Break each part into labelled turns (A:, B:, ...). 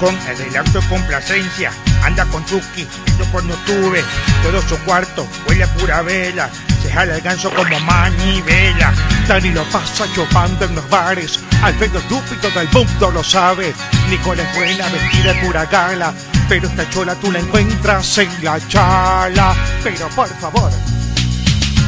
A: con el relato de complacencia. Anda con Chucky, yo cuando tuve todo su cuarto, huele a pura vela. Se jala el ganso como manivela. Dani lo pasa chupando en los bares. Alfredo estúpido del mundo lo sabe. Nicole es buena, vestida de pura gala. Pero esta chola tú la encuentras en la chala. Pero por favor,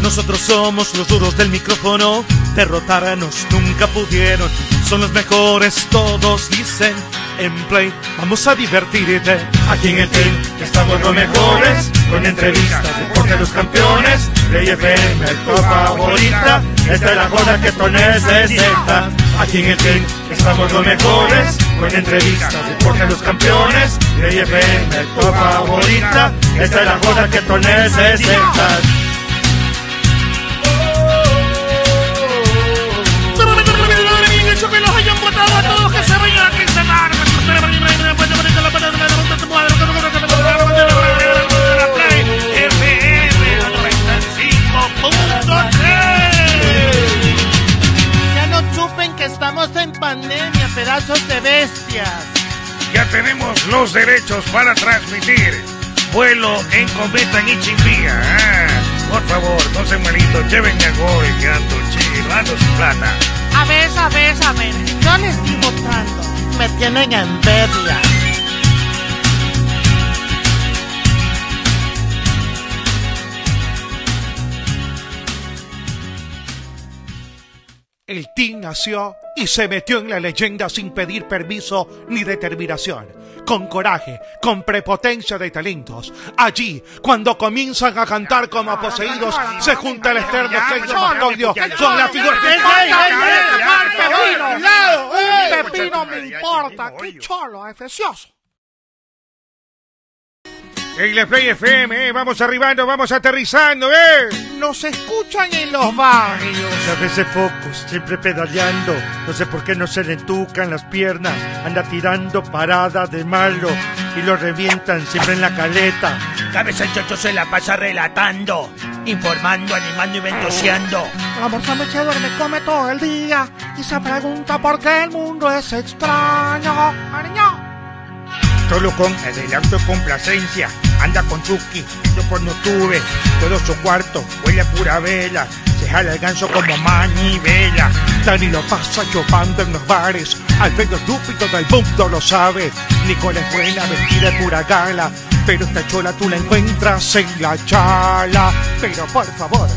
B: Nosotros somos los duros del micrófono, derrotarnos nunca pudieron. Son los mejores, todos dicen. En Play, vamos a divertirte. Aquí en el team estamos los mejores, con entrevistas, deporte de los campeones. Play FM, tu favorita, esta es la joda que tú necesitas. Aquí en el team estamos los mejores, con entrevistas, deporte de los campeones. Play FM, tu favorita, esta es la joda que tú necesitas.
C: Eso que los hayan votado a todos que se vayan a quincenar. Play FM 95.3.
D: Ya no chupen que estamos en pandemia, pedazos de bestias.
E: Ya tenemos los derechos para transmitir vuelo en cometa en Ichimbía. Ah, por favor, no sean malitos, llévenme a gol, que ando chido, ando sin plata.
D: A ver, a ver, a ver. Yo les estoy votando. Me tienen envidia.
A: El Team nació y se metió en la leyenda sin pedir permiso ni determinación. Con coraje, con prepotencia de talentos. Allí, cuando comienzan a cantar como poseídos, se junta el externo sexo masculino con la figura
D: ¡Ey, ey, ey,
A: de
D: ey, lado! ¡Un pepino me importa! ¡Qué cholo, efecioso!
A: El Play FM, eh, vamos arribando, vamos aterrizando, eh.
D: Nos escuchan en los barrios.
B: A veces focos, siempre pedaleando. No sé por qué no se le entucan las piernas. Anda tirando parada de malo y lo revientan siempre en la caleta.
F: Cabeza el chocho se la pasa relatando, informando, animando y ventoseando.
D: La morsa me se duerme, come todo el día y se pregunta por qué el mundo es extraño. Ariño.
A: Solo con el relato de complacencia. Anda con Chucky, yo cuando tuve todo su cuarto, huele a pura vela. Se jala el ganso como manivela. Dani lo pasa chupando en los bares. Alfredo estúpido del mundo lo sabe. Nicole es buena, vestida de pura gala. Pero esta chola tú la encuentras en la chala. Pero por favor,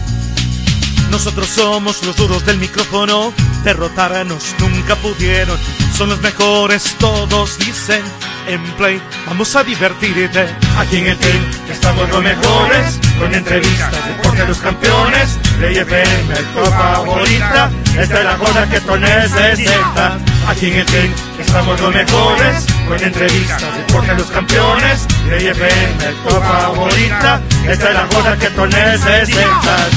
B: Nosotros somos los duros del micrófono, derrotarnos nunca pudieron. Son los mejores, todos dicen. En Play, vamos a divertirte. Aquí en el team estamos los mejores, con entrevistas, deporte de los campeones. Play FM, tu favorita, esta es la joda que tú necesitas. Aquí en el team estamos los mejores, con entrevistas, deporte de los campeones. Play FM, tu favorita, esta es la joda que tú necesitas.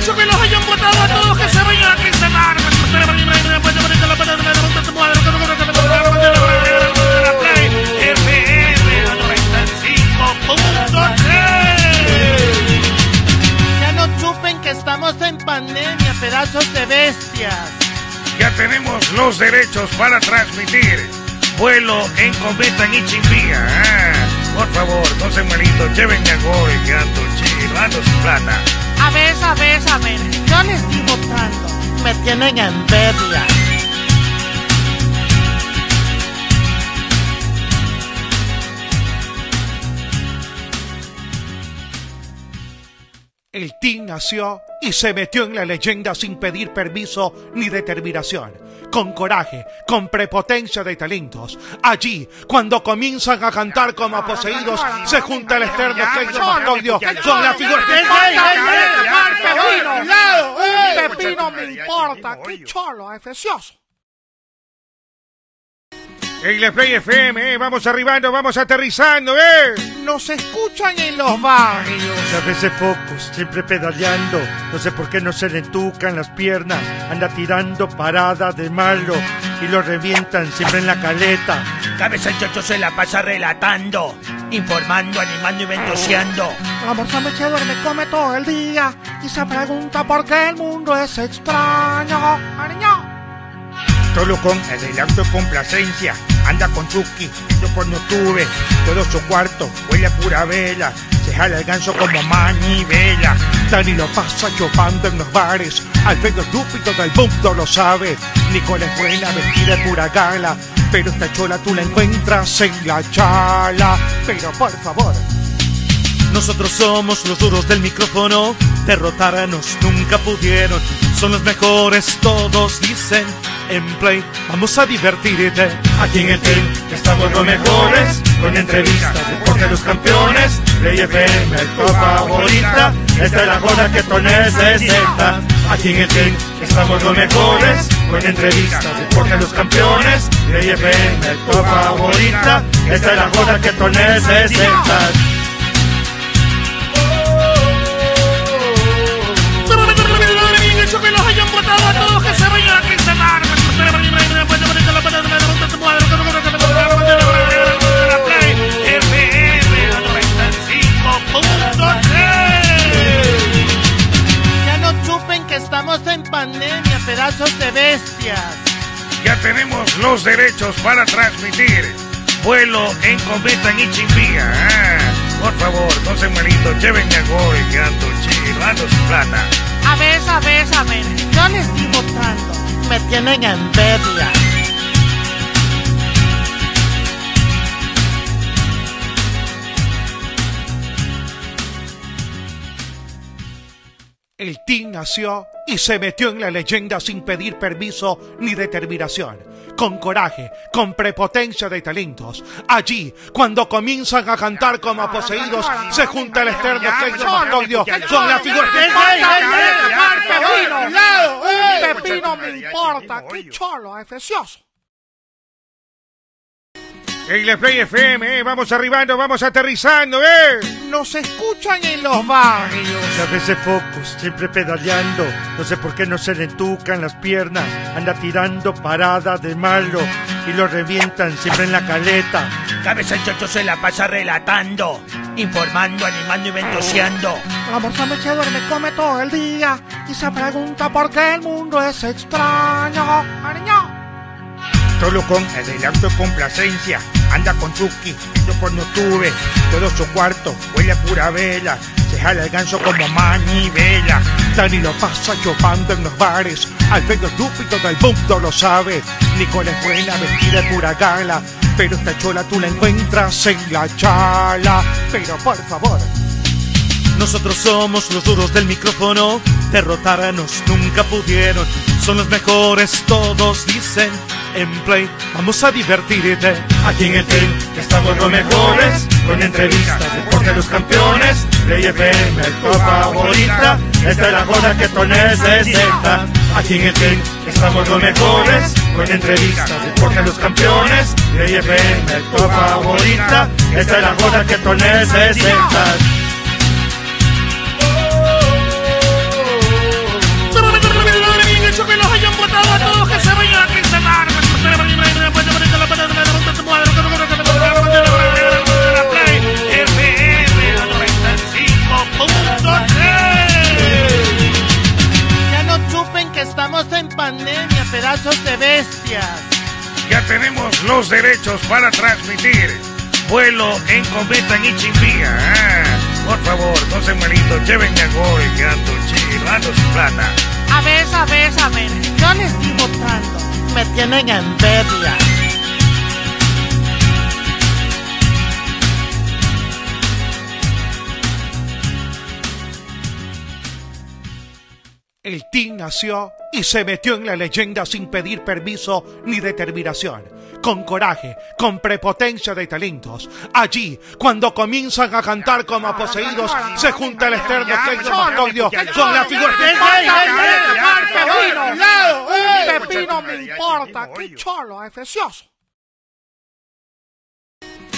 C: Eso que los hayan votado a todos que se vayan a quincenar. Play FM 95.3.
D: Ya no chupen que estamos en pandemia, pedazos de bestias.
E: Ya tenemos los derechos para transmitir vuelo en cometa en Ichimbía. Ah, por favor, no sean malitos, llévenme a gol, que ando chido, ando sin plata.
D: A ver, a ver, a ver. Yo les estoy votando. Me tienen envidia.
A: El Team nació y se metió en la leyenda sin pedir permiso ni determinación. Con coraje, con prepotencia de talentos. Allí, cuando comienzan a cantar como poseídos, se junta el externo sexo masculino con la figura
D: ¡Ey, ey, ey, ey! ¡Un
A: de
D: lado! ¡Un pepino me importa! ¡Qué cholo, efecioso!
A: El Play FM, eh, vamos arribando, vamos aterrizando, eh.
D: Nos escuchan en los barrios.
B: A veces focos, siempre pedaleando. No sé por qué no se le entucan las piernas. Anda tirando parada de malo y lo revientan siempre en la caleta.
F: Cabeza el chocho se la pasa relatando, informando, animando y ventoseando.
D: La morsa me se duerme, come todo el día y se pregunta por qué el mundo es extraño.
A: solo con el relato de complacencia. Anda con Chucky, yo por no tuve. Todo su cuarto huele a pura vela. Se jala el ganso como manivela.
G: Dani lo pasa chupando en los bares. Alfredo estúpido del mundo lo sabe. Nicole es buena, vestida de pura gala. Pero esta chola tú la encuentras en la chala. Pero por favor. Nosotros somos los duros del micrófono, derrotarnos nunca pudieron. Son los mejores, todos dicen. En Play, vamos a divertirte.
B: Aquí en el team estamos los mejores, con entrevistas, deporte de los campeones. Play FM, tu favorita, esta es la joda que tú necesitas. Aquí en el team estamos los mejores, con entrevistas, deporte de los campeones. Play FM, tu favorita, esta es la joda que tú necesitas.
C: hecho que los hayan botado a todos que se vayan a Cristianar. La Play FM, la 95.3.
H: Ya no chupen que estamos en pandemia, pedazos de bestias.
E: Ya tenemos los derechos para transmitir vuelo en cometa en Ichimbía. Ah, por favor, no se malito, llévenme a gol, que ando chido, ando sin plata.
H: A ver, a ver, a ver, yo les estoy votando. Me tienen envidia.
G: El Team nació y se metió en la leyenda sin pedir permiso ni determinación. Con coraje, con prepotencia de talentos. Allí, cuando comienzan a cantar como poseídos, se junta el externo Sergio Mastodio con la figura
I: ¿Qué
G: de
I: pepino! Un pepino me importa! ¡Qué cholo, efecioso!
A: En la Play FM, eh, vamos arribando, vamos aterrizando, eh.
I: Nos escuchan en los barrios.
B: A veces focos, siempre pedaleando. No sé por qué no se le entucan las piernas. Anda tirando paradas de malo y lo revientan siempre en la caleta.
F: Cabeza el chocho se la pasa relatando, informando, animando y ventoseando.
I: La morsa me se duerme, come todo el día y se pregunta por qué el mundo es extraño. Ariño.
A: Solo con el relato de complacencia. Anda con Chucky, yo por no tuve. Todo su cuarto huele a pura vela. Se jala el ganso como manivela.
G: Dani lo pasa chupando en los bares. Alfredo estúpido del mundo lo sabe. Nicole es buena, vestida de pura gala. Pero esta chola tú la encuentras en la chala. Pero por favor. Nosotros somos los duros del micrófono. Derrotarnos nunca pudieron. Son los mejores, todos dicen. En Play, vamos a divertirte.
B: Aquí en el team estamos los mejores, con entrevistas, deporte de los campeones. Play FM, tu favorita, esta es la joda que tú necesitas. Aquí en el team estamos los mejores, con entrevistas, deporte de los campeones. Play FM, tu favorita, esta es la joda que tú necesitas.
C: hecho que los hayan botado a todos que se vayan a Cristianar. La Play FM, la 95.3.
H: Ya no chupen que estamos en pandemia, pedazos de bestias.
E: Ya tenemos los derechos para transmitir vuelo en cometa en Ichimbía. Ah, por favor, no se malito, llévenme a gol, que ando chido, ando sin plata.
H: A ver, a ver, a ver, yo les estoy votando. Me tienen envidia.
G: El Team nació y se metió en la leyenda sin pedir permiso ni determinación. Con coraje, con prepotencia de talentos. Allí, cuando comienzan a cantar como poseídos, se junta el externo Sergio Mastodio con la figura de
I: Un pepino me importa! ¡Qué cholo, efecioso!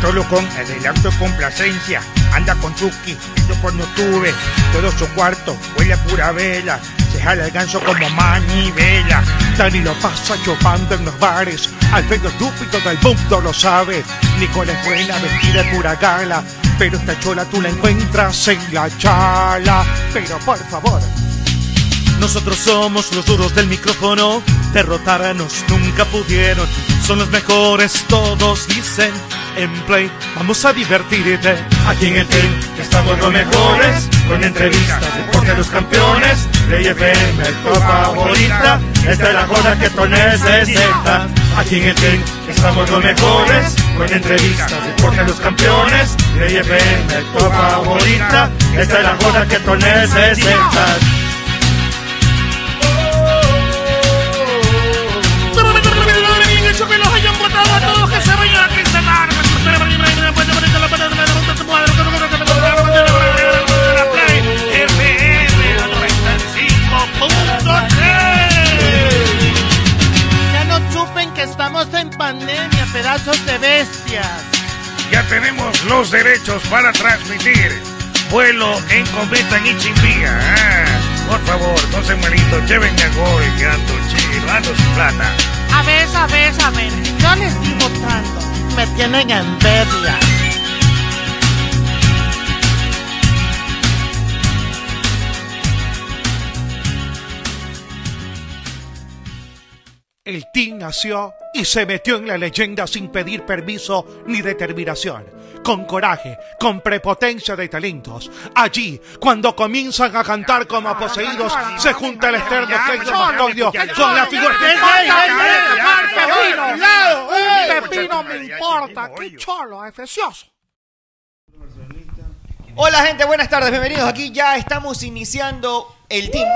I: Solo con adelanto y complacencia Anda con Chucky, yo cuando tuve Todo su cuarto huele a pura vela Se jala el ganso como manivela
A: Dani lo pasa chupando en los bares Alfredo estúpido del mundo lo sabe Nicole es buena, vestida de pura gala Pero esta chola tú la encuentras en la chala Pero por favor nosotros somos los duros del micrófono, derrotarnos nunca pudieron. Son los mejores, todos dicen. En Play, vamos a divertirte.
B: Aquí en el team estamos los mejores, con entrevistas, deporte de los campeones. Play FM, tu favorita, esta es la joda que tú necesitas. Aquí en el team estamos los mejores, con entrevistas, deporte de los campeones. Play FM, tu favorita, esta es la joda que tú necesitas.
C: hecho que los hayan matado a todos que se vayan a Cristana.
J: Ya no chupen que estamos en pandemia, pedazos de bestias.
E: Ya tenemos los derechos para transmitir vuelo en cometa en Ichimbía. Ah, por favor, no se malito, llévenme a gol, que ando chido, ando sin plata.
K: A ver, a ver, a ver. Yo le estoy votando.
J: Me tienen envidia.
A: El Team nació y se metió en la leyenda sin pedir permiso ni determinación. Con coraje, con prepotencia de talentos. Allí, cuando comienzan a cantar como poseídos, se junta el externo Keiko Mastodio con la figura...
D: ¡Ay, ay, ay!
I: ya,
D: ¡Pepino!
I: ya, ya, ya,
D: ¡Un
I: ya,
D: pepino me
I: ya, ya,
D: importa!
I: ya,
D: ¡Qué
I: ya,
D: cholo, efecioso!
L: Hola gente, buenas tardes, bienvenidos. Aquí ya estamos iniciando el team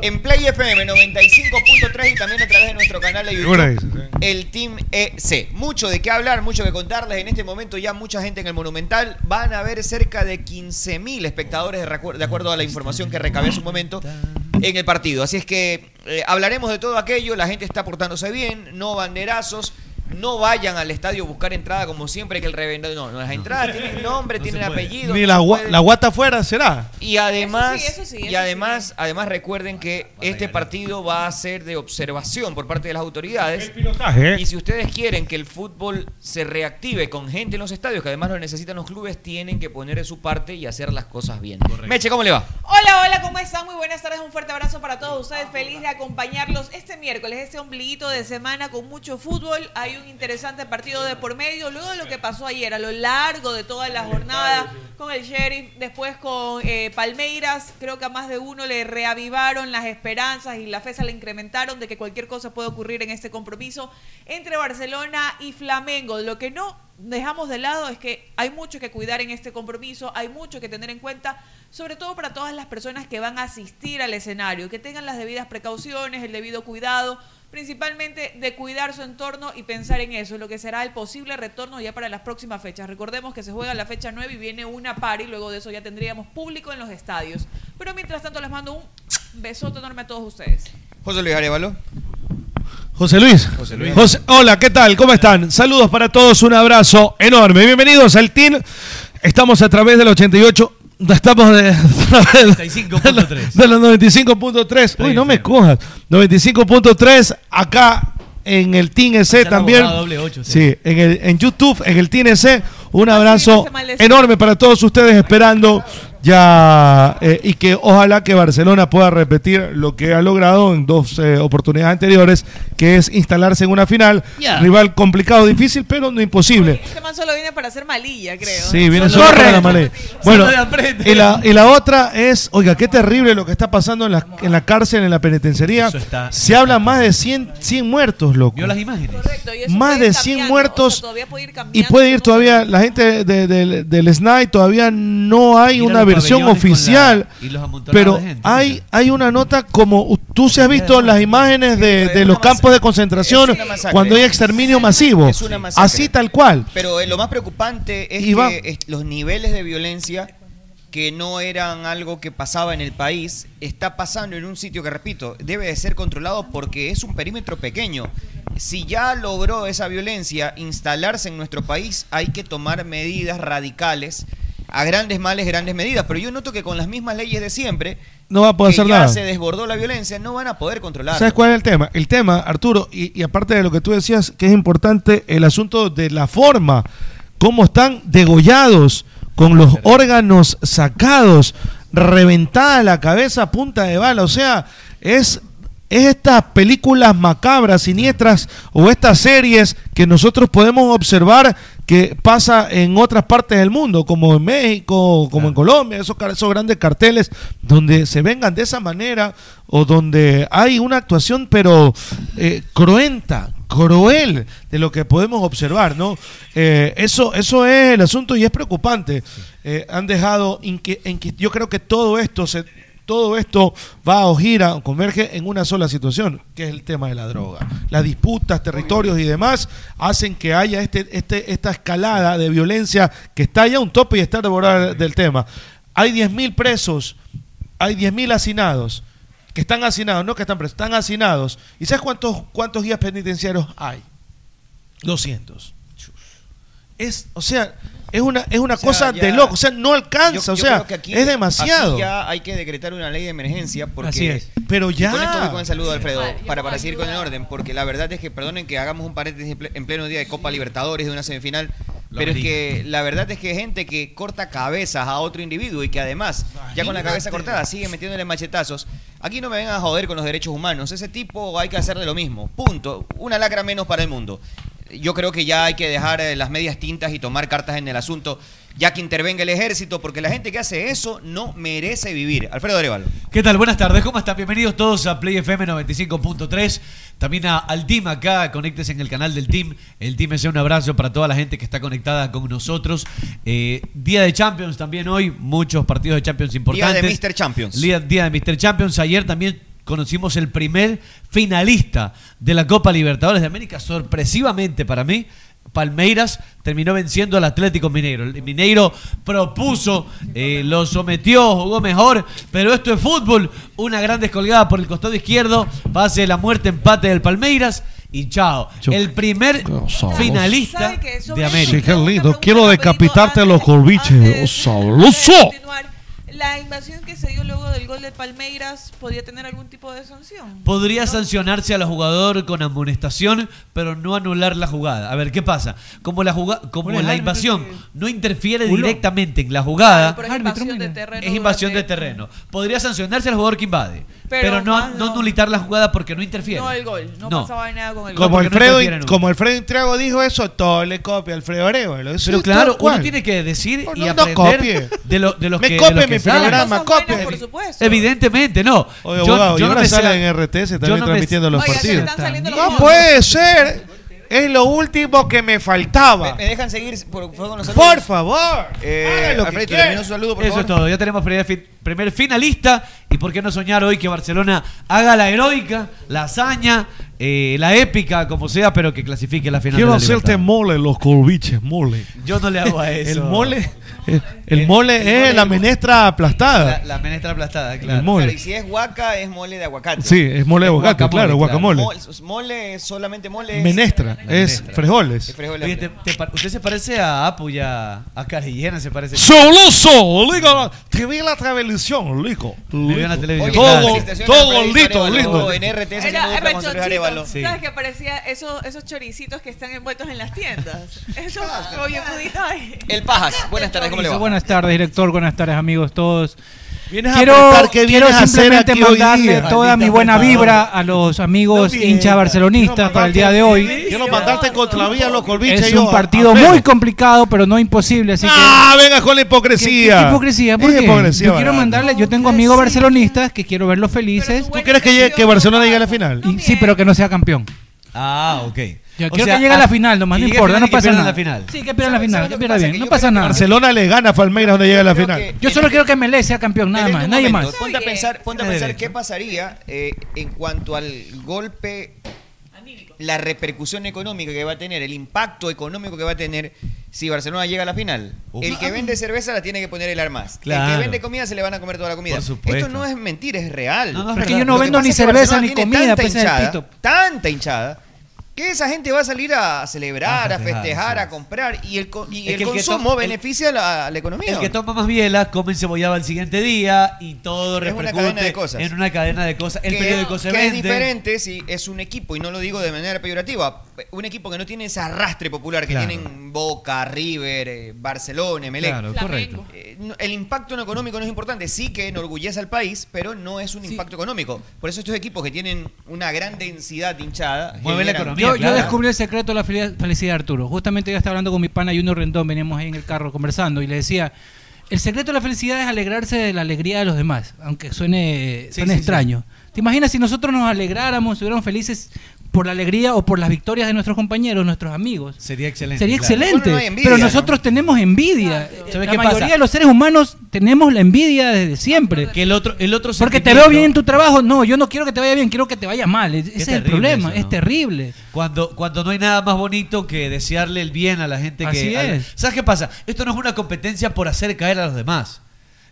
L: en Play FM 95.3 y también a través de nuestro canal de
G: Figura
L: YouTube.
G: dice, sí.
L: El Team EC. Mucho de qué hablar, mucho que contarles. En este momento ya mucha gente en el Monumental. Van a haber cerca de 15.000 espectadores de, recu- de acuerdo a la información que recabé hace un momento en el partido. Así es que eh, hablaremos de todo aquello. La gente está portándose bien, no banderazos. No vayan al estadio a buscar entrada como siempre que el revendedor. No, no, las entradas tienen nombre, tienen apellido.
G: Ni
L: no
G: la,
L: se
G: gua-
L: puede-
G: la guata afuera será.
L: y además,
G: Eso sí, eso sí,
L: y
G: eso
L: además, además recuerden que este partido va a ser de observación por parte de las autoridades.
G: pilotaje.
L: Y si ustedes quieren que el fútbol se reactive con gente en los estadios, que además lo necesitan los clubes, tienen que poner de su parte y hacer las cosas bien. Meche, ¿cómo le va?
K: Hola, hola, ¿cómo están? Muy buenas tardes, un fuerte abrazo para todos ustedes. Feliz de acompañarlos este miércoles, este ombliguito de semana con mucho fútbol. Hay un interesante partido de por medio, luego de lo que pasó ayer, a lo largo de toda la jornada, con el Sheriff, después con eh, Palmeiras. Creo que a más de uno le reavivaron las esperanzas y la fe se la incrementaron de que cualquier cosa puede ocurrir en este compromiso entre Barcelona y Flamengo. Lo que no dejamos de lado es que hay mucho que cuidar en este compromiso, hay mucho que tener en cuenta, sobre todo para todas las personas que van a asistir al escenario, que tengan las debidas precauciones, el debido cuidado, principalmente de cuidar su entorno y pensar en eso, lo que será el posible retorno ya para las próximas fechas. Recordemos que se juega la fecha 9 y viene una par y luego de eso ya tendríamos público en los estadios. Pero mientras tanto les mando un besote enorme a todos ustedes.
L: José Luis Arevalo.
G: José Luis.
L: José Luis.
G: José- hola, ¿qué tal? ¿Cómo están? Saludos para todos, un abrazo enorme. Bienvenidos al TIN. Estamos a través del 88. Estamos de, de los 95.3. Uy, no me cojas. 95.3 acá en el TIN EC también.
M: abogado doble ocho,
G: sí, en, el, en YouTube, en el TIN EC. Un abrazo
M: se maldecía.
G: enorme para todos ustedes esperando ya eh, y que ojalá que Barcelona pueda repetir lo que ha logrado en dos eh, oportunidades anteriores, que es instalarse en una final.
K: Ya.
G: Rival complicado, difícil, pero no imposible.
K: Este man solo viene para hacer malilla, creo.
G: Sí, viene
K: Solo-
G: solo para la mala- Bueno,
K: Solo de aprender.
G: y la, y la otra es, oiga, qué terrible lo que está pasando en la, en la cárcel, en la penitenciaría.
M: Eso está-
G: Se habla más de 100, 100 muertos, loco.
M: Vio las imágenes.
G: Más de 100 muertos. y puede ir todavía, la gente de- de- del SNAI todavía no hay
M: Mira
G: una
M: los
G: versión
M: pabellones con
G: oficial.
M: la- y los amontonados
G: Pero
M: de gente,
G: hay, hay una nota como u- tú se has visto las imágenes de, de los campos de concentración
L: Es una masacre.
G: cuando hay exterminio masivo.
L: Es una masacre.
G: Así tal cual.
L: Pero eh, lo más preocupante es
G: Y va-
L: que es- los niveles de violencia que no eran algo que pasaba en el país, está pasando en un sitio que, repito, debe de ser controlado porque es un perímetro pequeño. Si ya logró esa violencia instalarse en nuestro país, hay que tomar medidas radicales, a grandes males, grandes medidas. Pero yo noto que con las mismas leyes de siempre,
G: No va a poder
L: que
G: hacer
L: ya
G: nada.
L: se desbordó la violencia, no van a poder controlar.
G: ¿Sabes cuál es el tema? El tema, Arturo, y, y aparte de lo que tú decías, que es importante el asunto de la forma, cómo están degollados, con los órganos sacados, reventada la cabeza a punta de bala. O sea, es, es estas películas macabras, siniestras, o estas series que nosotros podemos observar que pasa en otras partes del mundo, como en México, como en Colombia, esos, car- esos grandes carteles donde se vengan de esa manera o donde hay una actuación pero eh, cruenta, cruel de lo que podemos observar, ¿no? Eh, eso, eso es el asunto y es preocupante. Eh, han dejado, inque- inque- yo creo que todo esto se, todo esto va o gira o converge en una sola situación, que es el tema de la droga. Las disputas, territorios y demás hacen que haya este, este, esta escalada de violencia que está ya a un tope y está devorada del tema. Hay 10.000 presos, hay 10.000 hacinados, que están hacinados, no que están presos, están hacinados. ¿Y sabes cuántos, cuántos guías penitenciarios hay? 200. Es, o sea, es una, es una cosa
L: ya-
G: de loco, o sea, no alcanza,
L: Yo-
G: o
L: yo
G: sea,
L: creo que aquí-
G: es demasiado.
L: aquí ya hay que decretar una ley de emergencia porque.
G: Así es. Pero
L: Y
G: ya.
L: con esto voy con el saludo, Alfredo, para, para seguir con el orden, porque la verdad es que, perdonen que hagamos un paréntesis en ple- en pleno día de Copa Libertadores de una semifinal,
N: Lo
L: pero es
N: amerita.
L: que la verdad es que hay gente que corta cabezas a otro individuo y que además, ya con la cabeza cortada, sigue metiéndole machetazos. Aquí no me vengan a joder con los derechos humanos. Ese tipo hay que hacer de lo mismo. Punto. Una lacra menos para el mundo. Yo creo que ya hay que dejar eh, las medias tintas y tomar cartas en el asunto, ya que intervenga el ejército, porque la gente que hace eso no merece vivir. Alfredo Arevalo.
M: ¿Qué tal? Buenas tardes, ¿cómo están? Bienvenidos todos a Play FM 95.3. También a- al Team acá, conéctese en el canal del Team. El Team es un abrazo para toda la gente que está conectada con nosotros. Eh, día de Champions también hoy, muchos partidos de Champions
L: Día
M: importantes.
L: de Mr. Champions.
M: Día, día de Mr. Champions. Ayer también conocimos el primer finalista de la Copa Libertadores de América. Sorpresivamente para mí, Palmeiras terminó venciendo al Atlético Mineiro. El Mineiro propuso, eh, lo sometió, jugó mejor, pero esto es fútbol. Una gran descolgada por el costado izquierdo, pase de la muerte, empate del Palmeiras y chao. El primer finalista de América.
G: Sí, qué lindo. Quiero decapitarte los corviches. ¡Oh, sabroso!
K: La invasión que se dio luego del gol de Palmeiras podía tener algún tipo de sanción.
M: Podría sancionarse al jugador con amonestación, pero no anular la jugada. A ver, ¿qué pasa? Como la, juga- como
K: Bueno, el
M: la
K: árbitro
M: invasión no interfiere
K: Puló.
M: directamente en la jugada,
K: Pero es invasión de terreno.
M: es invasión de terreno. Podría sancionarse al jugador que invade,
K: Pero
M: pero, no,
K: más
M: no nulitar la jugada porque no interfiere.
K: No el gol, no,
M: No.
K: pasaba nada con el gol.
G: Como
M: porque no
G: Alfredo,
M: interfieren en
G: como Alfredo Intriago dijo eso, todo le copia a Alfredo Arevalo. Eso
M: Pero
G: es
M: claro,
G: tal cual.
M: uno tiene que decir
G: No,
M: y
G: no, no copie.
M: aprender de, lo, de los
G: Me
M: que
G: copie
M: de los que
G: mi
M: saben.
G: programa, copie. Por
K: supuesto.
M: Evidentemente, no.
G: Oye, abogado, y
M: no
G: ahora
M: me sé
G: sale
M: la-
G: en RTS
M: yo
G: también
M: no me-
G: transmitiendo los
M: Oiga, se
G: partidos.
M: están saliendo
K: los
G: No
K: juegos.
G: puede ser. Es lo último que me faltaba.
L: ¿Me dejan seguir por, favor, con los saludos?
G: Por favor.
L: Eh,
G: hagan lo que
L: Alfredo,
G: quieran.
L: terminó su saludo, por
M: Eso
L: favor.
M: es todo. Ya tenemos primer, fi- primer finalista. ¿Y por qué no soñar hoy que Barcelona haga la heroica, la hazaña, eh, la épica, como sea, pero que clasifique la final?
G: Quiero
M: de la Libertadores?
G: hacerte mole, los corviches, mole.
M: Yo no le hago a eso.
G: El mole, Eh, el mole es la menestra aplastada.
M: La, la menestra aplastada, claro.
G: El mole.
L: Claro, y si es guaca, es mole de aguacate.
G: Sí, es mole de aguacate, claro, guacamole.
L: Mol- mole es solamente mole. es-
G: Menestra, es frijoles.
L: Es frijoles.
M: Oye, te- te pa- usted se parece a Apu y a, a Carillena, se parece.
G: ¡Soloso! Ligo, te vi en la televisión, Lico.
M: vi en la televisión. Oye,
G: Todo,
M: felicitaciones
G: todo
M: a Freddy
G: lindo,
M: Arevalo,
G: lindo.
M: en RT.
L: Ese saludo
K: Era
L: para Gonzalo
K: rechonchito.
L: Arevalo.
K: ¿Sabes que parecía esos, esos choricitos que están envueltos en las tiendas? Eso, oye, pudito. ay.
L: El Pajas. Buenas tardes, ¿cómo le va?
O: Buenas tardes, director. Buenas tardes, amigos todos.
G: Vienes
L: a
O: quiero
L: apretar, ¿qué
O: quiero
L: vienes a hacer
O: simplemente
L: aquí hoy
O: mandarle
L: día?
O: toda
L: Maldita
O: mi buena
L: apretadora.
O: vibra a los amigos hinchas barcelonistas para el día de hoy.
G: Quiero mandarte contra la vía los corviches.
O: Es
G: yo,
O: un partido
G: Alfredo.
O: muy complicado, pero no imposible. Así que
G: ¡Ah, venga con la hipocresía!
O: ¿Qué- qué hipocresía? ¿Por
G: Es
O: qué?
G: hipocresía,
O: yo quiero
G: barato.
O: mandarle, yo tengo amigos barcelonistas que quiero verlos felices.
G: ¿Tú quieres que, llegue- que Barcelona llegue a la final?
O: Y- sí, pero que no sea campeón.
M: Ah, ok.
O: Yo quiero que llegue a la final, nomás
M: que
O: no
M: llegue a
O: importa,
M: final
O: no
M: y que
O: pasa
M: pierda
O: nada.
M: la final.
O: Sí, que pierda la final, que pierda bien, no pasa nada.
G: Barcelona le gana a Palmeiras donde llega a la final.
O: Yo solo quiero que Melé sea campeón, nada más, nadie más.
L: Ponte a pensar, ponte a
O: Tiene
L: pensar
O: derecho.
L: qué pasaría eh, en cuanto al golpe la repercusión económica que va a tener, el impacto económico que va a tener si Barcelona llega a la final.
M: Uf.
L: El que vende cerveza la tiene que poner el armas. El que
M: Claro.
L: vende comida se le van a comer toda la comida.
M: Por supuesto.
L: Esto no es mentira, es real.
M: No, no,
O: es Porque real. yo no vendo ni
L: pasa es que
O: cerveza
L: Barcelona
O: ni
L: tiene
O: comida,
L: tanta
O: pues, en el
L: hinchada,
O: pito.
L: tanta hinchada. Que esa gente va a salir a celebrar,
M: A
L: a
M: festejar,
L: festejar,
M: sí.
L: a comprar y el, co- y
M: Es
L: el
M: que el que
L: consumo
M: to- el-
L: beneficia a la, a la economía.
M: El que toma más biela, come cebollaba el siguiente día y todo
L: Es una
M: repercute
L: cadena de cosas.
M: en una cadena de cosas. El
L: que,
M: periódico se
L: que
M: vende.
L: es diferente si es un equipo, y no lo digo de manera peyorativa, un equipo que no tiene ese arrastre popular que
M: Claro.
L: tienen Boca, River, eh, Barcelona, Melec.
M: Claro, correcto.
L: Eh, no- el impacto en económico no es importante, sí que enorgullece al país, pero no es un impacto económico. Por eso estos equipos que tienen una gran densidad de hinchada...
M: Mueve la
L: generan-
O: Yo, yo descubrí el secreto de la fel- felicidad, Arturo. Justamente yo estaba hablando con mi pana Juno Rendón, veníamos ahí en el carro conversando y le decía, el secreto de la felicidad es alegrarse de la alegría de los demás, aunque suene, suene
P: sí,
O: extraño. ¿Te imaginas si nosotros nos alegráramos, estuviéramos felices por la alegría o por las victorias de nuestros compañeros, nuestros amigos?
M: Sería excelente.
O: Sería
M: claro.
O: excelente, pero nosotros tenemos envidia. Eh, La mayoría de los seres humanos tenemos la envidia desde siempre.
M: Que el otro, el otro
O: Porque te
M: sentimiento-
O: veo bien en tu trabajo. No, yo no quiero que te vaya bien, quiero que te vaya mal. E, Ese es el
M: terrible
O: problema,
M: eso,
O: es
M: ¿no?
O: terrible.
M: Cuando, cuando no hay nada más bonito que desearle el bien a la gente que.
O: Así
M: a la-
O: es.
M: ¿Sabes qué pasa? Esto no es una competencia por hacer caer a los demás.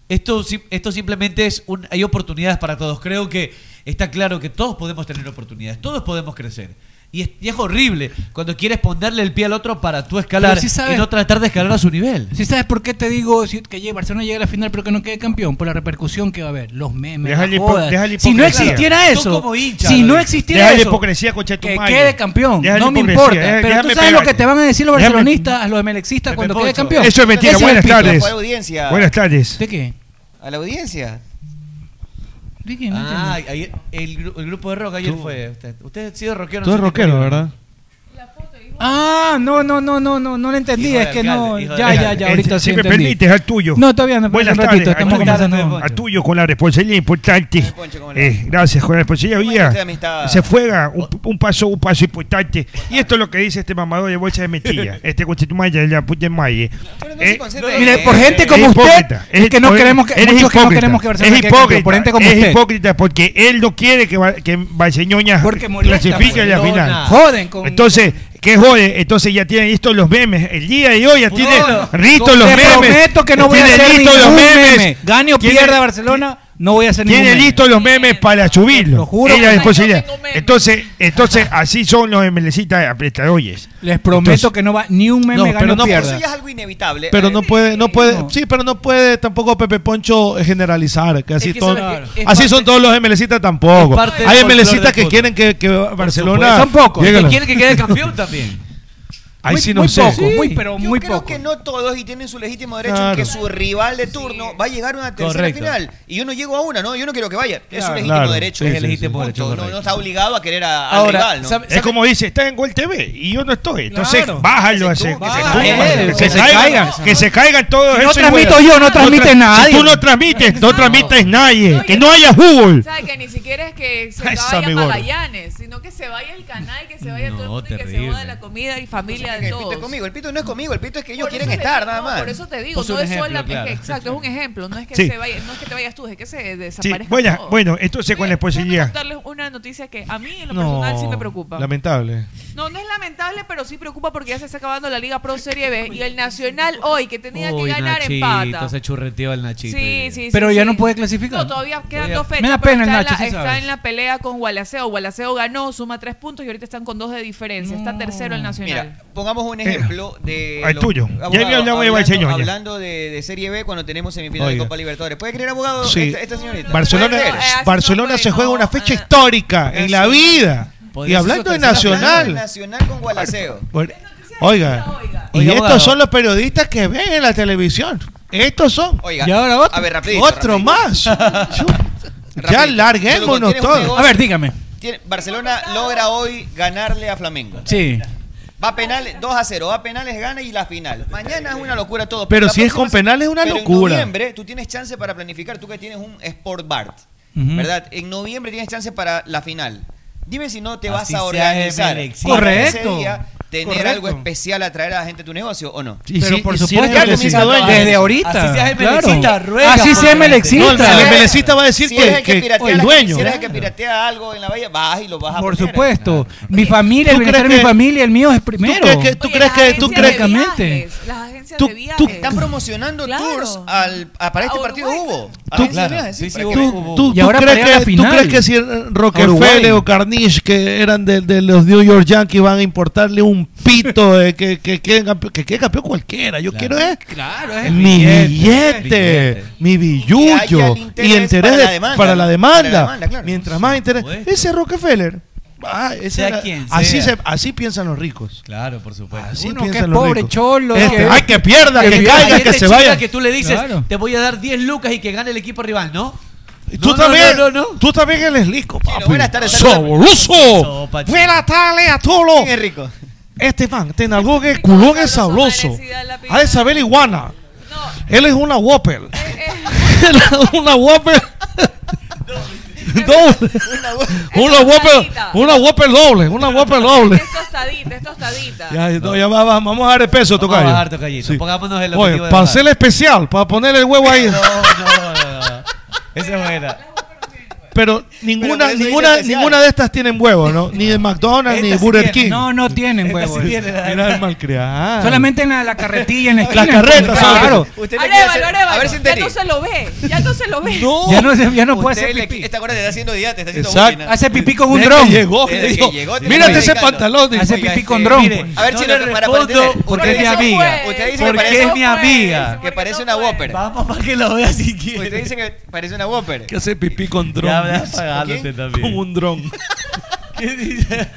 M: Esto, sim- esto simplemente es un, hay oportunidades para todos. Creo que está claro que todos podemos tener oportunidades, todos podemos crecer. Y es, y es horrible cuando quieres ponerle el pie al otro para tú escalar
O: Pero sí sabes-
M: y no tratar de escalar a su nivel.
O: Si sabes por qué te digo si- que llega- Barcelona llega a la final pero que no quede campeón, por la repercusión que va a haber, los memes,
M: Deja
O: las
M: la hipo-
O: jodas.
M: deja la
O: Si no
M: hipocresía.
O: existiera
M: Tú
O: eso,
M: como hincha,
O: si
M: lo
O: no
M: dices.
O: existiera
Q: Deja la
O: eso,
Q: hipocresía, Conchetumayo.
O: que quede campeón,
Q: Deja la
O: no me
Q: hipocresía,
O: importa.
Q: deja-
O: pero tú sabes
Q: déjame
O: lo
Q: pegarte.
O: que te van a decir los
Q: Déjame-
O: barcelonistas, a los melexistas cuando quede campeón.
Q: Eso es mentira.
O: Ese el
Q: Buenas
O: pito.
Q: tardes.
L: fue audiencia.
Q: Buenas tardes.
O: ¿De qué?
L: A la audiencia.
O: no
M: Ah, ayer- el, gru- el grupo de rock ayer fue. Usted, usted ha sido rockero.
Q: Tú eres rockero, ¿verdad?
O: Ah, no, no, no, no, no, no lo entendí,
M: Hijo de
O: es que no,
M: alcalde, hijo de
O: ya, ya,
M: alcalde.
O: ya, ahorita
Q: Eh,
O: sí
Q: si me
O: entendí.
Q: permites, al tuyo.
O: No, todavía no,
Q: Buenas
O: un
Q: tardes,
O: ratito, estamos
Q: al tuyo.
O: conversando.
Q: Al tuyo con la responsabilidad importante. Eh, gracias, con la responsabilidad. Oiga,
L: usted, amistad.
Q: se juega un, un paso, un paso importante. Y esto es lo que dice este mamador de bolsa de metilla, este constitumaya de la puta en malle. Eh,
O: Mire, por gente como
Q: es
O: usted,
Q: hipócrita,
O: es que no
Q: hipó-
O: queremos que-
Q: él es
O: muchos que no
Q: hipócrita,
O: queremos que Barcelona
Q: es
O: quede campeón,
Q: hipócrita,
O: por gente como
Q: es
O: usted.
Q: hipócrita porque él no quiere que, Bar- que Barceñoña clasifique a la
O: Barcelona.
Q: final.
O: Joden con-
Q: Entonces, ¿qué jode? Entonces ya tienen listos los memes. El día de hoy ya
O: Puro.
Q: tiene listos los
O: Te
Q: memes.
O: prometo que no voy a
Q: Tiene
O: hacer
Q: listos
O: ningún
Q: los memes.
O: meme. Gane o
Q: Tiene-
O: pierda Barcelona, no voy a hacer ningún
Q: tiene
O: meme.
Q: listos los memes para subirlo.
O: juro
Q: Es la
O: que-
Q: responsabilidad. Entonces, entonces así son los MLCistas apretadores.
O: Les prometo que no va ni un meme
Q: No,
O: gane
Q: pero
O: o
Q: no-
O: pierda.
Q: eso ya
L: Es algo inevitable.
Q: Pero no puede, no puede, sí, pero no puede tampoco Pepe Poncho generalizar, que así,
L: que
Q: todo-
L: sabes que es
Q: así
L: parte-
Q: son todos los MLCistas tampoco.
M: es parte del
Q: Hay
M: folclore
Q: MLCistas
M: del
Q: que
M: fútbol.
Q: quieren que, que Barcelona...
M: Son pocos.
Q: llegue a
M: Que
Q: la-
M: quieren que quede campeón también.
Q: Ahí
M: Muy-
Q: sí no
M: muy
Q: sé.
M: pocos, muy-
Q: Sí.
M: pero
L: Yo
M: muy
L: creo
M: poco.
L: que no todos y tienen su legítimo derecho
Q: Claro.
L: que su rival de turno va a llegar a una tercera
Q: Correcto.
L: final y yo no llego a una, no, yo no quiero que vaya. es su
Q: Claro.
L: legítimo
Q: Claro,
L: derecho,
Q: sí,
L: es
Q: sí,
L: el legítimo
Q: sí.
L: derecho.
Q: Punto,
L: No, no está obligado a querer a, al
Q: Ahora,
L: rival, ¿no?
Q: sabe- Es como dice, está en Gol TV y yo no estoy. Entonces,
L: Claro.
Q: bájalo, a ese- que se, tumba,
L: caiga,
Q: que se caigan, que se caigan
O: Si
Q: todos
O: no
Q: esos
O: transmito
Q: huevos.
O: yo, no transmite
Q: tra-
O: nadie.
Q: Si tú no transmites, no transmites nadie. Que no haya fútbol.
K: ¿Sabes que ni siquiera es que se
Q: Esa,
K: vaya
Q: mi gordo.
K: Magallanes, sino que se vaya el canal, que se vaya todo el mundo y que se joda la comida y familia de
L: el pito
K: todos.
L: es conmigo, el pito no es conmigo, el pito es que ellos
K: Por
L: quieren
K: eso le
L: estar
K: digo,
L: nada
K: no,
L: más.
K: Por eso te digo,
Q: Pues
L: Pose
K: no
L: un
K: es
L: ejemplo,
K: solamente
L: claro.
K: que- exacto, es un ejemplo, no es que
Q: Sí.
K: se vaya, no es que te vayas tú, es que se
Q: Sí,
K: desaparezca.
Q: bueno,
K: todo.
Q: bueno, entonces con la
K: Quiero
Q: esposilidad.
K: contarles una noticia que a mí en lo
Q: No,
K: personal sí me preocupa.
Q: lamentable.
K: No, no es lamentable, pero sí preocupa porque ya se está acabando la Liga Pro Serie B y el Nacional hoy que tenía que
M: Uy,
K: ganar
M: Nachito,
K: empata.
M: se churreteó el Nachito.
K: Sí, sí,
O: Pero
K: sí,
O: ya
K: sí.
O: no puede clasificar.
K: No, todavía quedan
O: Todavía.
K: dos fechas.
O: Me da
K: pero
O: pena el
K: está en
O: Nacho,
K: la-
O: sí
K: Está
O: sabes.
K: en la pelea con Gualaceo. Gualaceo ganó, suma tres puntos y ahorita están con dos de diferencia. Está tercero el Nacional.
L: Mira, pongamos un ejemplo de.
Q: al
L: lo-
Q: Ah, tuyo. Ya
L: abogado,
Q: le hablamos de
L: hablando,
Q: Valseñoña.
L: hablando de, de Serie B cuando tenemos semifinal de
Q: Oiga.
L: Copa Libertadores. ¿Puede creer, abogado,
Q: Sí.
L: esta, esta señorita?
Q: Barcelona,
L: ¿Puede creer?
Q: Barcelona se juega una fecha histórica en la vida. Y
L: Podría ser
Q: hablando
L: su
Q: de
L: tercera final,
Q: Nacional.
L: Nacional con Gualaceo.
Q: Oiga, y
L: Oiga,
Q: estos
L: abogado.
Q: son los periodistas que ven en la televisión. Estos son.
L: Oiga,
Q: y ahora otro,
L: a ver, rapidito,
Q: otro más. ya
L: Luego,
Q: larguémonos
L: ¿tienes un
Q: todos.
L: negocio? A ver,
O: dígame.
L: Tiene- Barcelona logra hoy ganarle a Flamengo.
O: Sí.
L: Va a penales, 2 a 0. Va a penales, gana y la final. Mañana es una locura todo.
Q: Pero
L: la
Q: si es
L: próxima
Q: con penales, es una
L: pero
Q: locura.
L: En noviembre tú tienes chance para planificar. Tú que tienes un Sport Bart,
Q: Ujú.
L: ¿verdad? En noviembre tienes chance para la final. Dime si no te vas
M: Así
L: a
M: sea
L: organizar.
M: MLX.
L: Para que ese
M: Correcto.
L: día tener
M: Correcto.
L: algo especial a traer a la gente a tu negocio o no?
G: Y Pero si- por y si supuesto eres que sí. comienza dueño.
L: Así
G: Desde ahorita,
L: seas el
G: claro.
L: melecista, ruega
G: Así
L: por
G: sea el
L: la gente.
G: melecista. No, el
L: Si eres-
G: melecista va a decir
L: si
G: que-
L: eres el que,
G: que-
L: piratea
G: el
L: la-
G: dueño.
L: Si eres el que piratea algo en la valla, vas y lo vas a
O: Por
L: poner.
O: supuesto. Mi familia, el
L: ¿Tú
O: bienestar de
L: crees
O: mi
L: que-
O: familia, el mío es primero.
L: crees que- tú Oye, crees las que- tú agencias de
O: Francamente.
K: Las agencias de viajes.
L: Están promocionando tours al, a- para este partido hubo. A
G: Tú,
L: ver si me vas a decir, ¿para qué?
G: tú- tú- tú crees que, tú crees que si Rockefeller o Carnish, que eran de, de los New York Yankees, van a importarle un pito de que que quede campe- que quede campeón cualquiera? Yo quiero es
O: Claro,
G: es mi billete, mi
L: Que haya
G: billuyo
L: el interés
G: y interés
L: para la
G: de- para la
L: demanda. Para la
G: demanda.
L: demanda, claro.
G: Mientras más interés. Ese Rockefeller. Ah, ese
M: Sea
G: era-
M: quien sea.
G: así, se- así piensan los ricos.
M: Claro, por supuesto.
G: Así
M: Uno
G: piensan
M: que es
G: los
M: pobre,
G: ricos.
M: cholo,
G: Este,
M: que-
G: ay, que pierda, que,
M: pierda.
G: caiga,
M: Y
G: que
M: este
G: se
M: chica
G: vaya.
M: que tú le dices,
G: Claro.
M: te voy a dar 10 lucas y que gane el equipo rival, ¿no?
G: Y Tú también, tú también eres rico, papi.
M: buenas tardes,
G: ¡Sabroso! Buenas tardes a todos.
L: ¿Quién es rico?
G: Este man, ten algo que culón es sabroso. Ha de saber iguana. Él es una Whopper. Él es una Whopper. eh. doble. una Whopper, una Whopper doble, una Whopper doble.
K: Es tostadita, es tostadita.
G: Ya, no, ya va- va- vamos a bajar el peso,
M: Vamos a
G: tocayo.
M: bajar, tocayito. Pongámonos el
G: Oye,
M: objetivo de
G: para
M: bajar.
G: hacer el especial, para poner el huevo ahí.
M: Esa es buena.
G: Pero
M: Pero por
G: ninguna,
M: eso dice
G: ninguna,
M: especial.
G: ninguna de estas tienen huevo, ¿no? Ni de McDonald's, ni de
O: Estas sí
G: Burger
O: tienen.
G: King.
O: No, no tienen
G: Estas
O: huevo.
G: sí tienen, Mira el malcriado.
O: Solamente en la, la carretilla, en la esquina.
G: Las carretas,
O: claro.
G: solamente.
K: Arévalo, Arévalo, ya no se lo ve, ya no se lo ve.
O: Ya no, se- ya no puede
L: Usted
O: ser
L: le- Esta cuerda está haciendo dieta, está haciendo
G: Exacto.
L: bullying.
O: Hace pipí con un
G: Desde
O: dron.
G: que llegó,
L: Desde
G: le
L: que
G: digo,
L: llegó, te
G: mírate
L: estoy
G: ese
L: dedicando".
G: pantalón. dice.
O: Hace
G: Oiga,
O: pipí
G: este,
O: con dron.
G: mire,
L: A ver,
G: no
L: si
G: le
L: para
G: respondo
L: entender.
G: porque
L: Usted
G: es mi
L: dice-
G: amiga.
L: Usted dice que
G: Porque
L: parece-
G: es mi amiga.
L: Que parece una Whopper. Vamos
M: para que lo vea si quiere.
L: Usted dice que parece una Whopper.
G: Que hace pipí con dron.
L: Ya habrá
G: dice.
L: pagado usted
G: ¿Con
L: también.
G: un dron.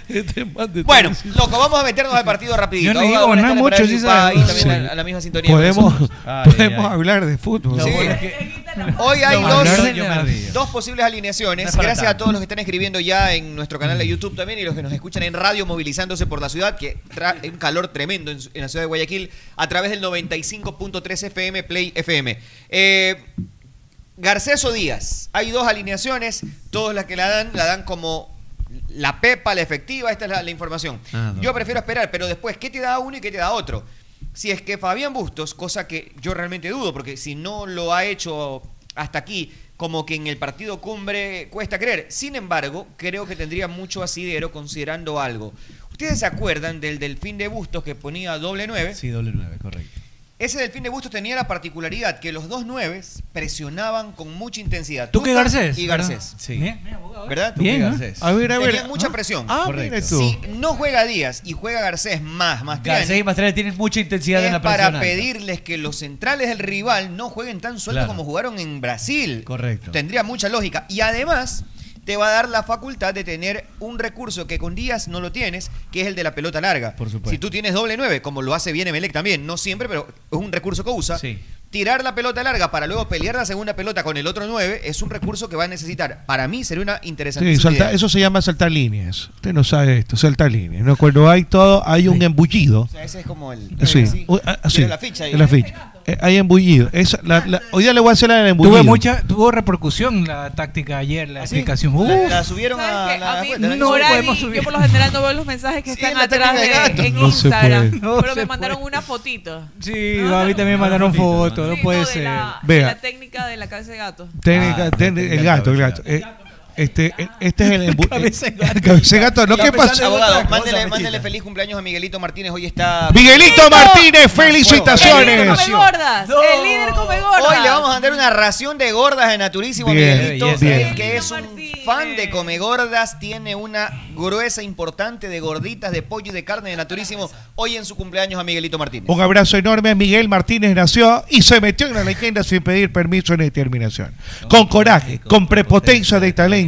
G: Este
L: Bueno, loco, vamos a meternos al partido rapidito.
G: Yo no
L: Vamos a
G: digo,
L: poner
G: no
L: este
G: mucho,
L: para
G: sí
L: el
G: sabe.
L: Ipa y también
G: Sí.
L: a- a la misma sintonía.
G: Podemos,
L: Ay,
G: podemos
L: ay, ay.
G: hablar de fútbol.
L: Sí. Hoy hay
G: No,
L: dos,
G: hablar de- yo me río.
L: dos posibles
G: No
L: alineaciones.
G: es para
L: Gracias a
G: tanto. Mm.
L: todos los que están escribiendo ya en nuestro canal de YouTube también y los que nos escuchan en radio movilizándose por la ciudad, que trae un calor tremendo en, su- en la ciudad de Guayaquil a través del 95.3 FM Play FM. Eh, Garceso Díaz, hay dos alineaciones, todas las que la dan, la dan como la pepa, la efectiva, esta es la, la información.
M: Ah, no.
L: Yo prefiero esperar, pero después, ¿qué te da uno y qué te da otro? Si es que Fabián Bustos, cosa que yo realmente dudo, porque si no lo ha hecho hasta aquí, como que en el partido cumbre cuesta creer. Sin embargo, creo que tendría mucho asidero considerando algo. ¿Ustedes se acuerdan del delfín de Bustos que ponía doble nueve?
M: Sí, doble 9, correcto.
L: Ese delfín de Bustos tenía la particularidad que los dos nueves presionaban con mucha intensidad.
O: ¿Tú qué,
L: Tuta
O: Garcés?
L: Y
O: ¿Verdad?
G: Ah,
L: Garcés.
M: Sí.
L: ¿Verdad?
O: Bien,
L: Tuca y
O: ¿no?
L: Garcés.
O: A ver, a ver.
L: Tenían mucha
O: Ah.
L: presión.
O: Ah, Correcto. mira tú.
L: Si no juega Díaz y juega Garcés más, más
M: Garcés y Pastrana tienen mucha intensidad en
L: es
M: la presión
L: para
M: alta.
L: pedirles que los centrales del rival no jueguen tan suelto
M: Claro.
L: como jugaron en Brasil.
M: Correcto.
L: Tendría mucha lógica. Y además te va a dar la facultad de tener un recurso que con Díaz no lo tienes, que es el de la pelota larga. Por
M: supuesto.
L: Si tú tienes doble nueve, como lo hace bien Emelec también, no siempre, pero es un recurso que usa. Tirar la pelota larga para luego pelear la segunda pelota con el otro nueve es un recurso que va a necesitar. Para mí sería una interesante
G: Sí, salta- eso se llama saltar líneas. Usted no sabe esto, saltar líneas. No, cuando hay todo, hay un embullido.
L: Ese es como el...
G: Sí, u- ah, sí,
L: la ficha ahí.
G: en la ficha. Eh, hay embullido. Esa- la- la- hoy día le voy a hacer la del embullido.
O: Tuvo, mucha, tuvo repercusión la táctica ayer, la explicación.
L: ¿Ah, La, la subieron
K: Que
L: a la...
K: a mí,
L: la- la-
K: no
L: la-
K: podemos subir. Yo por lo general no veo los mensajes que están
L: la
K: atrás
L: técnica de gato.
K: de, en
O: No se
K: Instagram.
O: puede. No
K: pero
O: se
K: me mandaron una fotito.
O: Sí,
L: Ah,
O: a mí también mandaron fotos, no puede ser.
K: De
G: Vea.
K: la técnica de la cabeza de gato.
L: Ah,
G: Técnica- técnica- el gato, el gato. Eh, este, eh, este es el embu-
L: Cabeza
G: eh, el cabeza de gato. ¿no?
L: Ya
G: ¿Qué
L: empezando,
G: pasa?
L: abogado? Mándele, mándele feliz cumpleaños a Miguelito Martínez. Hoy está.
G: Miguelito Martínez, felicitaciones.
L: El líder
K: Come gordas. El líder come gordas.
L: Hoy le vamos a mandar una ración de gordas de Naturísimo a
G: Bien,
L: Miguelito,
G: belleza.
L: él
G: Bien.
L: que es un fan de come gordas, tiene una gruesa importante de gorditas de pollo y de carne de Naturísimo hoy en su cumpleaños a Miguelito Martínez.
G: Un abrazo enorme. Miguel Martínez nació y se metió en la leyenda sin pedir permiso ni determinación. Con coraje, con prepotencia de talentos.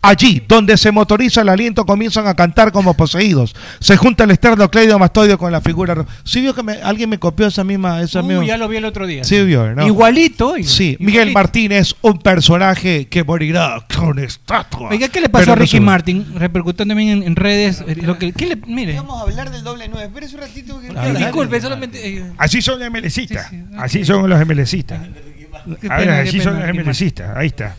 G: Allí, donde se motoriza el aliento, comienzan a cantar como poseídos. Se junta el externo Cleidio Mastoidio con la figura. ro- Sí vio que me- alguien me copió esa misma... Esa
O: Uh,
G: misma-
O: ya lo vi el otro día.
G: Sí vio, ¿no?
O: Igualito. oiga.
G: Sí, Miguel Martínez, un personaje que morirá con estatua.
O: Oiga, ¿qué le pasó
G: Pero
O: a
G: no
O: Ricky
G: solo.
O: Martin? Repercutó también en, en redes. eh, lo que, ¿qué le, mire,
L: Vamos a hablar del doble nueve. Espérese un ratito. que-
O: eh, disculpe, solamente. eh,
Q: Así son los MLCistas. Así son los MLCistas.
O: Qué
Q: A ver,
O: pena, qué
Q: así
O: pena,
Q: son los
O: Ricky Martin.
Q: MLCistas. Ahí está.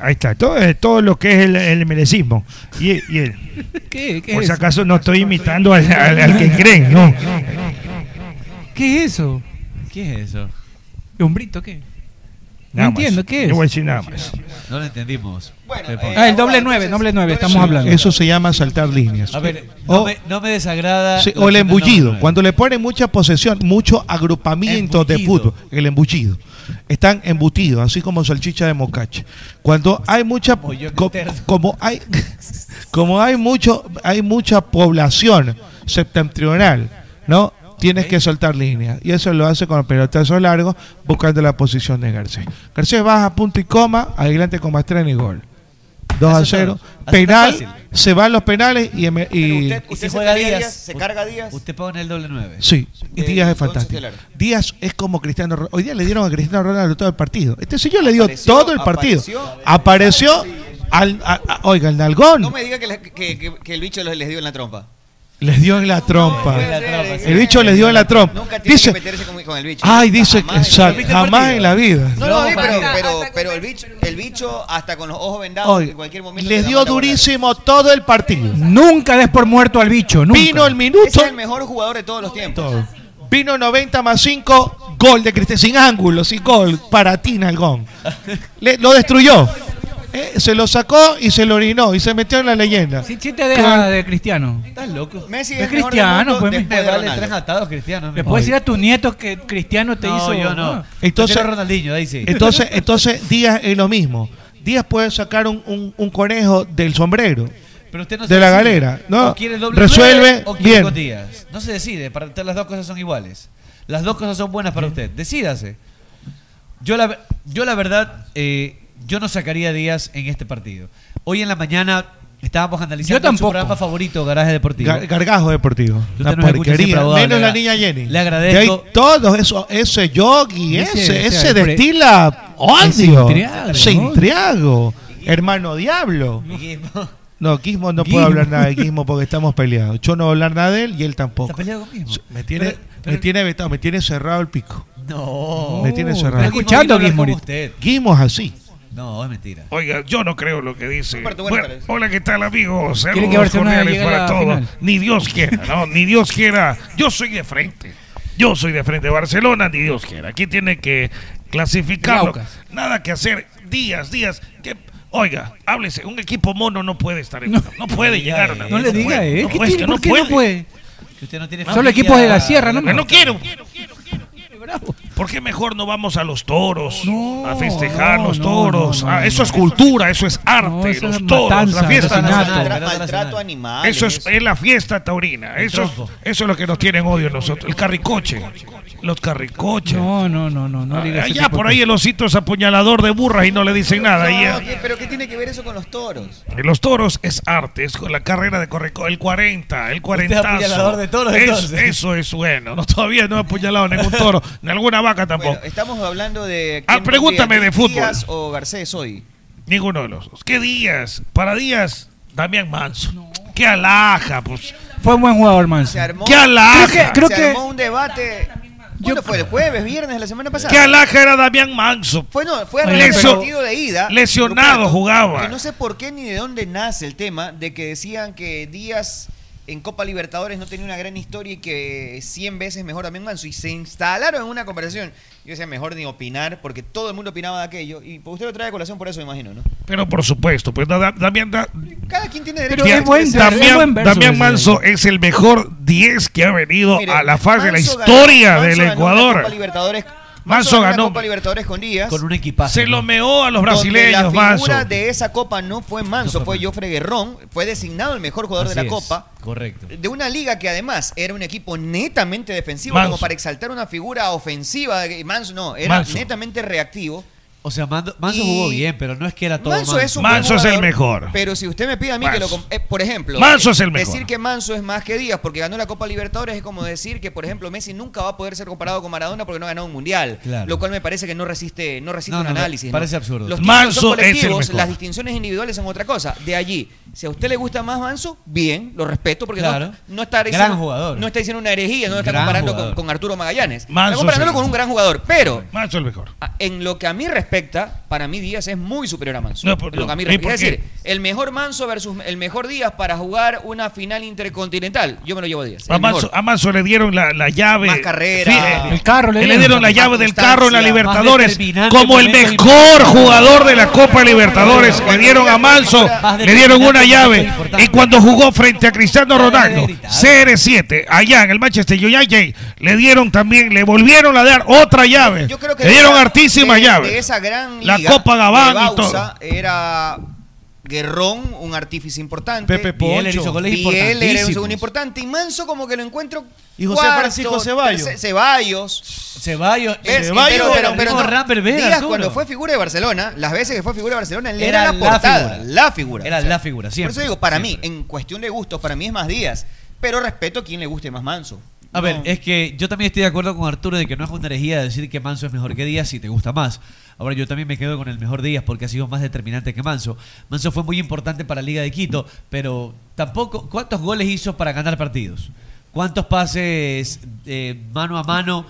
Q: Ahí está, todo, eh, todo lo que es el, el merecismo. Y, y el,
O: ¿Qué? ¿Qué
Q: por
O: es eso?
Q: si acaso no estoy imitando al, al- al que creen, no.
O: ¿Qué es eso?
M: ¿Qué es eso?
O: ¿Hombrito qué?
Q: Nada
O: no
Q: más.
O: entiendo qué es.
Q: No voy a decir nada más.
M: No lo entendimos. eh,
O: ah, el doble nueve, doble nueve, estamos hablando.
G: Eso se llama saltar líneas.
M: A ver, no,
G: o,
M: me, no me desagrada.
G: Oh. sí,
M: lo
G: o el
M: que-
G: embullido. Cuando le ponen mucha posesión, mucho agrupamiento de fútbol, el embullido. Están embutidos, así como salchicha de mocache. Cuando hay mucha co- como hay como hay mucho hay mucha población septentrional, ¿no? Tienes que soltar líneas. Y eso lo hace con el pelotazo largo, buscando la posición de Garcés. Garcés baja punto y coma, adelante con Mastrena y gol. 2 a 0.
M: está
G: Penal,
M: fácil.
G: se van los penales y, em- y-
M: Y si juega
L: sacaría
M: Díaz,
L: Díaz, se carga Díaz.
M: Usted pone el doble 9.
G: Sí,
L: Eh,
G: y Díaz es fantástico.
L: titular.
G: Díaz es como Cristiano Ronaldo. Hoy día le dieron a Cristiano Ronaldo todo el partido. Este señor le dio
L: Apareció,
G: todo el partido. Apareció, al, a- a- oiga, el nalgón
L: No me diga que, le- que- que- que el bicho les dio en la trompa.
G: les dio en la trompa.
L: puede ser, sí.
G: El bicho les dio en la trompa.
L: Nunca tiene
G: Dice,
L: que meterse con, con el bicho.
G: ay, dice, exacto,
L: ¿Viste el
G: jamás
L: partido?
G: en la vida.
L: No, no, sí, pero,
R: partido.
L: pero, pero el, bicho, el bicho, hasta con los ojos vendados, en cualquier momento.
G: Les
L: te
G: dio
L: da mala
G: durísimo todo el partido.
O: Nunca des por muerto al bicho, nunca.
G: Vino el
L: bola. Es
G: minuto.
L: el mejor jugador de todos los tiempos.
G: Vino 90 más 5, gol de Cristian, sin ángulo, sin gol, para ti, Nalgón. Le- lo destruyó. Eh, se lo sacó y se lo orinó y se metió en la leyenda.
O: Si te deja de cristiano.
M: Estás loco.
L: Messi
O: Es cristiano, pues.
M: Después
O: me-
M: de darle tres atados cristianos.
O: Le puedes decir a tus nietos que Cristiano te
M: No,
O: hizo.
M: yo no.
O: Ah.
G: Entonces,
M: Prefiero a Ronaldinho, ahí sí.
G: entonces, entonces Díaz es lo mismo. Díaz puede sacar un, un- un conejo del sombrero,
M: Pero usted no se
G: de la
M: decide.
G: galera.
M: O
G: ¿no?
M: quiere el doble nueve
G: Resuelve
M: o quiere con
G: bien.
M: Díaz. No se decide. Para usted las dos cosas son iguales. Las dos cosas son buenas para usted. Decídase. Yo la, ver- yo la verdad, eh, yo no sacaría a Díaz en este partido. Hoy en la mañana estábamos analizando
G: Yo tampoco.
M: su programa favorito, Garaje Deportivo.
G: Gar- gargajo deportivo. Una
M: nos escucha siempre,
G: porquería.
M: abogado,
G: Menos
M: le
G: la
M: agra-
G: niña Jenny.
M: le agradezco.
G: De ahí todos eso, ese yogi,
M: Ese-
G: ese,
M: ese
G: ese,
M: Alfred-
G: destila
M: ese
G: odio.
M: Intriago,
G: Sintriago. Hermano diablo. No, Quismo no
M: Guismo.
G: puedo hablar nada de Quismo porque estamos peleados. Yo no voy a hablar nada de él y él tampoco.
M: peleado conmigo?
G: Me tiene, me tiene vetado, me tiene cerrado el pico.
M: No.
G: Me tiene
M: Está
G: cerrado.
M: escuchando, Guismo, Guismo. Usted.
G: Guismo es así.
M: No, es mentira.
S: Oiga, yo no creo lo que dice.
M: Humberto,
S: Bueno,
M: buenas
S: hola, ¿qué tal, amigos?
M: ¿Quieren
S: Saludos
M: que Barcelona
S: cordiales
M: llegue a
S: para
M: la
S: todos.
M: final?
S: Ni Dios quiera, no, ni Dios quiera. Yo soy de frente. Yo soy de frente. Barcelona, ni Dios quiera. Aquí tiene que clasificarlo.
O: Glaucas.
S: Nada que hacer. Días, días. Que... Oiga, háblese. Un equipo mono no puede estar en No, no puede llegar a una
O: No le
S: final.
O: diga,
S: puede.
O: ¿eh?
S: No,
O: ¿Qué
S: es
O: tiene-
S: que
O: ¿Por
S: no
O: qué no puede?
M: Que usted no tiene
O: Solo equipos de la sierra, no me
S: no
O: gusta.
S: quiero. ¿Por qué mejor no vamos a los toros? a festejar los toros. Ah, eso es cultura, eso es arte.
O: eso
S: los
O: es
S: toros,
O: matanza,
S: la fiesta
O: asesinato.
S: nacional.
O: Maltrato
L: animal.
S: Eso es, es la fiesta taurina. Eso es, eso es lo que nos tienen odio nosotros. El carricoche. Los carricoches.
O: No, no, no, no. no diga ese
S: Allá
O: tipo
S: por
O: de
S: ahí el osito es apuñalador de burras y no le dicen nada. Y,
L: No,
S: eh,
L: ¿qué- pero ¿qué tiene que ver eso con los toros?
S: y los toros es arte, es con la carrera de correco, el 40, el 40.
L: apuñalador de toros,
S: es,
L: entonces.
S: eso es bueno. No, todavía no he apuñalado ningún toro, ni alguna vaca tampoco.
L: Estamos hablando de.
S: Ah,
L: quién
S: pregúntame
L: pondría,
S: de fútbol.
L: Díaz o Garcés hoy?
S: Ninguno de los dos. ¿Qué días? Para días, Damián Manso. ¿Qué alhaja? Pues.
O: Fue un buen jugador, man.
L: Se armó,
S: ¡Qué alhaja!
O: Creo
L: se
O: que-
L: armó un debate. ¿Cuándo fue? ¿El jueves, viernes de la semana pasada?
S: ¿Qué alhaja era Damián Manso?
L: Fue, no, fue
S: Oye,
L: arreglar el
S: pero-
L: partido de ida.
S: lesionado
L: Ruperto,
S: jugaba.
L: Que no sé por qué ni de dónde nace el tema de que decían que Díaz en Copa Libertadores no tenía una gran historia y que 100 veces mejor también Manso. Y se instalaron en una conversación. Yo decía, mejor ni opinar, porque todo el mundo opinaba de aquello. Y usted lo trae a colación por eso, me imagino, ¿no?
S: Pero por supuesto, pues da- da- Damián, da-
L: Cada quien tiene derecho
S: Damián,
L: a expresarse.
S: Damián- Damián Manso es el mejor 10 que ha venido
L: Mire,
S: a la faz de la
L: Manso ganó-
S: historia
L: Manso
S: del
L: ganó una
S: Ecuador.
L: Copa Libertadores.
S: Manso
L: una
S: ganó.
L: Copa Libertadores con Díaz.
S: Con
M: un equipazo.
S: Se lo meó a los
L: donde
S: brasileños,
L: La
S: Manso.
L: figura de esa copa no fue Manso, fue Jofre Guerrón. Fue designado el mejor jugador de la
M: Así es,
L: copa.
M: Correcto.
L: De una liga que además era un equipo netamente defensivo,
M: Manso.
L: como para exaltar una figura ofensiva. de- Manso no, era
M: Manso.
L: netamente reactivo.
M: O sea, Mando- Manso
L: Y-
M: jugó bien, pero no es que era todo
L: Manso, es un
S: Manso
L: buen
S: es el
L: jugador,
S: mejor.
L: Pero si usted me pide a mí que lo.
S: Manso.
L: com- eh, por ejemplo.
S: Manso
L: eh,
S: es el mejor.
L: Decir que Manso es más que Díaz porque ganó la Copa Libertadores es como decir que, por ejemplo, Messi nunca va a poder ser comparado con Maradona porque no ha ganado un mundial.
M: Claro.
L: Lo cual me parece que no resiste, no resiste
M: No,
L: un
M: no, no,
L: análisis. ¿no?
M: parece absurdo.
L: Los títulos son
M: Manso es el
L: colectivos,
M: mejor.
L: Las distinciones individuales son otra cosa. De allí, si a usted le gusta más Manso, bien, lo respeto porque no-
M: Claro.
L: no, está
M: Gran
L: diciendo.
M: jugador.
L: No está diciendo una herejía, no lo está
M: Gran
L: comparando con,
M: jugador.
L: con Arturo
S: Manso
L: Magallanes. está comparándolo
S: es el
L: con un
S: mejor.
L: gran jugador. Pero
S: Manso es el mejor.
L: Ah, en lo que a mí respecta, para mí Díaz es muy superior a Manso.
S: No, por-
L: Lo que a mí
S: ¿y
L: respecta.
S: por
L: Es
S: qué?
L: decir, el mejor Manso versus el mejor Díaz para jugar una final intercontinental. Yo me lo llevo a Díaz.
S: A
L: el
S: Manso,
L: mejor.
S: a Manso le dieron la, la llave.
L: Más carrera.
S: Ah, el carro
L: le
S: le,
L: dieron.
S: dieron la
L: Más
S: llave del carro en la
L: constancia.
S: Libertadores.
L: Más determinante
S: Como el
L: momento
S: mejor jugador de la Copa Libertadores. Le dieron a Manso, le dieron una llave. Y cuando jugó frente a Cristiano Ronaldo, CR7, allá en el Manchester United, le dieron también, le volvieron a dar otra llave.
L: Yo creo que
S: Le dieron
L: de-
S: hartísima
L: de-
S: llave.
L: de esa gran
S: La
L: liga,
S: Copa Gabán
L: de
S: y
L: Bausa, Era Guerrón, un artífice importante.
S: Pepe Poncho.
L: Biel hizo goles
S: Biel
L: importantísimos.
S: era un
L: era un
S: segundo
L: importante. Y Manso como que lo encuentro
S: Y José Francisco Ceballos.
L: terce- Ceballos.
M: Ceballos.
L: Ves,
M: Ceballos
L: pero- pero-
M: era
L: pero
M: mismo
L: no,
M: Rambert Vega,
L: Díaz
M: Arturo.
L: cuando fue figura de Barcelona, las veces que fue figura de Barcelona, él
M: Era
L: era,
M: la
L: la portada,
M: figura.
L: la figura.
M: Era la figura, siempre,
L: Por eso digo, para
M: siempre.
L: mí, en cuestión de gustos, para mí es más Díaz, pero respeto a quien le guste más Manso.
M: A
L: No.
M: ver, es que yo también estoy de acuerdo con Arturo de que no es una herejía decir que Manso es mejor que Díaz si te gusta más. Ahora yo también me quedo con el mejor Díaz porque ha sido más determinante que Manso. Manso fue muy importante para Liga de Quito, pero tampoco ¿cuántos goles hizo para ganar partidos? ¿Cuántos pases eh, mano a mano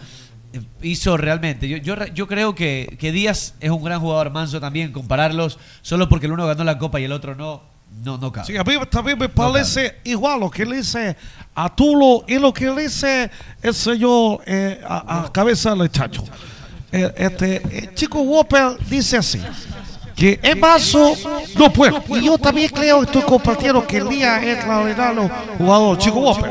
M: eh, hizo realmente? Yo, yo, re- yo creo que, que Díaz es un gran jugador, Manso también, compararlos solo porque el uno ganó la copa y el otro no, no, no cabe.
S: Sí, a mí también me parece igual lo que le dice a Tulo y lo que le dice el señor eh, a, a cabeza del chacho. Eh, este, eh, Chico Whopper dice así. Que en marzo no puedo. Y yo también creo que estoy compartiendo que el día es extraordinario jugador, Chico Whopper.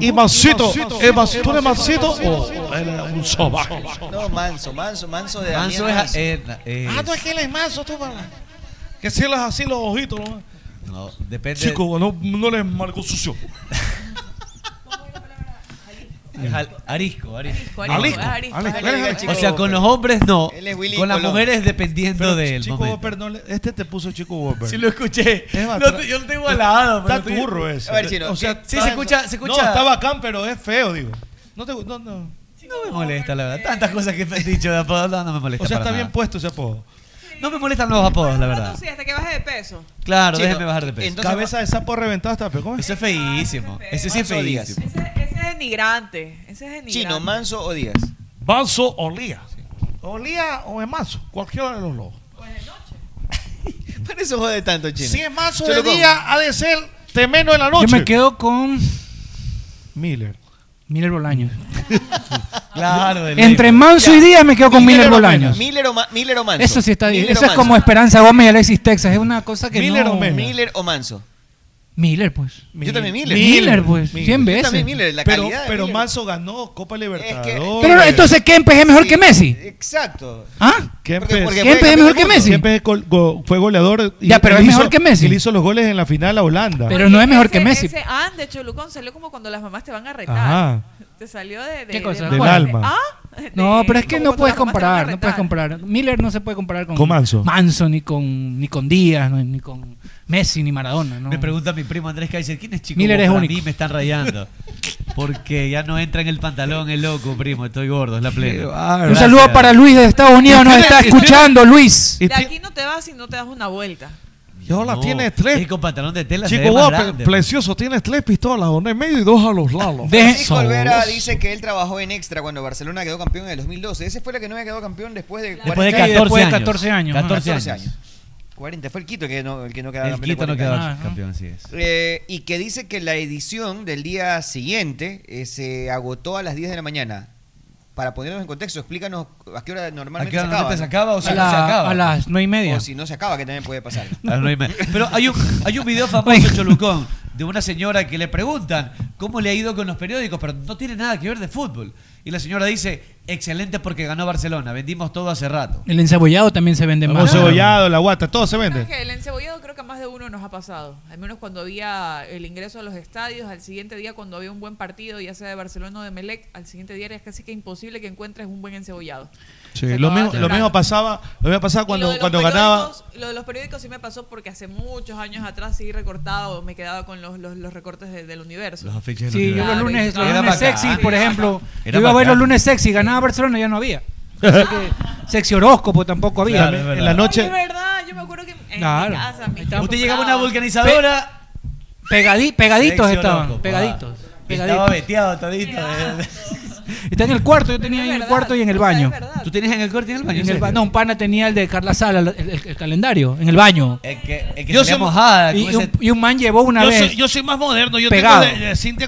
S: Y Mancito, eh, Mas- ¿tú eres Mancito o eres un sobaco?
L: No, Manso, Manso, Manso de
M: Manso
L: Daniel
M: es... eh, eh,
D: Ah, tú es que él es manso, tú, papá.
S: Que cierras así los ojitos. ¿no?
M: no, depende...
S: Chico, no, no les marcó sucio.
M: Es al- arisco,
S: Arisco,
M: arisco.
S: arisco, Arisco, arisco, arisco. arisco.
M: O sea, con los hombres no.
S: Él es Willy
M: Con las
S: Colón.
M: mujeres dependiendo
S: Pero
M: del
S: Chico
M: momento.
S: Whopper no le- este te puso Chico Whopper.
M: Sí lo escuché.
S: Es
M: No
S: batra-
M: te- yo lo tengo al lado, pero
S: Está
M: estoy-
S: turro ese.
M: A ver, Chino,
S: O sea,
M: ¿qué- sí,
S: está-
M: se escucha- se escucha-
S: No, está bacán, pero es feo, digo. No te no, no.
M: No me molesta, la verdad. Tantas cosas que me han dicho de apodo, no, no me molesta.
S: O sea,
M: para
S: está
M: nada.
S: bien puesto ese apodo.
M: No me molestan los apodos, la verdad.
K: Sí, hasta que baje de peso.
M: Claro,
S: Chino,
M: déjeme bajar de peso.
S: entonces- Cabeza de sapo reventada hasta pecón.
M: Ese es feísimo. Ese sí es
L: Manso Díaz.
M: feísimo.
K: Ese es denigrante. Ese es denigrante.
L: Chino, Manso o Díaz.
S: Manso o Lía. O Lía o es Manso. Cualquiera de los dos.
L: Por eso jode tanto, Chino.
S: Si es Manso
L: Yo
S: de
L: lo como.
S: día, ha de ser temeno de la noche.
O: Yo me quedo con
S: Miller.
O: Miller Bolaños.
M: Claro, de ley.
O: Entre Manso y Díaz me quedo con Miller
L: o Man-
O: Bolaños.
L: Miller o, Ma- Miller o Manso.
O: Eso sí está bien.
L: Miller
O: Eso
L: o
O: es como
L: Manso.
O: Esperanza Gómez y Alexis Texas. Es una cosa que no...
L: Miller o Manso.
O: Miller, pues.
L: Yo también Miller.
O: Miller, pues. 100
L: Yo
O: veces.
L: también Miller, la
S: Pero,
L: calidad de
S: pero
L: Miller.
S: Manso ganó Copa Libertadores.
O: Pero entonces Kempes es mejor
L: Sí,
O: que Messi.
L: Exacto.
O: ¿Ah?
S: Kempes.
L: porque
O: Kempes es mejor que Messi.
S: Kempes es gol- go- fue goleador. y
O: Ya, pero
S: él
O: es
S: hizo-
O: mejor que Messi.
S: Él hizo los goles en la final a Holanda.
O: Pero no es mejor que
K: Ese-
O: Messi.
K: Ese and de Cholucón salió como cuando las mamás te van a retar.
S: Ajá.
K: Te salió de. de-
O: ¿Qué cosa?
K: de-
S: Del
K: de-
S: alma.
K: ¿Ah? De-
M: Eh,
O: No, pero es que
K: como
O: no puedes
K: cuando las mamás
O: comparar,
K: te
O: no puedes
K: van a
O: comparar. Miller no se puede comparar con,
S: Con Manso.
O: ni con ni con Díaz, no, ni con Messi ni Maradona, ¿no?
M: Me pregunta mi primo Andrés Kaiser, ¿quién es Chico?
O: Miller
M: Bo?
O: es
M: Para
O: único.
M: mí me están rayando. Porque ya no entra en el pantalón el loco, primo. Estoy gordo, es la plena.
O: Un saludo para Luis de Estados Unidos, nos está escuchando, Luis.
K: retar. De aquí no te vas si no te das una vuelta.
S: Y ahora
M: No,
S: tiene tres.
M: Y con pantalón de tela. se
S: Chico
M: ve más
S: Bo,
M: grande.
S: pre- precioso, tienes tres pistolas, una en medio y dos a los lados.
L: Francisco Olvera dice que él trabajó en Extra cuando Barcelona quedó campeón en el 2012. Ese fue la que no había quedado campeón después de,
M: Después de 14
L: 40
O: después de
M: años.
O: 14 años, ¿no?
M: 14
L: 14
M: años.
L: años. 40. Fue el Quito el que no, el que no quedaba
M: El
L: campeón de
M: Quito no
L: 40
M: quedó
L: años.
M: campeón, así es.
L: Eh, y que dice que la edición del día siguiente eh, se agotó a las 10 de la mañana. Para ponernos en contexto, explícanos a qué hora normalmente
M: ¿A qué hora normalmente
L: se
M: se acaba
L: acaba. ¿no?
M: o si A no se la- acaba? a las
O: nueve y media.
L: O si no se acaba, que también puede pasar.
M: A las nueve y media. Pero hay un, hay un video famoso Cholucón de una señora que le preguntan cómo le ha ido con los periódicos, pero no tiene nada que ver de fútbol. Y la señora dice, excelente porque ganó Barcelona, vendimos todo hace rato.
O: El encebollado también se vende
S: Como
O: más.
S: cebollado, la guata, todo se vende.
K: Es que el encebollado creo que a más de uno nos ha pasado. Al menos cuando había el ingreso a los estadios, al siguiente día cuando había un buen partido, ya sea de Barcelona o de Melec, al siguiente día es casi que imposible que encuentres un buen encebollado.
S: Sí, lo, mismo, lo mismo pasaba, lo mismo pasaba
K: Y lo
S: cuando,
K: de los
S: cuando ganaba.
K: periódicos- Lo de los periódicos sí me pasó porque hace muchos años atrás sí recortaba o me quedaba con los, los, los recortes de- del universo.
M: Los afiches
O: Sí, yo los
K: Claro,
O: lunes, los
K: era
O: lunes
K: bacán.
O: sexy, por ejemplo.
M: Era
O: Yo iba a ver
M: bacán.
O: los lunes sexy, ganaba Barcelona y ya no había. Así que sexy horóscopo tampoco había.
M: Claro, es verdad.
S: En la
K: Ay,
S: noche.
K: es verdad, yo me acuerdo que en
O: Claro.
K: mi casa... mi-
M: Usted llegaba a una vulcanizadora.
O: Pegadi- pegaditos
M: Sección
O: estaban,
M: loco,
O: pegaditos.
M: papá. eh.
O: pegaditos.
M: Estaba veteado todito. de-
O: Está en el cuarto, yo tenía ahí en el cuarto y en el baño.
M: ¿Tú tenías en el cuarto y en el baño?
O: En el ba- no, un pana tenía el de Carla Sala, el, el- el calendario, en el baño.
M: El que, el que
O: Yo
M: salía
O: soy-
M: mojada.
O: y,
M: con ese-
O: un, y un man llevó una
F: yo,
O: vez.
F: soy, yo soy más moderno, yo
O: Pegado.
F: tengo de, de Cintia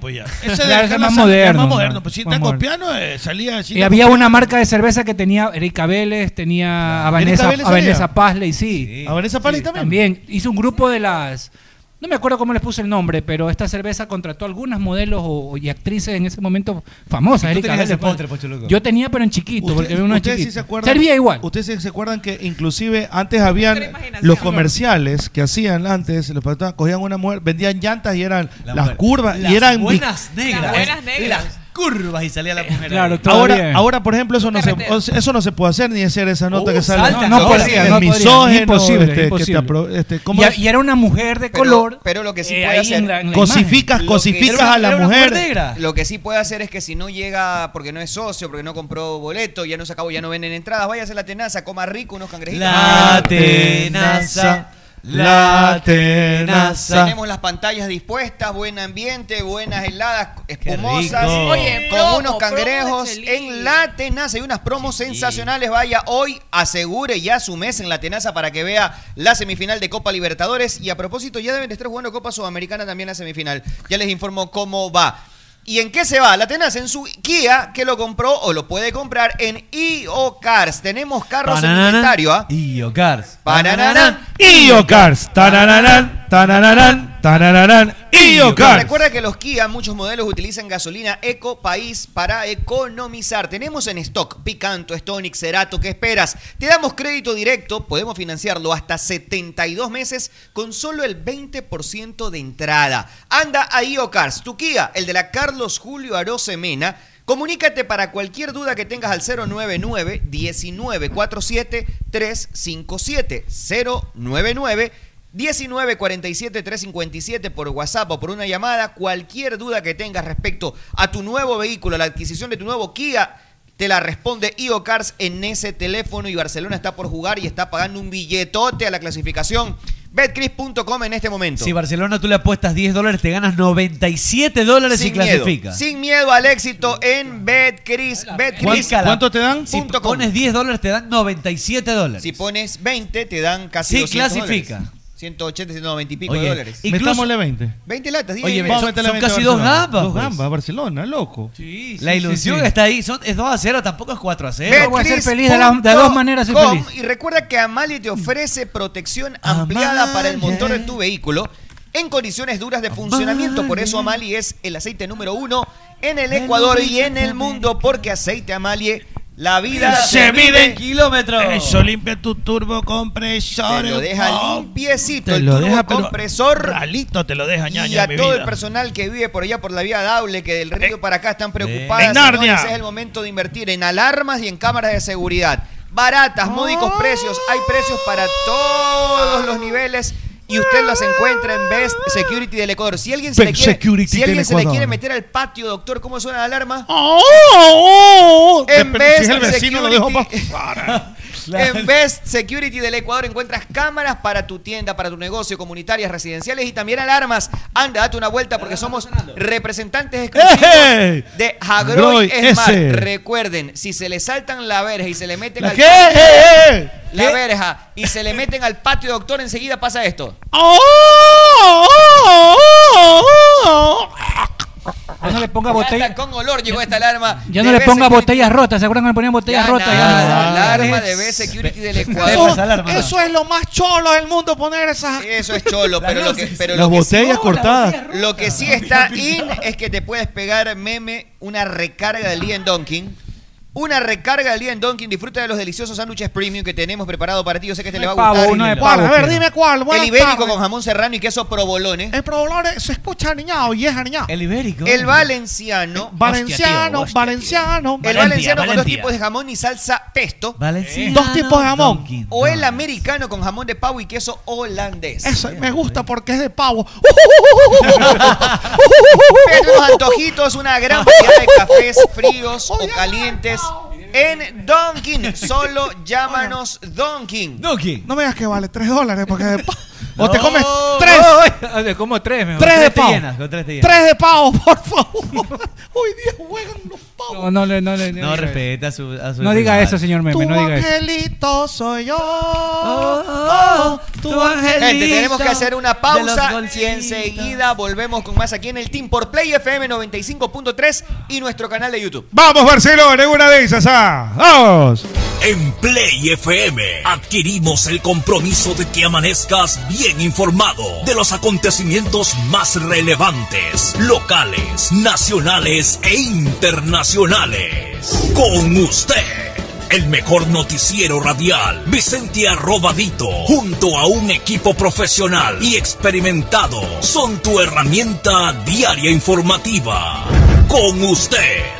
F: pues ya. Ese
O: Claro,
F: de
O: es
F: Carla
O: más
F: Sala es
O: moderno,
F: más moderno,
O: ¿no?
F: pues Cintia
O: Más moderno.
F: Copiano eh, salía así.
O: Y había una marca de cerveza que tenía Erika Vélez, tenía a Vanessa,
F: ¿Erika Vélez
O: a Vanessa
F: salía?
O: Pazley, sí.
G: ¿A Vanessa Pazley también?
O: También. Hizo un grupo de las... No me acuerdo cómo les puse el nombre, pero esta cerveza contrató algunas modelos o- y actrices en ese momento famosas.
G: ¿Y tú
O: Erika
G: tenías
O: Vélez,
G: ese
O: pues.
G: postre, pues, Choluco?
O: Yo tenía, pero en chiquito, porque había uno en
G: ustedes sí
O: chiquito.
G: se acuerdan-
O: Servía igual.
G: Ustedes sí se acuerdan que inclusive antes habían los comerciales que hacían antes, los patrón- cogían una mujer, vendían llantas y eran las
M: mujer.
G: curvas
M: Las
G: y eran
M: buenas
G: vi-
M: negras.
G: Las buenas
M: negras. Las curvas y salía la primera.
G: Claro, ahora, ahora, por ejemplo, eso no, se, o sea, eso no se puede hacer ni hacer esa nota
O: Uh,
G: que sale.
O: salta, no, no podría,
G: el
O: no podría,
G: misógeno,
O: imposible,
G: este, que te
O: imposible.
G: apro- este, ¿cómo
O: Y, a-
G: es?
O: y era una mujer de
L: Pero-
O: color.
L: Pero lo que sí
O: eh, ahí
L: puede hacer.
O: en la- en la
G: Cosificas,
O: imagen.
G: cosificas a la mujer.
L: Lo que sí puede hacer es que si no llega porque no es socio, porque no compró boleto, ya no se acabó, ya no venden entradas, vaya a hacer la tenaza, coma rico unos cangrejitos.
O: Ah,
M: La tenaza, la tenaza.
L: Tenemos las pantallas dispuestas, buen ambiente, buenas heladas, espumosas,
M: rico. Oye,
L: con
M: promo,
L: unos
M: promo
L: cangrejos en la tenaza. y unas promos sensacionales. Vaya hoy, asegure ya su mes en la tenaza para que vea la semifinal de Copa Libertadores. Y a propósito, ya deben de estar jugando Copa Sudamericana también la semifinal. Ya les informo cómo va. ¿Y en qué se va? La tenaza en su Kia que lo compró o lo puede comprar en IO Cars. Tenemos carros en inventario, ¿ah?
M: IO Cars.
L: Pananana.
G: IO Cars. Tananarán, tananarán, tananarán. IO Cars.
L: Recuerda que los Kia, muchos modelos utilizan gasolina Eco País para economizar. Tenemos en stock Picanto, Stonic, Cerato, ¿qué esperas? Te damos crédito directo, podemos financiarlo hasta 72 meses con solo el 20% de entrada. Anda a IOCARS, tu Kia, el de la Carlos Julio Aroce Mena. Comunícate para cualquier duda que tengas al 099 1947 357 099 1947-357 por WhatsApp o por una llamada. Cualquier duda que tengas respecto a tu nuevo vehículo, a la adquisición de tu nuevo Kia, te la responde IO Cars en ese teléfono. Y Barcelona está por jugar y está pagando un billetote a la clasificación. Betcris.com en este momento.
M: Si Barcelona tú le apuestas 10 dólares, te ganas 97 dólares y
L: Sin miedo.
M: clasifica.
L: Sin miedo al éxito en Betcris. Betcris.
M: te dan? Si pones 10 dólares, te dan 97 dólares.
L: Si pones 20, te dan casi
M: Sí,
L: 200
M: clasifica.
L: dólares. 180, 190 y pico
M: Oye,
L: de dólares.
M: incluso- Metámosle
G: 20.
L: 20 latas, diez
M: Oye,
L: ahí.
M: son- son casi dos gambas,
G: Dos
M: pues.
G: gambas, Barcelona, loco.
M: la ilusión está ahí. Son, es 2 a 0, tampoco es 4 ¿eh? a 0.
L: Betcris.com
M: Com.
L: Y recuerda que Amalie te ofrece protección ampliada para el motor de tu vehículo en condiciones duras de funcionamiento. Por eso Amalie es el aceite número uno en el Ecuador y en el mundo, porque aceite Amalie, la vida
F: Se mide en
M: kilómetros.
F: Eso limpia tu turbo compresor.
L: Te lo deja
S: oh.
L: limpiecito
F: Te
L: el
F: lo
L: turbo
F: deja, pero
L: compresor.
F: Ralito te lo deja, ñaña.
L: Y a
F: mi
L: todo
F: vida.
L: el personal que vive por allá por la vía Dable, que del río para acá están preocupadas.
F: En Narnia.
L: señores, es el momento de invertir en alarmas y en cámaras de seguridad. Baratas, módicos precios. Hay precios para todos los niveles. Y usted las encuentra en Best Security del Ecuador. Si alguien se, le
G: Best
L: quiere,
G: Security
L: si alguien
G: del
L: se le
G: Ecuador.
L: quiere meter al patio, doctor, ¿cómo suena la alarma?
G: Oh,
I: ¡Oh!
L: en
G: Depende, si
L: Best
G: es oh, el vecino, lo
L: Security-
G: dejo pa-
L: en Best Security del Ecuador encuentras cámaras para tu tienda, para tu negocio, comunitarias, residenciales y también alarmas. Anda, date una vuelta porque somos representantes exclusivos
G: ¡Ey!
L: de Hagroy
G: Hagroy
L: Smart.
G: S.
L: Recuerden, si se le saltan la verja y se le meten
G: ¿La
L: al
G: qué? ¡Eh, eh, eh!
L: la
G: ¿Qué?
L: verja y se le meten al patio doctor, enseguida pasa esto.
G: ¡Oh!
O: Ya no le ponga
L: Ya está
O: botellas.
L: con olor llegó esta alarma.
O: Ya no
L: de
O: le
L: Best
O: ponga
L: Security.
O: botellas rotas, ¿se acuerdan que le ponían botellas
L: Ya
O: rotas?
L: nada,
D: Ah,
O: Ya no.
L: Ah, la alarma de Best Security del Ecuador.
D: Eso, eso es lo más cholo del mundo, poner esas.
L: Eso es cholo, pero lo que, pero
G: Las
L: lo que sí-
G: botellas cortadas.
L: Lo que sí está in es que te puedes pegar meme una recarga del día en Donkin. Una recarga del día en Donkin. Disfruta de los deliciosos sándwiches premium que tenemos preparado para ti. Yo sé que te le va a
D: pavo,
L: gustar.
D: uno de pavo, ¿Cuál? A ver, quiero. dime cuál. Buenas
L: El ibérico
D: tardes.
L: con jamón serrano y queso provolone.
D: El provolone se escucha niñado y es aniñado.
M: El ibérico.
L: El valenciano.
D: Valenciano, valenciano.
L: El valenciano con dos tipos de jamón y salsa pesto.
M: Valenciano
D: Dos tipos de jamón. Donkin
L: O el americano con jamón de pavo y queso holandés.
D: Eso me gusta porque es de pavo.
M: Uh,
L: Pero los antojitos, una
D: Uh,
L: gran variedad de cafés fríos o calientes en Donkin. Solo llámanos Donkin.
M: Donkin.
D: No me digas que vale 3 dólares porque es de pavo. O te
L: No.
D: comes
L: No.
D: tres.
M: Como tres, mejor.
D: Tres de
M: te
D: pavo.
M: llenas, con tres te llenas.
D: Tres de pavo, por favor.
T: Hoy día juegan los pavos.
U: No, no, le- no, le-
M: No respeta a su, a su
U: No diga
M: rival.
U: eso, señor Meme, no diga eso.
T: Angelito soy yo.
D: oh,
T: tu
D: Gente, tenemos que hacer una pausa y enseguida volvemos con más aquí en el Team por Play FM 95.3 y nuestro canal de YouTube.
G: Vamos, Barcelona, en una de esas. ah. Vamos.
V: En Play FM adquirimos el compromiso de que amanezcas bien informado de los acontecimientos más relevantes, locales, nacionales e internacionales. Con usted, el mejor noticiero radial, Vicente Arrobadito, junto a un equipo profesional y experimentado, son tu herramienta diaria informativa. Con usted,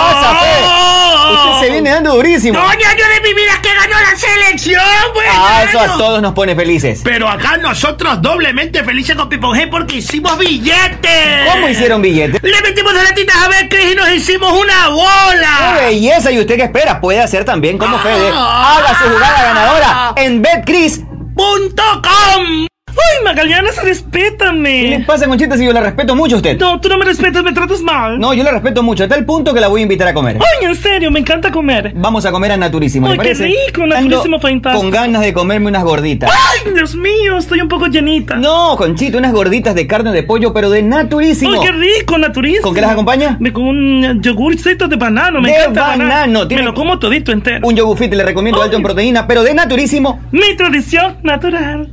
L: pasa, Fe? Usted se viene dando durísimo.
S: año de mi vida que ganó la selección, bueno.
L: Ah, eso a todos nos pone felices.
S: Pero acá nosotros doblemente felices con Pipo G porque hicimos billetes.
L: ¿Cómo hicieron billetes?
S: Le metimos dos latitas a ver, Cris, y nos hicimos una bola.
L: ¡Qué belleza! ¿Y usted qué espera? Puede hacer también como
S: Ah.
L: Fede. Haga su jugada ganadora en BetCris.com.
S: ¡Ay, Magaliana, respétame!
L: ¿Qué le pasa, Conchita, si yo la respeto mucho a usted?
S: No, tú no me respetas, me tratas mal.
L: No, yo la respeto mucho, a tal punto que la voy a invitar a comer.
S: Ay, en serio, me encanta comer.
L: Vamos a comer a Naturísimo, ¿le
S: Ay, qué
L: parece?
S: rico,
L: Ando
S: Naturísimo fantástico.
L: Con ganas de comerme unas gorditas.
S: ¡Ay, Dios mío! Estoy un poco llenita.
L: No, Conchita, unas gorditas de carne de pollo, pero de Naturísimo.
S: ¡Ay, qué rico, naturísimo!
L: ¿Con qué las acompaña?
S: Con un yogurcito de banano, me
L: de
S: encanta el
L: banano,
S: Me lo como todito entero.
L: Un yogurfit le recomiendo alto en proteína, pero de naturísimo.
S: Mi tradición natural.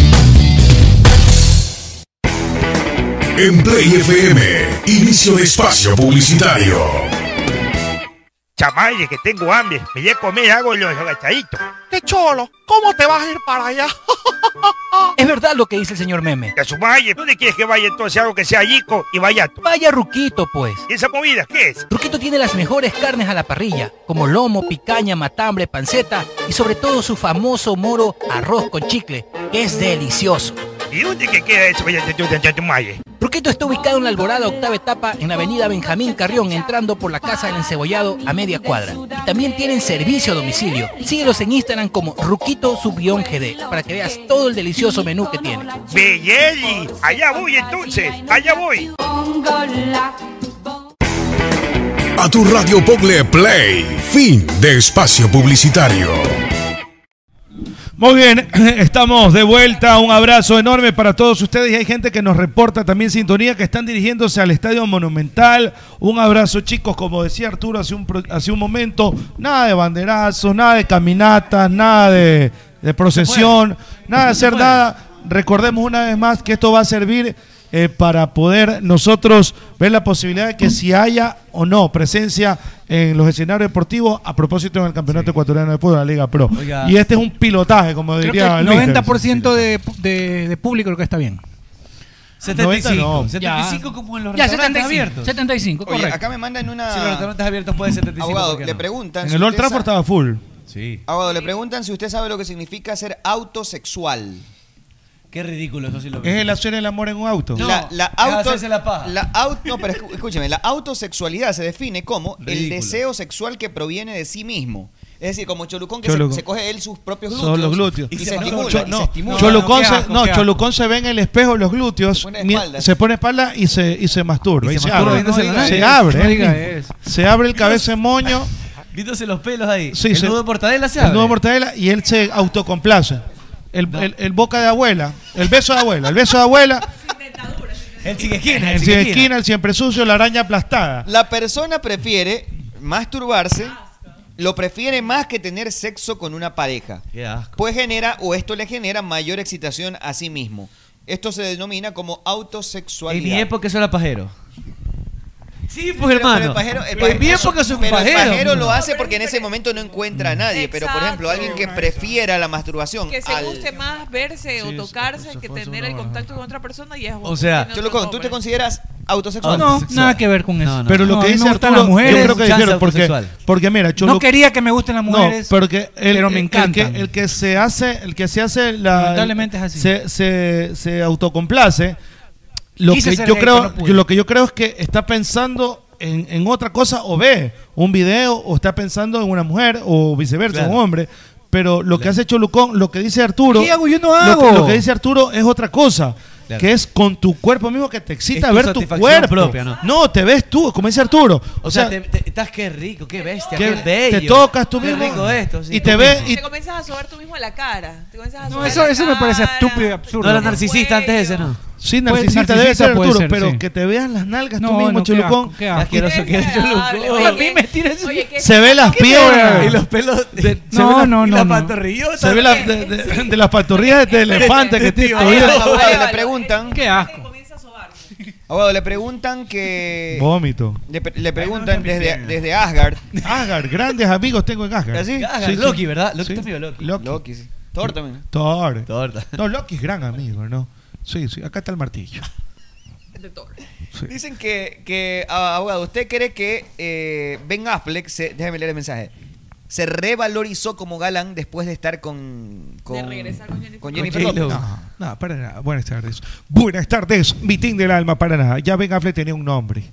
W: En Play FM, inicio de espacio publicitario.
A: Chamaye, que tengo hambre. Me voy a comer, hago los agachaditos.
T: ¡Qué cholo! ¿Cómo te vas a ir para allá?
A: Es verdad lo que dice el señor Meme. A su valle, ¿dónde quieres que vaya entonces? Algo que sea yico y vaya. Vaya Ruquito, pues. ¿Y esa comida qué es?
O: Ruquito tiene las mejores carnes a la parrilla, como lomo, picaña, matambre, panceta y sobre todo su famoso moro arroz con chicle, que es delicioso.
A: ¿Y dónde que queda eso? Vaya, tu- tu- tu- tu- tu malle.
O: Ruquito está ubicado en la Alborada Octava Etapa en la avenida Benjamín Carrión, entrando por la Casa del Encebollado a media cuadra. Y también tienen servicio a domicilio. Síguelos en Instagram como Ruquito Subión GD para que veas todo el delicioso menú que tiene.
A: Belleli, allá voy entonces, allá voy.
W: A tu radio Pogle Play, fin de espacio publicitario.
G: Muy bien, estamos de vuelta. Un abrazo enorme para todos ustedes. Y hay gente que nos reporta también sintonía que están dirigiéndose al Estadio Monumental. Un abrazo, chicos. Como decía Arturo hace un, pro- hace un momento, nada de banderazos, nada de caminatas, nada de, de procesión, nada de hacer nada. Recordemos una vez más que esto va a servir eh, para poder nosotros ver la posibilidad de que si haya o no presencia en los escenarios deportivos a propósito en el Campeonato Ecuatoriano de Fútbol, la Liga Pro.
U: Oiga.
G: Y este es un pilotaje, como
U: Creo que
G: diría el mister.
U: 90% de, de, de público creo que está bien.
M: 75,
D: 75
M: como en los
U: ya,
D: restaurantes
U: 75,
D: abiertos.
U: 75,
D: Oye,
U: correcto.
D: acá me mandan una.
U: Sí, los
M: restaurantes abiertos pueden 75,
D: Abogado,
M: ¿por qué
D: le
M: no?
D: preguntan.
G: En
D: si
G: el Old
D: usted
G: Trafford
D: sa-
G: estaba full.
M: Sí.
D: Abogado, le preguntan si usted sabe lo que significa ser autosexual.
M: Qué ridículo, eso sí lo
G: Es el hacer el amor en un auto.
D: la, la
M: es
D: auto,
M: hacerse la paja.
D: au- no, pero escú- escúcheme, la autosexualidad se define como el
G: Ridículo.
D: deseo sexual que proviene de sí mismo,
L: Es decir, como Cholucón, que se-
G: Cholucón.
L: Se, coge él sus propios glúteos.
G: Solo los glúteos.
L: Y, se estimula,
G: Cho-
L: y
G: no,
L: se estimula.
G: Cholucón, se, no, Cholucón se ve en el espejo los glúteos, mi- se pone
L: pone de espaldas.
G: espalda, y, se, y se masturba.
M: Y
G: Y
M: se
G: se,
M: masturba
G: abre,
M: viéndose la
G: se
M: nariz.
G: abre,
M: No diga
G: eh,
M: eso.
G: se abre el cabeza en moño.
M: Víndose los pelos ahí.
G: Sí,
M: el
G: se-
M: nudo de mortadela se
G: El
M: abre.
G: nudo de mortadela y él se autocomplace. El, el- el boca de abuela, el beso de abuela, el beso de abuela,
M: El sin esquina,
G: el sin esquina, el siempre sucio, la araña aplastada.
L: La persona prefiere masturbarse, lo prefiere más que tener sexo con una pareja.
M: Qué asco.
L: Pues genera, o esto le genera mayor excitación a sí mismo. Esto se denomina como
M: En mi
L: autosexualidad.
M: época eso era pajero. Sí, pues
L: Pero-
M: hermano.
L: pero el pajero, el
M: en mi
L: pajero-
M: época eso es un
L: pero
M: pajero.
L: El pajero lo hace porque en ese momento no encuentra a nadie. Pero, por ejemplo, alguien que prefiera la masturbación
K: Que se
L: al-
K: guste más verse
L: Sí,
K: o tocarse que tener el contacto con otra persona y es
L: O sea- Cholucón, ¿tú te consideras autosexual?
O: No, nada que ver con eso.
G: pero lo
O: No,
G: que
O: a mí
G: dice
O: me gustan
G: Arturo,
O: las mujeres.
G: yo creo que dijeron porque, porque mira, Cholucón-
O: No quería que me gusten las mujeres,
G: No, porque el,
O: pero me
G: el- el
O: encantan.
G: que- El que, se hace, el que se hace la.
O: Lamentablemente es así.
G: Se, se, se autocomplace. Lo
O: Quise
G: que,
O: ser
G: yo
O: gay,
G: creo,
O: pero no pude.
G: lo que yo creo es que está pensando en, en otra cosa o ve un video o está pensando en una mujer o viceversa,
O: Claro.
G: un hombre. Pero lo que hace Cholucón, lo que dice Arturo.
O: ¿Qué hago? Yo no
G: lo que-
O: hago.
G: Lo, que dice Arturo es otra cosa.
M: Claro.
G: Que es con tu cuerpo mismo que te excita
M: Es tu
G: ver tu
M: satisfacción
G: cuerpo.
M: propia, ¿no?
G: te ves tú, como dice Arturo.
M: O sea, te- te- estás qué rico, qué bestia, qué,
G: Qué-
M: bello.
G: te tocas tú
M: Qué
G: mismo
M: rico esto, sí,
G: y te
M: tú
G: ve-
M: mismo.
K: Te comienzas a sobar tú mismo la cara. Te comienzas a
O: No,
K: sobar
O: eso,
K: la
O: eso me parece estúpido y absurdo.
M: No era narcisista antes de ese, ¿no?
G: Sí,
O: Puede-
G: narcisista, debe
O: narcisista
G: ser
O: puede
G: Arturo,
O: ser,
G: pero
O: sí.
G: que te veas las nalgas tú
O: No,
G: mismo,
O: no, qué
G: Cholucón.
O: asco, qué asco.
M: Asqueroso que es Cholucón.
K: Oye,
O: A mí me tira eso.
K: Oye, ¿qué?
G: Se ve las piernas.
M: Y los pelos. de-
G: se ve
O: No,
G: la-
O: no,
G: y
O: no.
G: la
O: no.
G: Se ve la- de, de- de las pantorrillas de elefante que tiene todavía.
L: Abogado, le preguntan.
O: Qué asco.
L: Abogado, le preguntan que.
G: Vómito.
L: Le, pre- le preguntan desde, desde Asgard.
G: Asgard, grandes amigos tengo en Asgard.
L: ¿Así?
G: Sí,
L: Asgard,
G: sí.
L: Loki, ¿verdad? Loki
G: Sí.
L: también, Loki.
G: Loki.
L: Loki, sí. Thor también.
G: Thor.
M: Torta.
G: No, Loki es gran amigo, ¿no? Sí, sí, acá está el martillo.
L: Dicen que, que, ah, abogado, ¿usted cree que eh, Ben Affleck, se, déjame leer el mensaje, se revalorizó como galán después de estar con, con, con Jennifer
G: Con J-Lo.
L: López?
G: No, no, para nada. Buenas tardes. Buenas tardes, mitin del alma, para nada. Ya Ben Affleck tenía un nombre.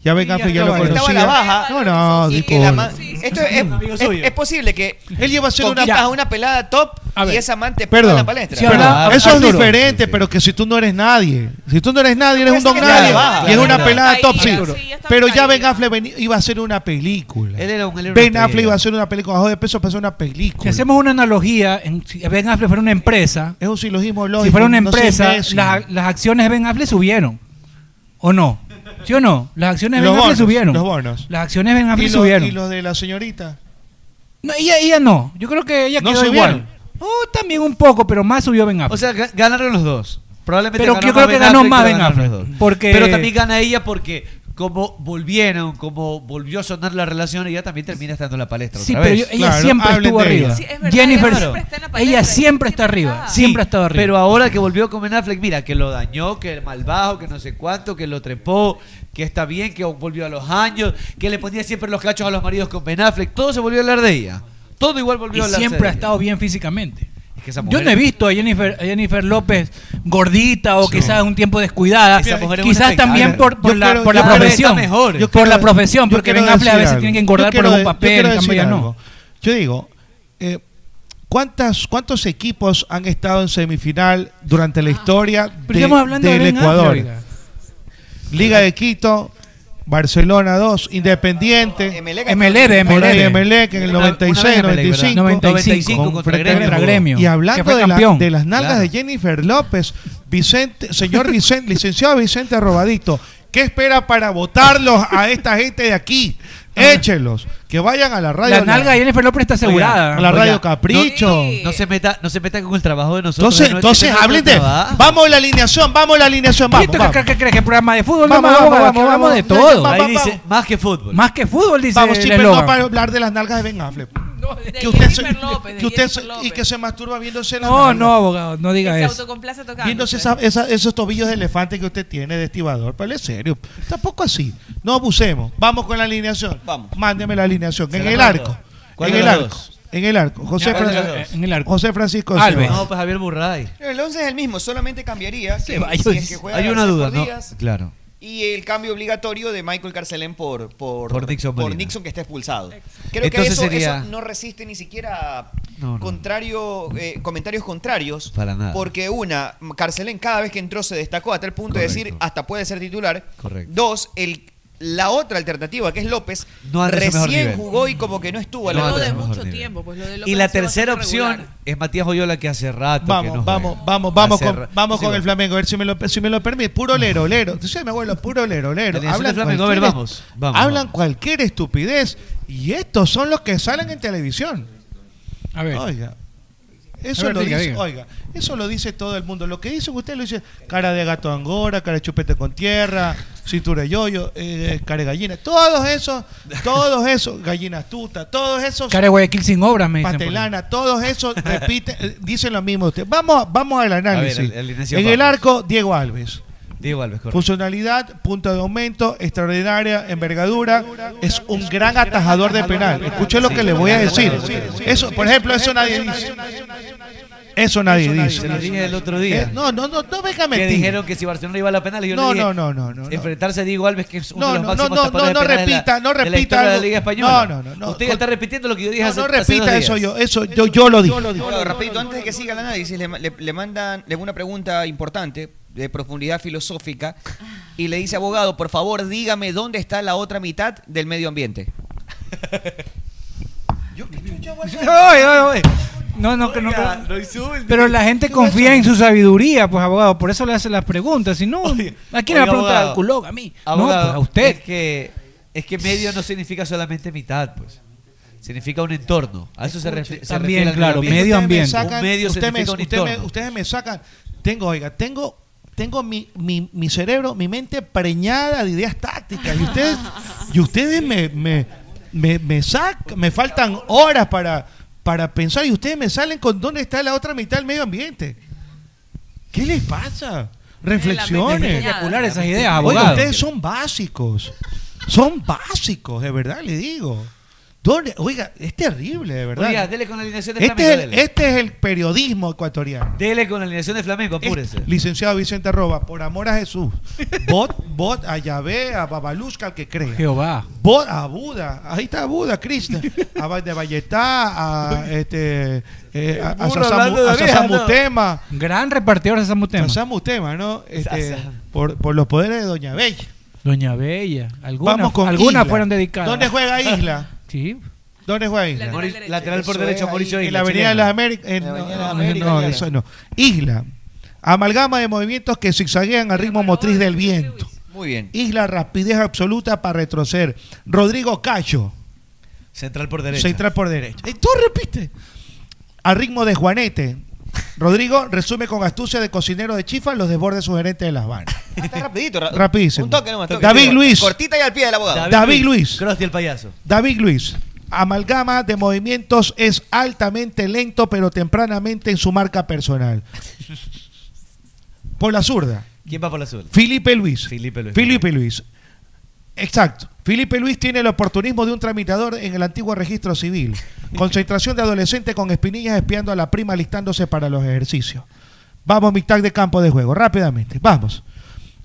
G: Ya Ben
L: Y
G: Affleck
L: ya
G: ya lo
L: estaba-
G: conocía.
L: estaba la baja.
G: No, no,
L: Y que la ma-
G: disculpe.
L: Esto es, es- es- es posible que
G: Él lleva a ser una-
L: conquistas
G: Ya.
L: a una pelada top
G: A ver.
L: y esa amante en la
G: Perdón,
L: palestra.
G: perdón, eso es diferente, pero que si tú no eres nadie, si tú no eres nadie, eres un don
L: que sea
G: nadie
L: de baja.
G: y es
L: Claro,
G: una
L: claro.
G: pelada top, sí.
L: Caída, sí,
G: Pero ya Ben Affleck veni- iba a hacer una película.
M: Él era un, él era una
G: Ben Affleck
M: estrella.
G: iba a hacer una película, bajó de peso para hacer una película.
O: Si hacemos una analogía, en, si Ben Affleck fuera una empresa,
G: es un silogismo
O: Si
G: lógico,
O: fuera una
G: no seas
O: empresa,
G: imbécil.
O: las, las acciones de Ben Affleck subieron. ¿O no? ¿Sí o no? Las acciones de Ben
G: Los bonos,
O: Affleck subieron.
G: los bonos.
O: Las acciones de Ben
G: y
O: Affleck
G: los,
O: subieron.
G: y los de la señorita.
O: No, ella, ella no. Yo creo que ella
G: No
O: quedó
G: subieron.
O: igual. Oh, también un poco, pero más subió Ben Affleck.
M: O sea, ga- ganaron los dos. Probablemente
O: Pero
M: ganó
O: yo
M: más
O: creo que
M: Ben
O: ganó
M: Affleck,
O: más
M: pero
O: Ben
M: ganaron los
O: Affleck,
M: dos.
O: porque-
M: Pero también gana ella porque como volvieron, como volvió a sonar la relación, ella también termina estando en la palestra
O: sí,
M: otra
O: pero
M: vez.
O: yo- ella siempre estuvo arriba. Jennifer,
M: Claro.
O: ella siempre está arriba.
M: Sí,
O: siempre ha estado arriba.
M: Pero ahora que volvió con Ben Affleck, mira, que lo dañó, que el malvado, que no sé cuánto, que lo trepó, que está bien, que volvió a los años, que le ponía siempre los cachos a los maridos con Ben Affleck. Todo se volvió a hablar de ella. Todo igual volvió
O: y
M: a hablar
O: siempre
M: de
O: ha
M: ella.
O: estado bien físicamente.
M: Es que esa
O: Yo
M: mujer-
O: no he visto a Jennifer, a Jennifer López gordita o quizás un tiempo descuidada.
M: Esa mujer es un
O: Quizás también
M: espectáculo.
O: por, por
M: Yo
O: la,
M: creo-
O: por
M: yo
O: la
M: creo que
O: profesión.
M: está mejor.
O: Yo
M: Yo
O: por la
G: quiero-
O: profesión,
G: yo
O: porque
G: quiero
O: Ben Affleck a
G: decir
O: veces
G: algo.
O: tiene que engordar
G: Yo
O: por
G: quiero
O: algún
G: de- yo
O: papel,
G: quiero
O: en cambio
G: decir
O: ella no.
G: algo. Yo digo, eh, ¿cuántas, ¿cuántos equipos han estado en semifinal durante la historia
O: Ah, Pero
G: de-
O: estamos hablando de
G: del
O: Ben
G: Ecuador?
O: Affleck, oiga.
G: Liga de Quito, Barcelona 2, Independiente.
O: Emelec, Emelec,
G: Por ahí
O: Emelec.
G: Emelec en el
O: Una- una
G: 96,
O: vez Emelec,
G: 95.
O: ¿verdad? 95 contra
G: Frente
O: Gremio.
G: Gremio.
O: Gremio,
G: Y
O: que
G: hablando
O: fue
G: de, la-
O: campeón.
G: de las nalgas
O: Claro.
G: de Jennifer López, Vicente, señor Vicente, licenciado Vicente Robadito, ¿qué espera para votarlos a esta gente de aquí? Échelos, que vayan a la radio.
O: Ah. La nalga de Jennifer López está asegurada.
G: a la radio
M: Oiga,
G: Capricho.
M: No, no se meta, no se meta con el trabajo de nosotros.
G: Entonces,
M: No,
G: entonces
M: este es
G: hablen
M: nuestro
G: de.
M: trabajo.
G: Vamos a la alineación, vamos a la alineación, vamos.
O: ¿Qué,
G: vamos.
O: qué- qué crees que el programa de fútbol?
G: Vamos,
O: Vamos,
G: vamos,
O: vamos,
G: vamos,
O: hablamos de
G: vamos.
O: todo.
G: Vamos,
O: Ahí dice,
M: más que fútbol.
O: Más que fútbol, dice
G: Vamos, sí,
O: el
G: pero no
O: eslogan.
G: para hablar de las nalgas de Ben Affleck. que usted se, que usted se- y que se masturba viéndose las
O: No,
G: nalgas.
O: no, abogado, no diga
G: Que se pues.
O: eso.
K: Complace tocar.
G: Viéndose esa- esa- esos tobillos de elefante que usted tiene de estibador, pero es serio. Tampoco así. No abusemos. Vamos con la alineación. Vamos. Mándeme la alineación. En
M: la
G: el
M: mando.
G: arco.
M: ¿Cuál
G: En
M: de
G: el
M: los
G: arco.
M: dos?
G: En el arco. José,
M: Ya, ¿cuál de
G: Francisco-
M: los dos?
O: En el arco.
G: José Francisco. Silva.
M: No, pues Javier Burray.
L: El 11 es el mismo, solamente cambiaría. si-
M: Hay,
L: si es que juega
M: hay una
L: Garcés
M: duda,
L: por
M: ¿no?
L: Díaz.
M: Claro.
L: y el cambio obligatorio de Michael Carcelén por, por,
M: Por Dixon Molina.
L: Nixon, que está expulsado. Creo que
M: Entonces
L: eso,
M: sería-
L: eso no resiste ni siquiera
M: No, no.
L: contrario eh, comentarios contrarios.
M: Para nada.
L: Porque una, Carcelén cada vez que entró se destacó a tal punto de decir hasta puede ser titular.
M: Correcto.
L: Dos, el, la otra alternativa que es López
M: No anda a su mejor
L: recién
M: nivel.
L: jugó y como que no estuvo a la
M: No anda a
L: altura.
M: su mejor nivel.
K: tiempo, pues lo de
M: Y
K: López
M: la
K: ha sido
M: tercera
K: bastante
M: opción
K: regular.
M: es Matías Oyola que hace rato. que no
G: Vamos, vamos,
M: juega.
G: vamos, vamos,
M: Hace
G: con,
M: ra-
G: vamos
M: Sí,
G: con
M: va.
G: el Flamengo. A ver si me lo, si me lo permite. Puro lero, lero. Tú sabes, mi abuelo, puro lero, lero.
M: Alineación del Flamengo. A ver,
G: cualquier-
M: vamos, vamos,
G: hablan cualquier estupidez. Y estos son los que salen en televisión.
O: A ver.
G: Oiga.
O: A
G: Eso
O: ver,
G: lo
O: diga,
G: dice,
O: diga.
G: oiga, eso lo dice todo el mundo. Lo que dicen ustedes lo dice cara de gato angora, cara de chupete con tierra, cintura de yoyo, eh, cara de gallina. Todos esos, todos esos, gallina astuta, todos esos.
O: Cara de Guayaquil sin obras, me dicen por ahí.
G: Patelana, todos esos repiten, eh, dicen lo mismo usted. Vamos, vamos al análisis.
M: A ver, al- alineación,
G: en el
M: vamos.
G: arco, Diego Alves.
M: Diego Alves, correcto.
G: Funcionalidad, punto de aumento, extraordinaria, envergadura. Es un gran atajador de penal. Escuche lo que le voy a decir. Eso, por ejemplo, eso nadie dice. Eso nadie dice.
M: Se lo dije el otro día.
G: Eh, no, no, no, no venga a
M: que
G: mentir.
M: dijeron que si Barcelona iba a la penal, y yo
G: No,
M: le
G: no,
M: dije,
G: no, no, no, no.
M: Enfrentarse a Diego Alves, que es uno
G: No,
M: de los
G: no,
M: máximos
G: no, no,
M: tapadores
G: no, no
M: de penales de la-
G: repita, no
M: de la
G: repita
M: historia de la
G: algo.
M: Liga
G: No,
M: Española.
G: no, no, no.
M: Usted ya está repitiendo lo que yo dije
G: No,
M: hace
G: no
M: hace dos
G: repita eso
M: días.
G: yo, eso yo, yo lo digo.
L: Bueno, rapidito, antes de que siga el análisis, le, le- le mandan le hago una pregunta importante de profundidad filosófica y le dice, abogado, por favor, dígame dónde está la otra mitad del medio ambiente.
O: Oye, oye, oye. No, no, que no, que- Pero la gente confía en su sabiduría, pues abogado, por eso le hace las preguntas. Si no, ¿a quién le va a
M: Oiga,
O: preguntar?
M: abogado.
O: Al culón, a mí.
M: Abogado,
O: no, pues a usted.
M: Es que, es que medio no significa solamente mitad, pues. Significa un entorno. A eso se, refi- se
O: También,
M: refiere. al
O: claro, medio
G: Ustedes me
O: ambiente.
G: sacan-
M: Un medio
G: ustedes me-
M: significa un
G: ustedes me-
M: entorno.
G: ustedes me sacan. Tengo, oiga, tengo, tengo mi, mi, mi cerebro, mi mente preñada de ideas tácticas. Y ustedes, y ustedes me, me, me, me sacan, me faltan horas para, para pensar. Y ustedes me salen con dónde está la otra mitad del medio ambiente. ¿Qué les pasa? Reflexiones.
O: Espectacular esas ideas,
G: Oiga,
O: abogado.
G: ustedes son básicos. Son básicos, de verdad, le digo. ¿Dónde? Oiga, es terrible, de verdad.
M: Oiga, dele con la alineación de
G: Este
M: Flamengo.
G: es, el,
M: dele.
G: este es el periodismo ecuatoriano.
M: Dele con la alineación de Flamengo,
G: Este-
M: apúrese.
G: Licenciado Vicente Arroba, por amor a Jesús. Bot, bot a Yahvé, a Babalusca, al que crea.
O: Jehová.
G: Bot a Buda. Ahí está Buda, Krishna. A Val de Valletá, a este. eh, a, a
O: Burro
G: Sasamu-
O: hablando de
G: a
O: orejas, ¿no?
G: Sasamutema.
O: Gran repartidor de Samutema.
G: Sasamutema, ¿no? Este, por, por los poderes de Doña Bella.
O: Doña Bella. Algunas,
G: Vamos con
O: algunas
G: Isla.
O: fueron dedicadas.
G: ¿Dónde juega Isla?
O: Sí.
G: ¿Dónde juega Isla?
M: Lateral,
G: Mori-
M: por
G: Eso
M: derecho,
G: es,
M: Mauricio
G: ahí, En
M: Isla.
G: la Avenida de
M: chileno.
G: las Américas. en- No, no, eso no. Isla. Amalgama de movimientos que zigzaguean al ritmo motriz del viento.
L: Muy bien.
G: Isla, rapidez absoluta para retroceder. Rodrigo Cacho,
M: Central por derecho.
G: central por derecha. Y tú repite. Al ritmo de Juanete. Rodrigo resume con astucia de cocinero de chifa los desbordes sugerentes de las vanas.
L: Está rapidito, ra-
G: Rapidísimo.
L: Un toque nomás, toque.
G: David Luis.
L: Cortita y al pie del abogado.
G: David, David Luis.
M: Cross y el payaso.
G: David Luis. Amalgama de movimientos es altamente lento, pero tempranamente en su marca personal. Por la zurda.
M: ¿Quién va por la azul?
G: Felipe Luis.
M: Felipe Luis.
G: Felipe Luis. Exacto. Felipe Luis tiene el oportunismo de un tramitador en el antiguo registro civil. Concentración de adolescente con espinillas espiando a la prima listándose para los ejercicios. Vamos, mitad de campo de juego, rápidamente. Vamos.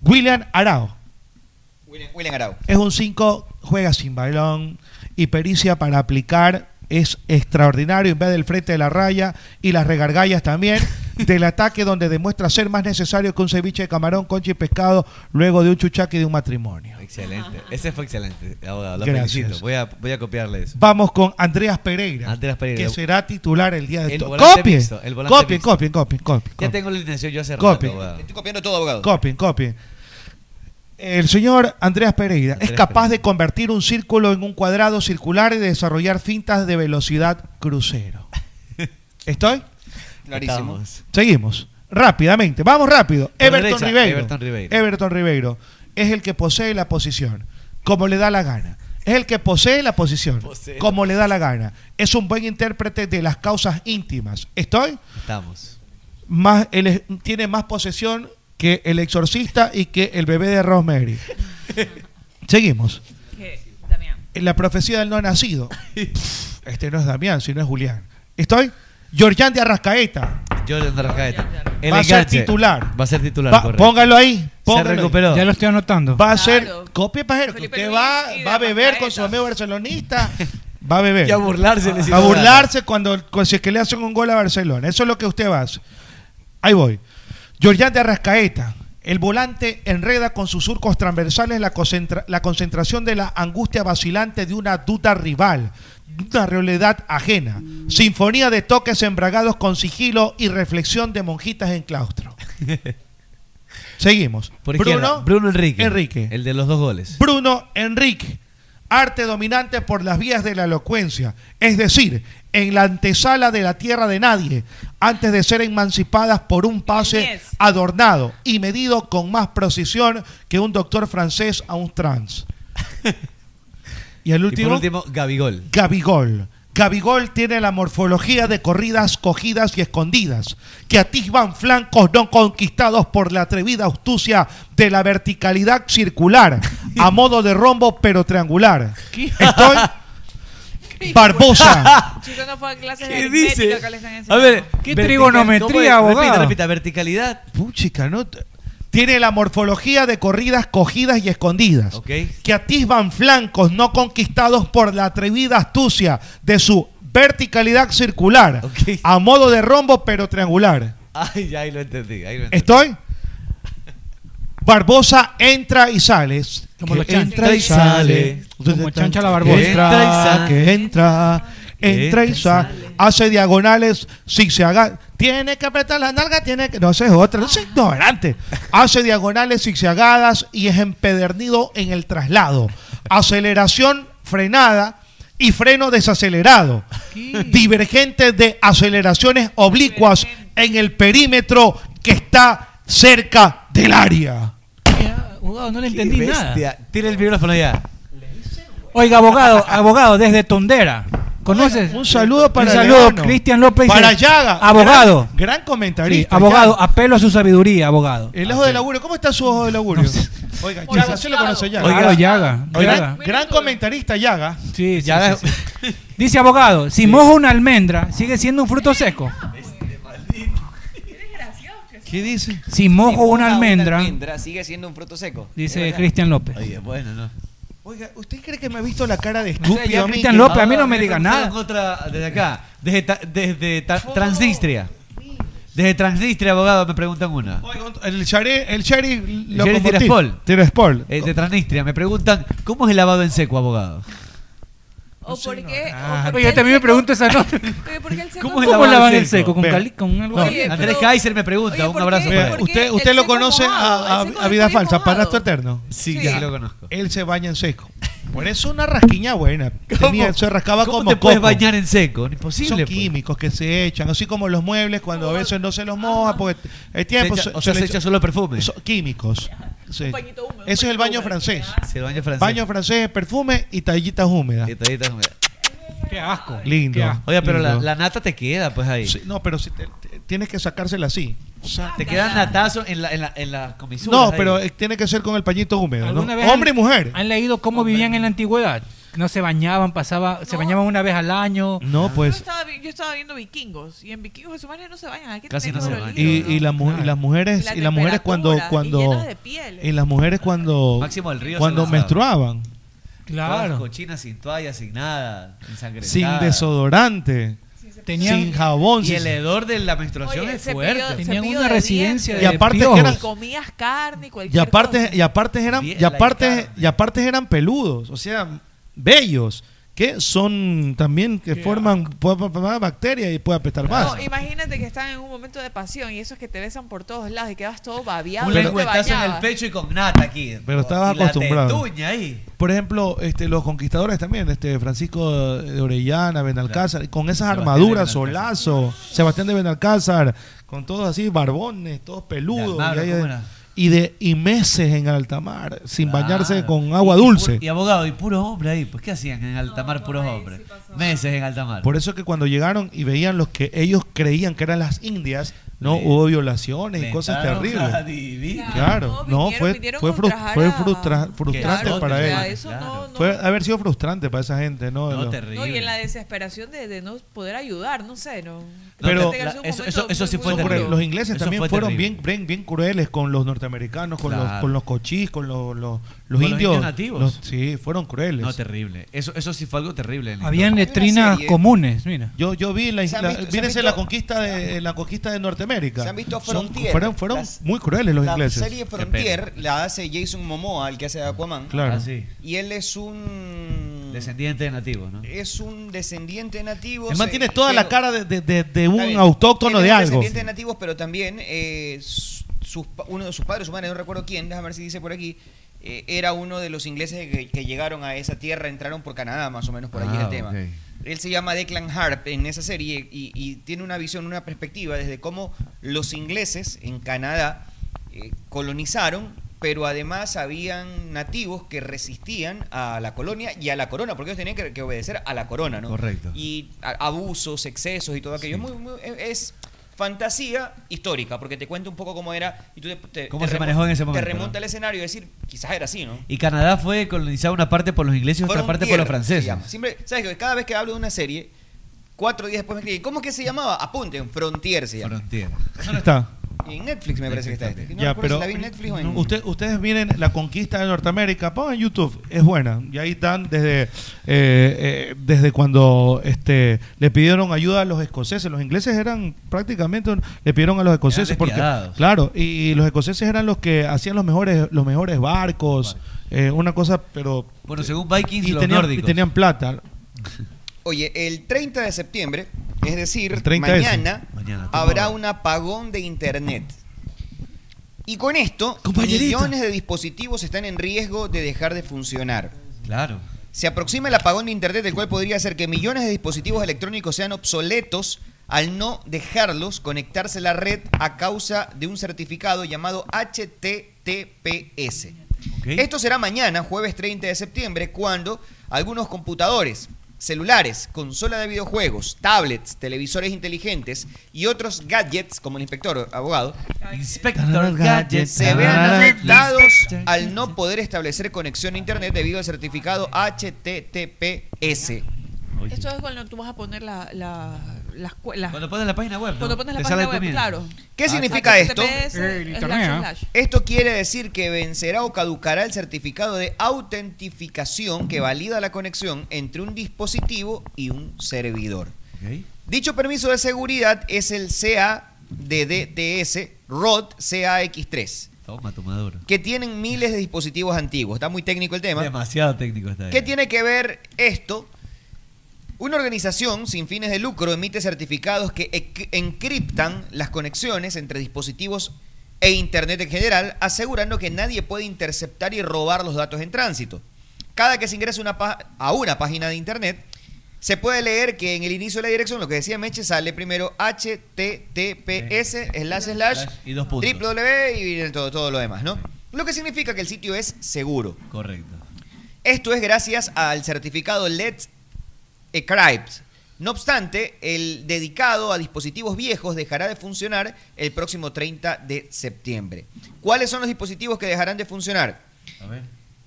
G: William Arao.
L: William, William Arau.
G: Es un 5, juega sin balón y pericia para aplicar. Es extraordinario en vez del frente de la raya y las regargallas también. Del ataque donde demuestra ser más necesario que un ceviche de camarón, concha y pescado luego de un chuchaque y de un matrimonio.
M: Excelente. Ese fue excelente, abogado. Lo
G: Gracias.
M: felicito. Voy a, voy a copiarle eso.
G: Vamos con Andreas Pereira,
M: Andrés Pereira.
G: que será titular el día de
M: El
G: to-
M: volante
G: Copien,
M: mixto, el volante
G: copien,
M: mixto.
G: copien, copien, copien,
M: Ya
G: copien.
M: tengo la alineación yo hace rato,
G: Copy.
M: abogado.
L: Estoy copiando todo, abogado.
G: Copien, copien. El señor Andreas Pereira es capaz de convertir un círculo en un cuadrado circular y de desarrollar fintas de velocidad crucero. ¿Estoy?
L: Clarísimo.
G: Seguimos. Rápidamente, vamos rápido.
M: Por
G: Everton
M: derecha,
G: Ribeiro.
M: Everton Ribeiro.
G: Everton Ribeiro es el que posee la posición, como le da la gana. Es el que posee la posición,
M: Posee.
G: como le da la gana. Es un buen intérprete de las causas íntimas. ¿Estoy?
M: Estamos.
G: Más, él es- tiene más posesión que el exorcista y que el bebé de Rosemary. Seguimos.
K: Que, Damián.
G: En la profecía del no nacido. Pff, Este no es Damián, sino es Julián. ¿Estoy? Georgián de Arrascaeta.
M: Jordan Arrascaeta. El
G: Va a ser
M: enganche.
G: titular.
M: Va a ser titular,
G: Va-
M: correcto.
G: póngalo ahí. póngalo
M: Se
G: ahí.
M: recuperó.
O: Ya lo estoy anotando.
G: Va a ser copia pajero. que Usted va, va a beber con su amigo barcelonista. Va a beber.
M: Y a burlarse. le
G: a
M: hicieron
G: burlarse cuando, cuando- si es que le hacen un gol a Barcelona. Eso es lo que usted va a hacer. Ahí voy. Georgián de Arrascaeta. El volante enreda con sus surcos transversales la, concentra- la concentración de la angustia vacilante de una duda rival, de una realidad ajena. Sinfonía de toques embragados con sigilo y reflexión de monjitas en claustro. Seguimos.
M: Por izquierda,
G: Bruno,
M: Bruno Enrique.
G: Enrique.
M: El de los dos goles.
G: Bruno Enrique, arte dominante por las vías de la elocuencia, es decir, en la antesala de la tierra de nadie, antes de ser emancipadas por un pase adornado y medido con más precisión que un doctor francés a un trans. y el
M: Y por
G: último,
M: último, Gabigol.
G: Gabigol. Gabigol tiene la morfología de corridas cogidas y escondidas, que atisban flancos no conquistados por la atrevida astucia de la verticalidad circular, a modo de rombo pero triangular. Estoy Barbosa.
K: Chicos, no fue a clases de
M: ¿Qué
K: aritmética
M: dice?
K: que les están
M: A
K: enseñando.
M: ver,
G: vertical-
M: vertical- ¿cómo es? Repita, repita, verticalidad.
G: Puchica, no. te- Tiene la morfología de corridas cogidas y escondidas. Que atisban flancos no conquistados por la atrevida astucia de su verticalidad circular. A modo de rombo pero triangular.
M: Ay, ya, ahí lo entendí. Ahí lo entendí.
G: ¿Estoy? Barbosa entra y sale.
M: Como los
G: Que
M: chanchos.
G: entra y sale.
O: Como chancha la
G: Que
O: Barbosa.
G: Entra y sale. Que entra,
O: Que
G: entra y sale. Hace diagonales sin se haga. Tiene que apretar la nalga, tiene que. No, esa es otra. No seas ignorante. Hace diagonales zigzagadas y es empedernido en el traslado. Aceleración frenada y freno desacelerado. Divergente de aceleraciones oblicuas en el perímetro que está cerca del área.
O: Abogado, Ah, no le entendí nada.
M: Tira el micrófono allá.
O: Oiga, abogado, abogado, desde Tondera. ¿Conoces?
G: Un saludo para
O: Un saludo,
G: Leono.
O: Cristian López.
G: Para
O: dice,
G: Llaga.
O: Pues, eh, Abogado.
G: Gran, gran
O: Sí,
G: comentarista.
O: abogado,
G: Llaga.
O: apelo a su sabiduría, abogado.
G: El ojo de laburo, ¿cómo está su ojo de laburo? Oiga, Llaga, se lo conoce Llaga.
O: Oiga, Claro, Llaga,
G: Gran-
O: Llaga.
G: Gran comentarista Llaga.
O: Sí, sí, sí, sí. Dice abogado, si mojo una almendra, sigue siendo un fruto seco.
M: ¿Qué dice?
O: Si mojo una
L: Una
O: almendra,
L: almendra sigue siendo un fruto seco. Es
O: dice
L: verdad.
O: Cristian López.
M: Oye, bueno, no.
G: Oiga, ¿usted cree que me ha visto la cara de
O: sé,
G: estúpido?
O: ya
G: a mí?
O: Cristian López, a mí
M: Ah,
O: no me diga nada.
M: Otra, desde acá, desde, ta- desde ta- Transnistria. Desde Transnistria, abogado, me preguntan una.
G: El Shari, el Shari, lo
M: Jerry Tiraspol.
G: Tiraspol.
M: Eh, de Transnistria, me preguntan, ¿cómo es el lavado en seco, abogado?
K: ¿O por qué?
M: Ah,
K: o por
M: oye,
K: qué
M: también
K: el
M: me pregunto
K: seco-
M: esa nota.
K: Oye, ¿por qué el seco-
M: ¿Cómo es ¿Cómo el lavan lavan el el seco? seco? ¿Con
G: Vea.
M: cali- con algo? Oye,
K: pero-
M: Andrés Kaiser me pregunta, un abrazo
G: Vea,
M: para él.
G: pues. Usted,
M: El
G: usted lo
M: seco es
G: conoce
M: mojado,
G: a, a-
M: el seco
G: a
M: es
G: Vida
M: muy
G: Falsa,
M: mojado.
G: Parato Eterno.
M: Sí,
G: Ya.
M: sí lo conozco.
G: Él se baña en seco. Por eso una rasquiña buena. Tenía- se rascaba
M: ¿Cómo
G: como
M: te puedes
G: coco.
M: bañar en seco? Imposible.
G: Son
M: pues.
G: químicos que se echan, así como los muebles cuando a veces no se los moja porque el tiempo.
M: Se echa- o sea, se echa solo perfume.
G: Son químicos. Sí. Ese es el baño francés.
M: Sí, el baño francés.
G: Baño francés, perfume y tallitas húmedas.
M: Y toallitas húmedas.
O: qué asco.
G: Lindo.
O: Qué asco.
M: Oye, pero la,
G: Lindo.
M: la nata te queda, pues ahí.
G: no, pero si te, te- tienes que sacársela así. O sea,
M: Te quedan natazos en la, en la, en las comisuras
G: No,
M: ahí.
G: pero eh, tiene que ser con el pañito húmedo. ¿no?
O: ¿Alguna vez
G: Hombre y
O: han-
G: mujer.
O: ¿Han leído cómo vivían en la antigüedad? No se bañaban, pasaba, se bañaban una vez al año.
G: No,
K: Yo
G: pues.
K: estaba, vi- yo estaba viendo vikingos y en vikingos esos manes no se bañan. Aquí
G: Casi no
K: tenemos
G: se
K: los
G: bañan.
K: líos,
G: Y, y la mu- y las mujeres,
K: La
G: y las mujeres cuando,
K: temperatura, y
G: cuando,
K: llenas de piel.
G: y las mujeres cuando,
M: Máximo del Río se
G: cuando
M: lanzaba.
G: menstruaban,
M: Todas cochinas sin toalla, sin nada,
G: sin
M: ensangrentadas.
G: desodorante,
M: Tenían-
G: sin jabón,
M: Y
G: sin-
M: el hedor de la menstruación es
K: cepillo-
M: fuerte.
K: cepillo
O: Tenían una
K: de
O: residencia
K: dientes.
G: de Y aparte que piojos. eran-
K: Y comías carne y
G: y
K: cualquier
G: aparte, y aparte eran,
K: Bien,
G: y aparte,
K: laicadas.
G: y aparte eran peludos, o sea, bellos, que son también que forman puede formar bacterias y puede apestar más.
K: No, imagínate que están en un momento de pasión y esos que te besan por todos lados y quedas todo babeado.
M: Un
K: no te
M: lengüetazo en el
K: bañabas.
M: pecho y con nata aquí.
G: Pero estabas
M: Y la
G: acostumbrado.
M: tetuña ahí.
G: Por ejemplo, este, los conquistadores también, este, Francisco de Orellana, Benalcázar, con esas
M: Sebastián de
G: armaduras,
M: Benalcázar.
G: solazo, Sebastián de Benalcázar, con todos así, barbones, todos peludos.
M: De Almagro,
G: y, ahí-
M: ¿cómo era?
G: y de y meses en alta mar, sin bañarse
M: Claro.
G: con agua
M: Y pu-
G: dulce.
M: Y abogado, y puros hombres ahí. Pues, ¿qué hacían en alta mar puros hombres? Meses en alta mar.
G: Por eso que cuando llegaron y veían los que ellos creían que eran las indias, no hubo violaciones y cosas terribles. Claro, no, fue, fue, frus- fue frustra- frustrante para
K: Claro, o
G: ellos.
K: sea, Eso no,
G: Puede haber sido frustrante para esa gente, ¿no? Lo-
K: No, y en la desesperación de, de no poder ayudar, no sé, no.
G: Pero
K: Realmente ha sido un
M: eso-
K: momento
M: eso- eso sí
K: muy-
M: fue
G: Son
K: muy duro.
G: crueles. los ingleses
M: Eso
G: también
M: fue
G: fueron
M: terrible.
G: bien, bien, bien crueles con los norteamericanos, con los
M: Claro.
G: con los cochís, con los, los, los
M: Con los
G: indios.
M: indios nativos.
G: Los- sí, fueron crueles.
M: No, terrible. Eso, eso sí fue algo terrible. Nelly.
O: Habían
M: No.
O: letrinas comunes, mira.
G: Yo, yo vi la,
O: ¿Se han
G: la-
O: visto- se
G: viene
O: han
G: a ser la conquista de la conquista de Norteamérica.
L: Se han visto
G: Son-
L: Frontier.
G: fueron fueron
L: Las-
G: muy crueles los
L: la
G: ingleses.
L: serie Frontier la hace Jason Momoa, el que hace de Aquaman.
G: Claro. Ah, sí.
L: Y él es un
M: Descendiente de nativos, ¿no?
L: es un descendiente nativo.
G: Además,
L: se-
G: tienes toda la
L: pero-
G: cara de, de- de- de
L: Está
G: un
L: bien.
G: autóctono
L: Él
G: de
L: es un
G: algo.
L: descendiente de nativos, pero también eh, s- sus pa- uno de sus padres, su madre, no recuerdo quién, déjame ver si dice por aquí, eh, era uno de los ingleses que, que llegaron a esa tierra, entraron por Canadá, más o menos por allí
M: Ah,
L: el tema.
M: ok.
L: Él se llama Declan Harp en esa serie y, y tiene una visión, una perspectiva desde cómo los ingleses en Canadá eh, colonizaron, pero además habían nativos que resistían a la colonia y a la corona, porque ellos tenían que, que obedecer a la corona, ¿no?
M: Correcto.
L: Y a- abusos, excesos y todo aquello. Es, muy- muy- es fantasía histórica, porque te cuenta un poco cómo era y tú te, te-
M: Cómo
L: te
M: se
L: remo-
M: manejó en ese momento,
L: Te remonta
M: ¿no?
L: al escenario y decir, quizás era así, ¿no?
M: Y Canadá fue colonizada una parte por los ingleses y otra parte por los
L: Frontier, se
M: franceses.
L: llama. Siempre, ¿sabes que Cada vez que hablo de una serie, cuatro días después me escriben, ¿cómo que se llamaba? Apunten, Frontier se llama.
M: Frontier.
G: ¿Dónde está?
L: Y en Netflix me parece que está este. No
G: ya,
L: recuerdo
G: pero
L: si la vi en Netflix o en...
G: Mm. usted- ustedes miren la conquista de Norteamérica, pongan en YouTube, es buena. Y ahí están desde eh, eh, desde cuando este le pidieron ayuda a los escoceses, los ingleses eran prácticamente un- le pidieron a los escoceses porque
M: despiadados.
G: claro, y los escoceses eran los que hacían los mejores los mejores barcos, eh, una cosa pero
M: Bueno, según Vikings,
G: y
M: los
G: tenían, y
M: nórdicos.
G: tenían plata.
L: Oye, el 30 de septiembre, es decir,
G: 30 de
L: mañana,
G: septiembre. Mañana, tú
L: habrá
G: sabes.
L: un apagón de internet. Y con esto,
M: Compañerita.
L: millones de dispositivos están en riesgo de dejar de funcionar.
M: Claro.
L: Se aproxima el apagón de internet, el cual podría hacer que millones de dispositivos electrónicos sean obsoletos al no dejarlos conectarse a la red a causa de un certificado llamado HTTPS. Esto será mañana, jueves 30 de septiembre, cuando algunos computadores, celulares, consola de videojuegos, tablets, televisores inteligentes y otros gadgets, como el inspector abogado,
M: Inspector Gadget
L: se vean afectados al no poder establecer conexión a internet debido al certificado HTTPS.
K: Esto es cuando tú vas a poner la, la, las cue- las-
M: eh. Cuando pones la página web. ¿no?
K: Cuando pones la
M: Te
K: página
M: sale
K: web,
M: el comienzo.
K: claro. Ah,
L: ¿Qué significa esto?
K: HTTPS, slash, slash.
L: Esto quiere decir que vencerá o caducará el certificado de autentificación que valida la conexión entre un dispositivo y un servidor. Dicho permiso de seguridad es el CADDTS ROD CAX3,
M: Toma, tomadora.
L: que tienen miles de dispositivos antiguos. Está muy técnico el tema.
M: Demasiado técnico está
L: ¿Qué
M: ahí.
L: tiene que ver esto? Una organización sin fines de lucro emite certificados que ec- encriptan las conexiones entre dispositivos e Internet en general, asegurando que nadie puede interceptar y robar los datos en tránsito. Cada que se ingresa una pa- a una página de Internet, se puede leer que en el inicio de la dirección, lo que decía Meche, sale primero https slash slash
M: Y dos puntos.
L: www y viene todo, todo lo demás, ¿no? Lo que significa que el sitio es seguro.
M: Correcto.
L: Esto es gracias al certificado Let's Encrypt. No obstante, el dedicado a dispositivos viejos dejará de funcionar el próximo 30 de septiembre. ¿Cuáles son los dispositivos que dejarán de funcionar?
M: A ver.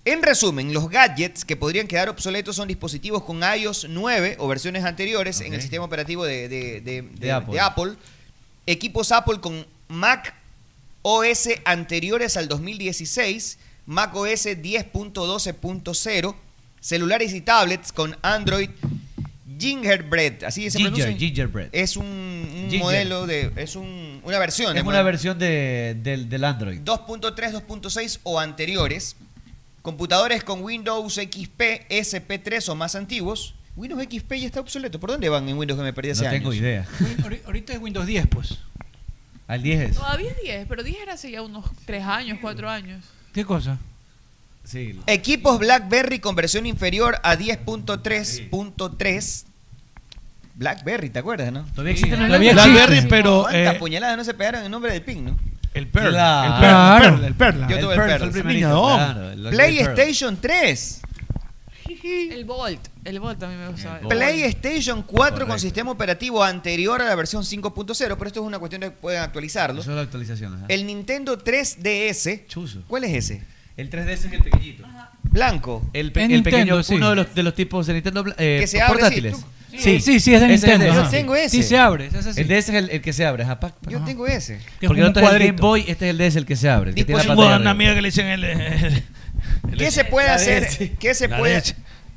L: En resumen, los gadgets que podrían quedar obsoletos son dispositivos con iOS 9 o versiones anteriores en el sistema operativo de, de- de- de-
M: Apple.
L: de Apple, equipos Apple con Mac OS anteriores al 2016, Mac OS 10.12.0, celulares y tablets con Android Gingerbread, así se
M: Ginger,
L: pronuncia.
M: gingerbread.
L: Es un, un
M: Ginger.
L: modelo de, es un- una Eh, versión. eh,
M: Es
L: de
M: una versión de, del, del Android.
L: 2.3, 2.6 o anteriores. Computadores con Windows XP, SP3 o más antiguos. Windows XP ya está obsoleto. ¿Por dónde van en Windows que me perdí hace
M: No
L: años?
M: tengo idea.
O: Ahori- Ahorita es Windows 10, pues.
M: Al 10 es.
K: Todavía es 10, pero 10 era hace ya unos 3 años, 4 años.
O: ¿Qué cosa?
M: Sí.
L: Equipos BlackBerry con versión inferior a 10.3.3. BlackBerry, ¿te acuerdas, no?
M: Todavía
G: existen los Todavía BlackBerry. existen. BlackBerry, pero,
L: ¿Cuántas
G: eh,
L: puñaladas no se pegaron en nombre del PIN, no?
G: El Pearl,
L: Claro.
G: el Pearl, el Pearl, el Pearl.
L: Yo
G: El
L: tuve el
G: Pearl
L: Pearl.
G: fue el primerito, claro, el Blackberry Pearl.
L: PlayStation 3.
K: El Volt, el Volt también me gustaba.
L: PlayStation 4 con
M: Correcto.
L: sistema operativo anterior a la versión 5.0, pero esto es una cuestión de que pueden actualizarlo.
M: Eso es la ¿eh? actualización. ajá.
L: El Nintendo 3DS. ¿Cuál es ese?
M: El 3DS es el pequeñito.
L: Blanco.
M: El,
L: Es
M: pe- el
L: Nintendo,
M: pequeño,
L: sí.
M: uno de los, de los tipos de Nintendo bla- eh,
L: Que se abre,
M: portátiles.
L: sí, tú-
M: Sí,
L: Sí, sí, es
M: Ese
L: de
M: el
L: Nintendo,
M: de-
L: ajá. Yo tengo ese.
M: Sí, se abre.
L: ese sí.
M: El de ese es el, el que se abre. Ajá, pa- pa-
L: Yo tengo ese.
M: Porque el otro es el Game Boy, este es el DS el que se abre. el que tiene la
F: Dispositivo
M: pantalla arriba.
F: una amiga que le dicen el- el
L: ¿Qué se puede
F: La
L: hacer?
F: leche.
L: ¿Qué se
F: La
L: puede,
F: leche.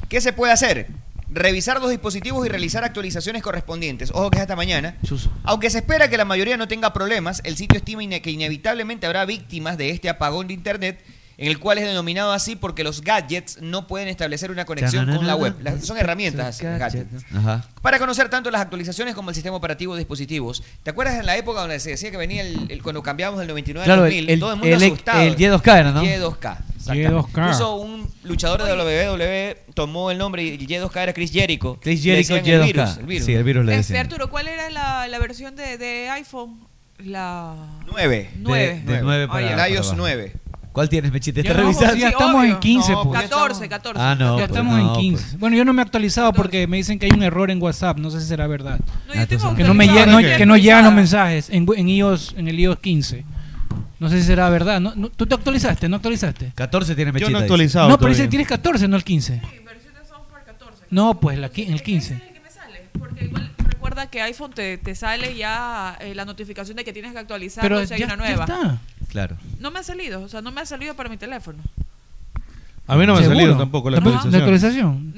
L: ¿Qué se puede hacer? Revisar los dispositivos y realizar actualizaciones correspondientes. Ojo que es hasta mañana. Aunque se espera que la mayoría no tenga problemas, el sitio estima ine- que inevitablemente habrá víctimas de este apagón de Internet, en el cual es denominado así porque los gadgets no pueden establecer una conexión con la web. Las- son herramientas, gadgets.
M: Ajá.
L: Para conocer tanto las actualizaciones como el sistema operativo de dispositivos. ¿Te acuerdas en la época donde se decía que venía el, el- cuando cambiamos del 99
M: Claro,
L: al
M: el-
L: 2000?
M: el-
L: todo el mundo
M: el-
L: asustado.
M: el Y2K era, ¿no?
L: Y2K. exactamente.
M: Y2K.
L: Incluso un luchador de WWE tomó el nombre y Y2K era Chris Jericho.
M: Chris
L: Le
M: Jericho,
L: decían el
M: Y2K.
L: virus, el virus.
M: Sí, el virus le
K: Este,
M: decían.
K: Arturo, ¿cuál era la, la versión de, de iPhone? La
L: 9.
K: Nueve.
M: De, de 9 para,
L: Oye,
M: para
L: el iOS
M: abajo.
L: 9.
M: ¿Cuál tienes, Mechita?
O: Yo
M: ¿Estás
O: no,
M: revisando?
O: pues, ya estamos en 15, pues.
K: 14, 14.
M: Ah, no,
O: ya
M: pues,
O: estamos
M: no,
O: en 15. Bueno, yo no me he actualizado porque me dicen que hay un error en WhatsApp. No sé si será verdad. Ah, que no me
M: actualizado,
O: llegan, no-
M: no estoy
O: que no
M: actualizada.
O: llegan los mensajes en, en iOS, en el iOS 15. No sé si será verdad. No, no, ¿Tú te actualizaste? ¿No actualizaste?
M: 14 tiene Mechita. dice.
O: No, pero dice que tienes 14, no el 15. No, pues la, qui- el 15.
K: Recuerda que iPhone te, te sale ya eh, la notificación de que tienes que actualizar
O: Pero
K: o sea, hay
O: ya-
K: una
O: ya
K: nueva.
O: está.
M: Claro.
K: No me ha salido, o sea, no me ha salido para mi teléfono.
G: A mí no me ha
O: ¿Seguro?
G: salido tampoco la
O: ¿No? ¿La
G: actualización.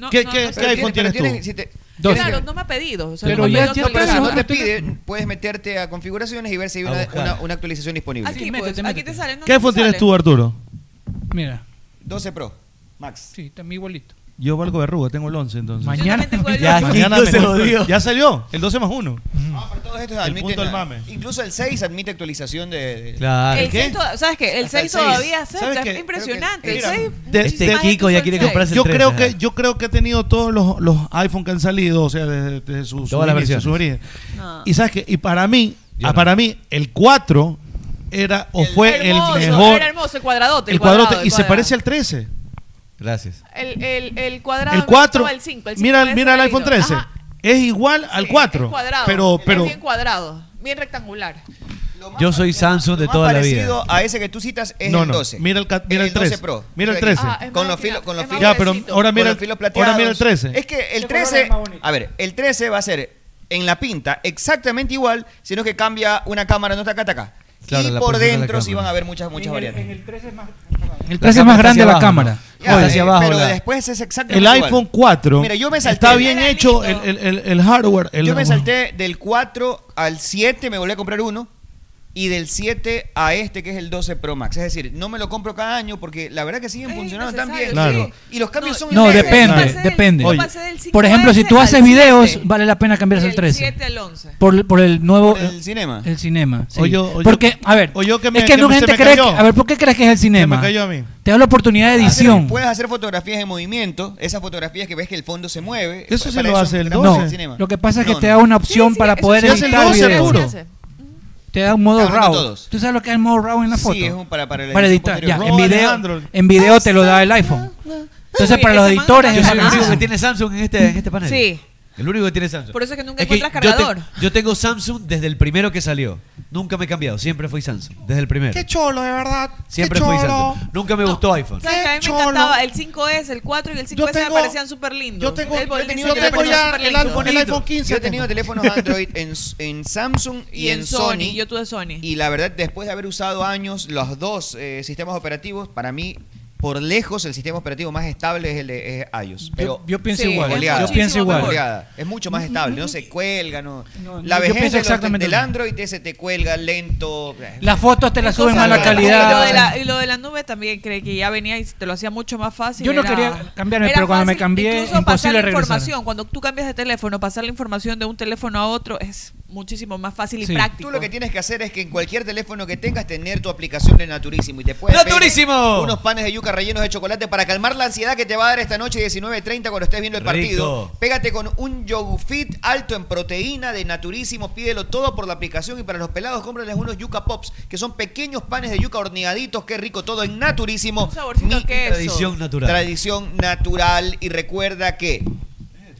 O: actualización?
K: No,
G: ¿Qué,
K: no,
G: qué-
K: no,
G: qué
K: pero
G: iPhone
K: tiene-
G: tienes
K: pero
G: tú?
K: tiene- si
L: te-
G: Doce.
K: Claro, no me ha pedido. o sea,
L: Pero
K: no me ha
L: ya,
K: pedido
L: pero si no
K: actualizar.
L: te pide, puedes meterte a configuraciones y ver si hay una,
G: buscar.
L: una- una actualización disponible.
K: Aquí, pues, aquí te salen.
G: ¿Qué iPhone tienes tú, Arturo?
O: Mira.
L: 12 Pro, Max.
O: Sí, también igualito.
G: Yo valgo verruga, tengo el 11 entonces.
O: Mañana- Yo también tengo el
G: Ya,
O: 11.
G: mañana
O: Quinto
G: me-
O: se jodió.
G: Ya salió, el 12 más 1.
L: Todos estos
G: El
L: admiten
G: punto al
L: nada.
G: mame.
L: Incluso el 6 admite actualización de. de-
M: Claro.
K: El seis toda- ¿Sabes qué? El
L: Hasta
K: 6
L: el seis.
K: todavía
L: ¿Sabes
K: acepta.
L: qué?
K: Es impresionante. El
L: Mira,
K: 6.
G: de-
M: Este
G: de-
M: Kiko ya quiere comprarse el
G: yo
M: tres,
G: creo
M: ajá.
G: que yo creo que he tenido todos los, los iPhone que han salido, o sea, desde, desde su, su
M: Todas las
G: inicio, su
M: versiones.
G: origen.
M: No.
G: Y sabes que y para mí, ah, para mí el 4 era o fue
K: hermoso,
G: el mejor
K: Era hermoso, el cuadradote.
G: el cuadrote y se
K: cuadrado.
G: parece al 13.
M: Gracias.
K: El, el, el cuadrado.
G: El
K: me
G: 4.
K: gustaba El 5. El 5
G: Mira, mira el iPhone 13. Es igual al 4,
K: cuadrado.
G: pero
K: es
G: pero
K: bien cuadrado. Bien rectangular.
M: Yo soy Samsung de
L: Lo más
M: toda la vida.
L: parecido a ese que tú citas es
G: No,
L: el
G: no,
L: 12.
G: mira el ca- mira el
L: 12
G: 13,
L: Pro.
G: mira el
L: Mira ahí.
G: 13. Ah, es
L: con
G: más
L: los filos con los
G: fila-
L: filos.
G: Ya, pero ahora mira
L: con los
G: el-
L: filos plateados.
G: ahora mira el 13.
L: Es que el
G: Ese color
L: 13,
G: es más bonito.
L: a ver, el 13 va a ser en la pinta exactamente igual, sino que cambia una cámara, no está acá, está acá.
M: Claro,
L: y
M: la
L: por
M: posición de la
L: dentro sí
M: cámara.
L: van a haber muchas muchas variantes.
O: El 13 es más grande la cámara.
L: Ya,
G: Oye,
L: eh,
G: hacia abajo,
L: pero
G: la-
L: después es exactamente
G: el
L: igual.
G: iPhone 4
L: Mira, yo me salté.
G: está bien hecho el, el- el- el hardware. el-
L: Yo me salté del 4 al 7, me volví a comprar uno. Y del 7 a este, que es el 12 Pro Max. Es decir, no me lo compro cada año porque la verdad que siguen funcionando tan bien.
O: Claro. sí.
L: Y los cambios son
O: No,
L: leves.
O: depende, depende. por ejemplo, si tú haces videos, vale la pena cambiarse el 13. Por, por el nuevo. el
L: cinema.
O: El cinema. sí.
G: O yo- o yo-
O: Porque, a ver.
G: o yo que me-
O: es que,
G: que
O: no
G: me- se
O: gente
G: me
O: cree.
G: cayó.
O: que- a ver, ¿por qué crees que es el cinema?
G: cayó a mí.
O: Te da la oportunidad de edición.
L: Puedes hacer fotografías en movimiento. Esas fotografías que ves que el fondo se mueve.
G: Eso sí
L: Para
G: lo hace el
L: estamos
G: 12.
L: en cinema.
O: Lo que pasa es que
L: No,
O: te
L: no.
O: da una opción para poder
L: sí, sí,
O: editar
L: sí, sí,
O: videos.
L: sí, sí,
O: Te da un modo
L: Claro, no
O: RAW.
L: todos.
O: ¿Tú sabes lo que es el modo RAW en la
L: Sí,
O: foto?
L: es un para- para la edición
O: editar.
L: posterior.
O: ya,
L: No,
O: en video,
L: Alejandro.
O: en video te lo da el iPhone. Entonces, para los editores.
M: Yo
O: es
M: soy el único
O: buenísimo.
M: que tiene Samsung en este, en este panel.
K: Sí.
M: El único que tiene Samsung.
K: Por eso es que nunca
M: Es que
K: encuentras
M: yo te-
K: cargador.
M: yo tengo Samsung desde el primero que salió. Nunca me he cambiado. Siempre fui Samsung. Desde el primero.
D: Qué cholo, de verdad.
M: Siempre
D: qué
M: fui
D: cholo.
M: Samsung. Nunca me gustó iPhone.
K: ¿Sabes que a mí me
D: Cholo.
K: encantaba el 5S, el 4 y el 5S
D: tengo-
K: me parecían súper lindos.
D: yo tengo-
K: El-
D: yo
K: el
D: tenía-
K: diseño
D: yo
K: me
D: tengo
K: parecía
D: ya
K: súper
D: el
K: lindo.
D: iPhone- el iPhone 15
L: Yo he
D: tengo.
L: tenido teléfonos Android en, en Samsung y,
K: Y
L: en,
K: en
L: Sony.
K: Sony, yo tuve Sony.
L: Y la verdad, después de haber usado años los dos eh, sistemas operativos, para mí, por lejos, el sistema operativo más estable es el de es iOS. Pero
O: yo pienso
L: Sí,
O: igual, yo
L: goleada.
O: pienso igual.
L: Goleada. Es mucho más estable, no se cuelga. No. la
O: yo
L: vejez
O: pienso
L: de los-
O: exactamente
L: del
O: lo mismo.
L: Android ese te cuelga lento.
O: Las fotos te las suben
L: Entonces,
O: a la
L: la-
K: Y lo, de
O: calidad.
K: la, y lo de la nube también, creí que ya venía y te lo hacía mucho más fácil.
O: Yo no
K: era-
O: quería cambiarme,
K: era
O: pero cuando me
K: fácil
O: cambié,
K: incluso pasar
O: imposible
K: la
O: regresar.
K: información. Cuando tú cambias de teléfono, pasar la información de un teléfono a otro es muchísimo más fácil y práctico.
L: Tú lo que tienes que hacer es que en cualquier teléfono que tengas tener tu aplicación de Naturísimo y te puedes pedir
M: ¡Naturísimo!
L: unos panes de yuca rellenos de chocolate para calmar la ansiedad que te va a dar esta noche 19:30 cuando estés viendo el partido.
M: Rico.
L: Pégate con un yogufit alto en proteína de Naturísimo, pídelo todo por la aplicación y para los pelados cómprales unos yuca pops, que son pequeños panes de yuca horneaditos, qué rico todo en Naturísimo.
K: Un saborcito a queso.
L: Tradición natural. Tradición natural y recuerda que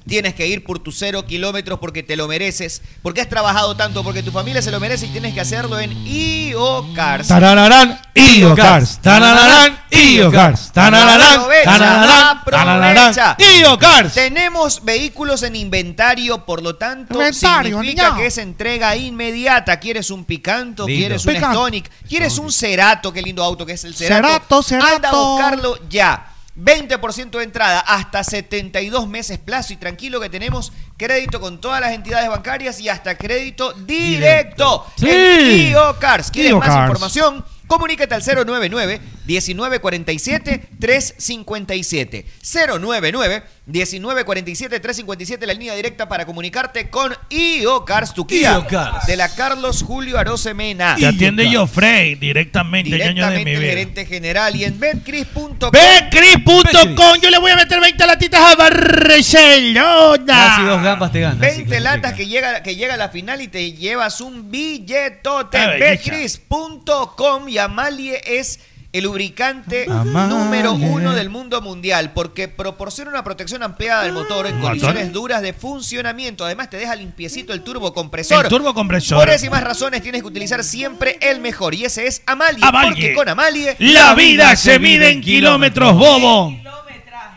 L: Tienes que ir por tus cero kilómetros porque te lo mereces, porque has trabajado tanto, porque tu familia se lo merece y tienes que hacerlo en IOCARS.
Q: Tarararán, Iocars. Tarararán, Iocars. Tarararán, tarararán, tarararán, Iocars.
L: Tenemos vehículos en inventario, por lo tanto,
X: Inventario,
L: significa
X: niña.
L: que es entrega inmediata. ¿Quieres un Picanto?
X: Lindo.
L: ¿Quieres un
X: Picanto.
L: Stonic? ¿Quieres un Cerato? Qué lindo auto que es el Cerato.
X: Cerato, Cerato.
L: Anda a buscarlo ya. 20% de entrada hasta 72 meses plazo y tranquilo que tenemos crédito con todas las entidades bancarias y hasta crédito directo.
C: Sí.
L: En IOCARS. ¿Quieres más
C: IOCars.
L: información? Comunícate al 099 1947 357. 099 1947 357 la línea directa para comunicarte con IOCARS Tuquía
S: IOCars.
L: de la Carlos Julio Arosemena.
S: Te atiende yo, Frey, directamente, ñoño de
L: Directamente
S: mi
L: el
S: vida.
L: gerente general y en betcris.com.
C: Betcris.com, yo le voy a meter 20 latitas a
M: Casi
C: Barcelona.
M: dos gambas te ganas.
L: 20 latas que llega, que llega a la final y te llevas un billetote.
M: Ah,
L: Betcris.com y Amalie es el lubricante
Q: Amalie.
L: número uno del mundo mundial porque proporciona una protección ampliada del motor en
S: Motor.
L: condiciones duras de funcionamiento. Además, te deja limpiecito el turbocompresor.
S: El turbocompresor.
L: Por esas y más razones tienes que utilizar siempre el mejor y ese es Amalie.
S: Amalie.
L: Porque con Amalie
S: La vida se mide en kilómetros, bobo.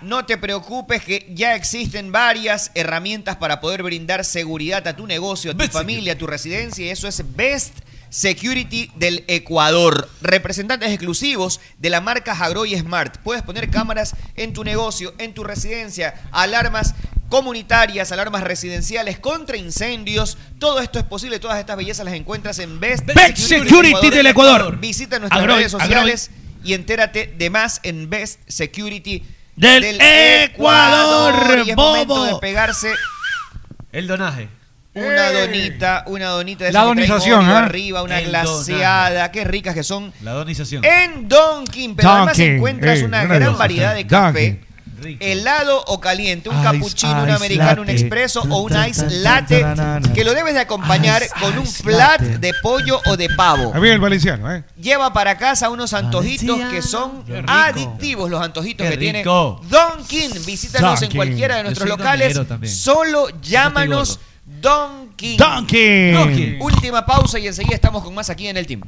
L: no te preocupes que ya existen varias herramientas para poder brindar seguridad a tu negocio, a tu familia, a tu residencia y eso es Best Security del Ecuador. Representantes exclusivos de la marca Hagroy Smart. Puedes poner cámaras en tu negocio, en tu residencia, alarmas comunitarias, alarmas residenciales contra incendios. Todo esto es posible, todas estas bellezas las encuentras en Best,
C: Best Security del Ecuador.
L: Visita nuestras
C: Hagroy,
L: redes sociales y entérate de más en Best Security
C: Del
L: Ecuador.
C: Ecuador,
L: Y es momento
C: bobo.
L: de pegarse
M: El donaje.
L: una
M: ¡Eh!
L: donita, una donita de
M: La
L: esas que traen
M: donización,
L: Oreo
M: ¿eh?
L: arriba, una
M: El
L: glaseada, qué ricas que son.
M: La donización.
O: Eh.
L: En Donkin, pero además
M: Dunkin',
L: encuentras
M: eh,
L: una
M: una
L: gran
M: delicia.
L: variedad de café. Helado o caliente, un
Q: Ice,
L: cappuccino, un
Q: ice
L: americano, un
Q: latte.
L: expreso o un
Q: Tan,
L: ice
Q: tan, tan,
L: latte
Q: tan, tan, tan.
L: que lo debes de acompañar
Q: Ice,
L: con un
Q: ice
L: plat
Q: latte.
L: de pollo o de pavo.
Q: A mí el valenciano, ¿eh?
L: lleva para casa unos antojitos que son adictivos, los antojitos
Q: Qué
L: que tiene
Q: rico.
L: Don King. Visítanos en
Q: Dunkin'.
L: cualquiera de
Q: Yo
L: nuestros
Q: soy
L: locales.
Q: dominguero también.
L: Solo llámanos Don King.
Q: Dunkin'. Dunkin'.
L: Última pausa y enseguida estamos con más aquí en el team.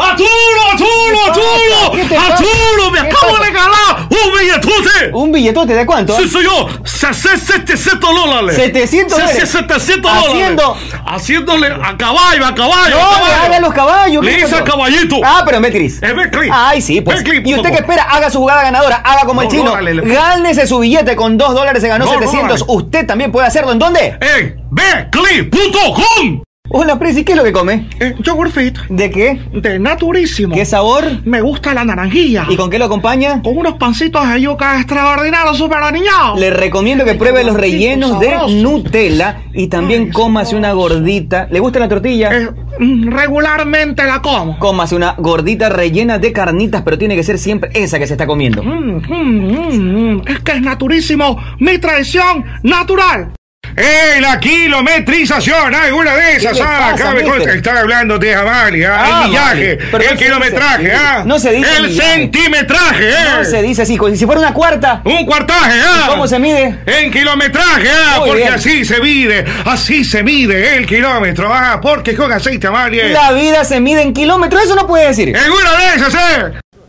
C: ¡Arturo, Arturo,
L: ¿Qué te
C: Arturo!
L: pasa?
C: ¡Arturo, me
L: ¿Qué
C: acabo
L: pasa?
C: de ganar un billetote!
E: ¿Un billetote de cuánto?
C: Sí, soy yo. Se- se- 700 dólares.
E: 700
C: Se- se-
E: dólares.
C: 700 dólares.
E: Haciendo-
C: Haciéndole a caballo, a caballo.
E: No,
C: a
E: le
C: caballo.
E: haga a los caballos.
C: Le
E: ¿qué
C: hice
E: pasó?
C: a caballito.
E: Ah, pero en Betcris.
C: Es Betcris.
E: Ay, sí, pues.
C: Betcris,
E: y usted
C: punto
E: que
C: com.
E: espera, haga su jugada ganadora, haga como el
C: No,
E: chino.
C: no, dale, le-
E: Gánese su billete con 2 dólares, se ganó
C: No, no,
E: 700.
C: dale.
E: usted también puede hacerlo. ¿En dónde?
C: En betcris.com.
E: Hola, Prezi, ¿qué es lo que come?
C: Eh,
D: Yogurt fit.
E: ¿De qué?
D: De naturísimo.
E: ¿Qué sabor?
D: Me gusta la naranjilla.
E: ¿Y con qué lo acompaña?
D: Con unos pancitos de yuca extraordinarios, super aliñados.
E: Le recomiendo que pruebe los rellenos de Nutella y también cómase una gordita. ¿Le gusta la tortilla?
D: Eh, mm, regularmente la como.
E: Cómase una gordita rellena de carnitas, pero tiene que ser siempre esa que se está comiendo.
D: Mm, mm, mm, es que es naturísimo. Mi tradición natural.
A: ¡Ey, la kilometrización! ¡Hay una de esas!
D: ¿Qué le
A: ¡Ah!
D: pasa,
A: Acá me
D: mister?
A: consta- Están hablando de Amalia,
E: Ah,
A: ah, el millaje,
E: vale. Pero
A: el
E: no se
A: kilometraje,
E: dice así.
A: ¿ah?
E: No se dice
A: El
E: millaje.
A: centimetraje, ¿eh?
E: No se dice así, como si fuera una cuarta.
A: Un cuartaje, ¿ah?
E: ¿Cómo se mide?
A: En kilometraje, ah,
E: Muy
A: porque
E: bien.
A: así se mide, así se mide el kilómetro, ah, porque con aceite Amalia.
E: La vida se mide en kilómetros, eso no puede decir.
A: En una de esas, ¿eh?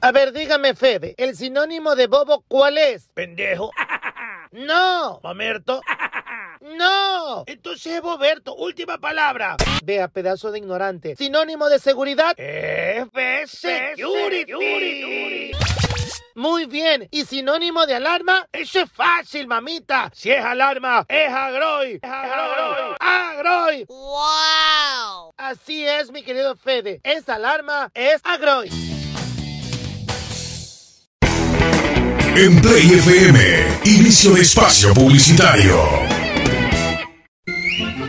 Y: A ver, dígame, Fede, ¿el sinónimo de bobo cuál es? Pendejo. No. Mamerto. No. Entonces es boberto. Última palabra. Vea, pedazo de ignorante. Sinónimo de seguridad. Eh,
S: FS
Y: Security. Pues, Muy bien. ¿Y sinónimo de alarma? Eso es fácil, mamita. Si es alarma, es agroy. Es agroy. Agroy. ¡Wow! Así es, mi querido Fede. Es alarma, es agroy.
W: En Play FM, inicio de espacio publicitario.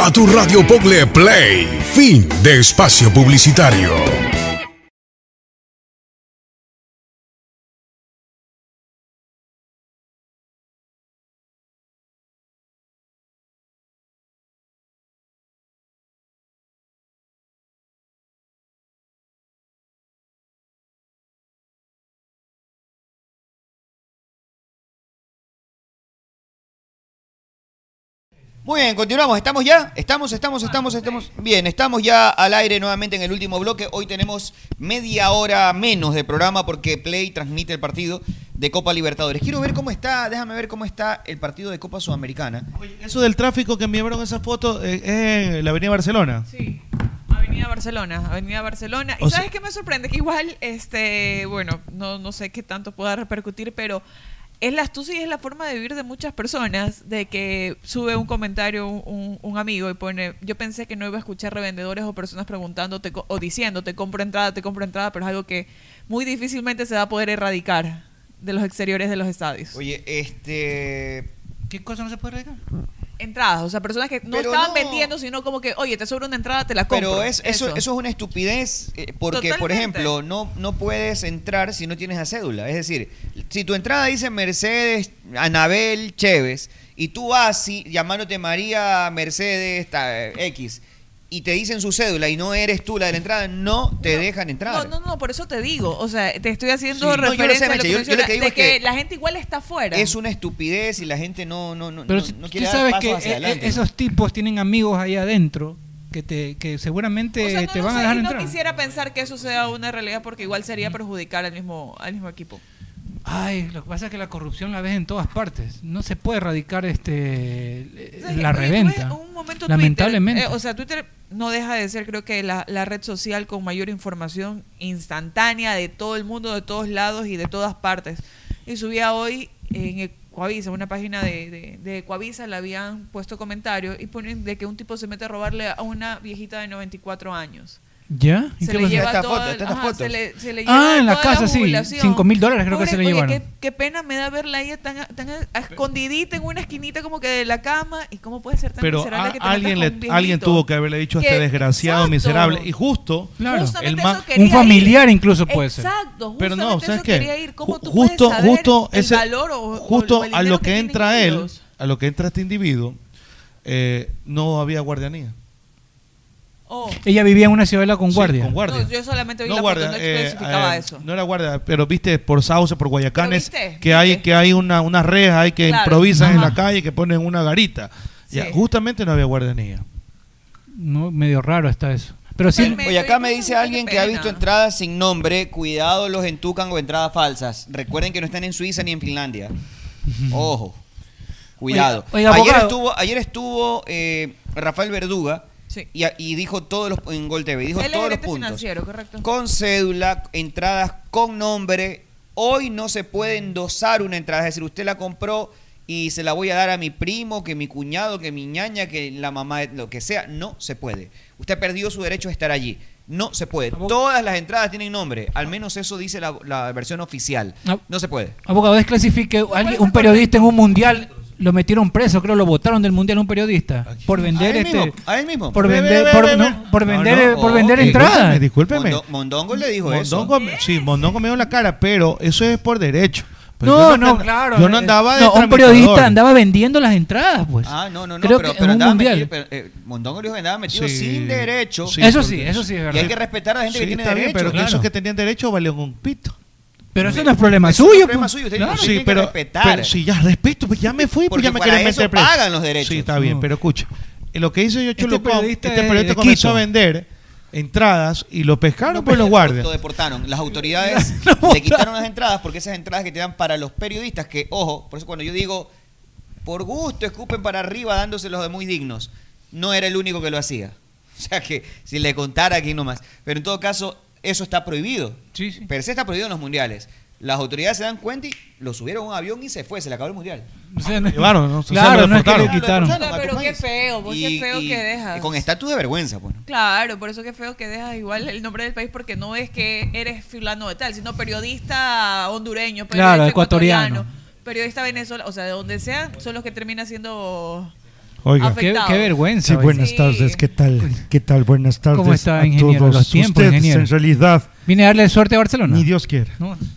W: A tu radio Pogle Play, fin de espacio publicitario.
L: Muy bien, continuamos. ¿Estamos ya? ¿Estamos, estamos, estamos, estamos? Bien, estamos ya al aire nuevamente en el último bloque. Hoy tenemos media hora menos de programa porque Play transmite el partido de Copa Libertadores. Quiero ver cómo está, déjame ver cómo está el partido de Copa Sudamericana.
G: Eso del tráfico que enviaron esa foto eh, es en la Avenida Barcelona.
K: Sí. Avenida Barcelona, Avenida Barcelona. ¿Y
G: O
K: sabes qué me sorprende? Que igual, este, bueno, no, no sé qué tanto pueda repercutir, pero es la astucia y es la forma de vivir de muchas personas, de que sube un comentario un, un amigo y pone, yo pensé que no iba a escuchar revendedores o personas preguntándote co- o diciendo, te compro entrada, te compro entrada, pero es algo que muy difícilmente se va a poder erradicar de los exteriores de los estadios.
L: Oye, este...
O: ¿Qué cosa no se puede erradicar?
K: Entradas, o sea, personas que no
L: Pero
K: estaban
L: no.
K: vendiendo, sino como que, oye, te sobra una entrada, te la compro.
L: Pero es, eso, eso. es una estupidez eh, porque, por
K: Totalmente.
L: ejemplo, no, no puedes entrar si no tienes la cédula. Es decir, si tu entrada dice Mercedes, Anabel, Chévez, y tú vas así, llamándote María, Mercedes, ta- eh, X, y te dicen su cédula y no eres tú la de la entrada, no te dejan entrar.
K: No, no, no, por eso te digo. O sea, te estoy haciendo
L: Sí. No, yo lo sé,
K: referencia a lo
L: Meche,
K: que
L: yo- yo
K: menciona,
L: lo que digo
K: de
L: es que
K: que la gente igual está afuera.
L: Es una estupidez y la gente no, no, no,
O: Pero
L: no-
O: si-
L: no
O: tú
L: quiere dar
O: sabes
L: pasos
O: que
L: hacia
O: eh, eh,
L: adelante.
O: esos tipos tienen amigos ahí adentro que, te, que seguramente te
K: No
O: van
K: sé,
O: a dejar
K: y
O: entrar.
K: No quisiera pensar que eso sea una realidad porque igual sería perjudicar al mismo, al mismo equipo.
O: Ay, lo que pasa es que la corrupción la ves en todas partes. No se puede erradicar este
K: ¿Sabes qué?
O: la
K: Oye, tuve
O: reventa.
K: un momento Twitter,
O: Lamentablemente.
K: eh, o sea, Twitter no deja de ser, creo que, la, la red social con mayor información instantánea de todo el mundo, de todos lados y de todas partes. Y subía hoy en Ecuavisa, una página de, de, de Ecuavisa, le habían puesto comentarios y ponen de que un tipo se mete a robarle a una viejita de 94 años.
O: ¿Ya? ¿Y
K: Se
O: qué
K: le
O: pasó?
K: lleva
O: Esta
K: todo
O: foto,
K: el-
O: esta
K: ajá,
O: foto.
K: se le- se le
O: Ah,
K: lleva
O: en la
K: toda
O: casa, sí,
K: jubilación.
O: 5.000 dólares creo que se le
K: oye,
O: llevaron.
K: Qué, qué pena me da verla ahí tan, tan a- escondidita en una esquinita como que de la cama. ¿Y cómo puede ser tan
G: Pero
K: miserable
G: a-
K: que te
G: alguien,
K: metas
G: le,
K: con un
G: alguien
K: viejito?
G: tuvo que haberle dicho a este
K: Que-
G: desgraciado
K: exacto.
G: miserable. Y justo,
O: Claro.
G: el
O: Justamente
G: ma-
O: eso quería Un familiar ir. incluso puede ser.
K: Exacto,
G: Pero no,
K: justamente
G: ¿sabes
K: eso
G: qué?
K: quería ir. ¿Cómo
G: Ju-
K: tú puedes
G: justo,
K: saber
G: justo
K: el
G: ese,
K: valor o- o-
G: justo
K: o el
G: a
K: dinero
G: lo
K: que
G: que
K: tienen
G: entra él,
K: ellos?
G: a lo que entra este individuo, eh, no había guardianía.
K: Oh.
O: Ella vivía en una ciudadela con
G: Sí,
O: guardia.
G: con guardia.
K: No, yo solamente vi
G: No
K: la
G: guarda,
K: foto, no
G: eh,
K: especificaba
G: eh,
K: eso.
G: No era guarda, pero viste por Sauce, por Guayacanes,
K: Pero viste,
G: que hay que hay una unas rejas, hay que
K: Claro.
G: improvisan en
O: Ajá.
G: la calle, que ponen una garita. Ya,
O: Sí.
G: justamente no había guardianía.
O: No, medio raro está eso. Pero sí,
L: Oye, acá me dice alguien que ha visto entradas sin nombre. Cuidado, los entucan o entradas falsas. Recuerden que no están en Suiza ni en Finlandia. Ojo. Cuidado.
O: Oiga, oiga,
L: ayer
O: abogado.
L: estuvo, ayer estuvo eh, Rafael Verduga y, a- y dijo todos los en Gol TV, dijo
K: Él es
L: todos los
O: este
K: gerente
L: puntos.
K: financiero, correcto.
L: Con cédula, entradas con nombre. Hoy no se puede endosar una entrada, es decir, usted la compró y se la voy a dar a mi primo, que mi cuñado, que mi ñaña, que la mamá, lo que sea, no se puede. Usted perdió su derecho a estar allí. No se puede. Todas las entradas tienen nombre, al menos eso dice la, la versión oficial.
O: Ah.
L: No se puede.
O: abogado, desclasifique alguien- un periodista en un mundial. Lo metieron preso, creo, lo votaron del mundial un periodista por vender
L: A él
O: este,
L: mismo, a él mismo.
O: por
L: Ve, ve,
O: vender,
L: ve,
O: por,
L: ve, ve.
O: no, por
L: No,
O: vender,
L: no,
O: por
L: oh,
O: vender
L: ok.
O: entradas.
G: Eh, Discúlpeme.
L: Mondo- Mondongo le dijo
G: Mondongo, Sí, Mondongo me dio la cara, pero eso es por derecho. Pero
O: No,
G: yo
O: no,
G: anda-
O: claro. eh,
G: Yo no andaba de
O: No, un
G: tramitador.
O: periodista andaba vendiendo las entradas, pues.
L: Ah, no, no, no,
O: Creo
L: pero,
O: que
L: pero
O: en un
L: andaba
O: mundial.
L: metido- pero, eh, Mondongo le dijo que andaba metido
G: Sí.
L: sin derecho.
G: Sí, Eso sí, porque- eso sí es
L: Y
G: verdad.
L: hay que respetar a la gente
G: Sí,
L: que tiene
G: está bien,
L: derecho.
G: pero que esos que tenían derecho valían un pito.
O: Pero eso no es problema
L: Eso no es suyo, problema pues. suyo, usted Claro. tiene
G: sí,
L: que
G: pero,
L: respetar.
G: pero si ya respeto, pues ya me fui, pues
L: Porque
G: ya me
L: para
G: quieren
L: eso
G: meter preso.
L: pagan los derechos.
G: Sí, está bien,
L: No.
G: pero escucha. eh, Lo que hizo yo, Cholucón,
L: periodista
G: este
L: de-
G: periodista
L: de
G: comenzó a
L: Quito.
G: vender entradas y lo pescaron por los guardias.
L: Lo deportaron. Las autoridades le quitaron las entradas porque esas entradas que te dan para los periodistas, que, ojo, por eso cuando yo digo, por gusto escupen para arriba dándose los de muy dignos, no era el único que lo hacía. O sea que si le contara aquí nomás. Pero en todo caso, eso está prohibido. Per se está prohibido en los mundiales. Las autoridades se dan cuenta y lo subieron a un avión y se fue, se le acabó el mundial.
G: Llevaron, ¿no? O sea,
O: Claro,
G: Ah, lo
O: no es que
G: deportaron.
O: lo quitaron.
K: No, pero qué feo, vos, qué
L: Y-
K: feo
L: y-
K: que dejas.
L: y con estatus de vergüenza, pues. ¿no?
K: Claro, por eso que feo que dejas igual el nombre del país porque no es que eres fulano de tal, sino periodista hondureño, periodista
O: Claro, ecuatoriano.
K: periodista venezolano, o sea, de donde sea, son los que terminan siendo
O: Oiga, qué,
K: afectados.
O: qué vergüenza.
Q: Sí, buenas tardes, ¿qué tal? ¿Qué tal? Buenas tardes
O: ¿Cómo está,
Q: a
O: ingeniero?
Q: todos
O: Los tiempos,
Q: ustedes,
O: ingeniero.
Q: en realidad.
O: ¿Viene a darle suerte a Barcelona?
Q: Ni Dios quiera.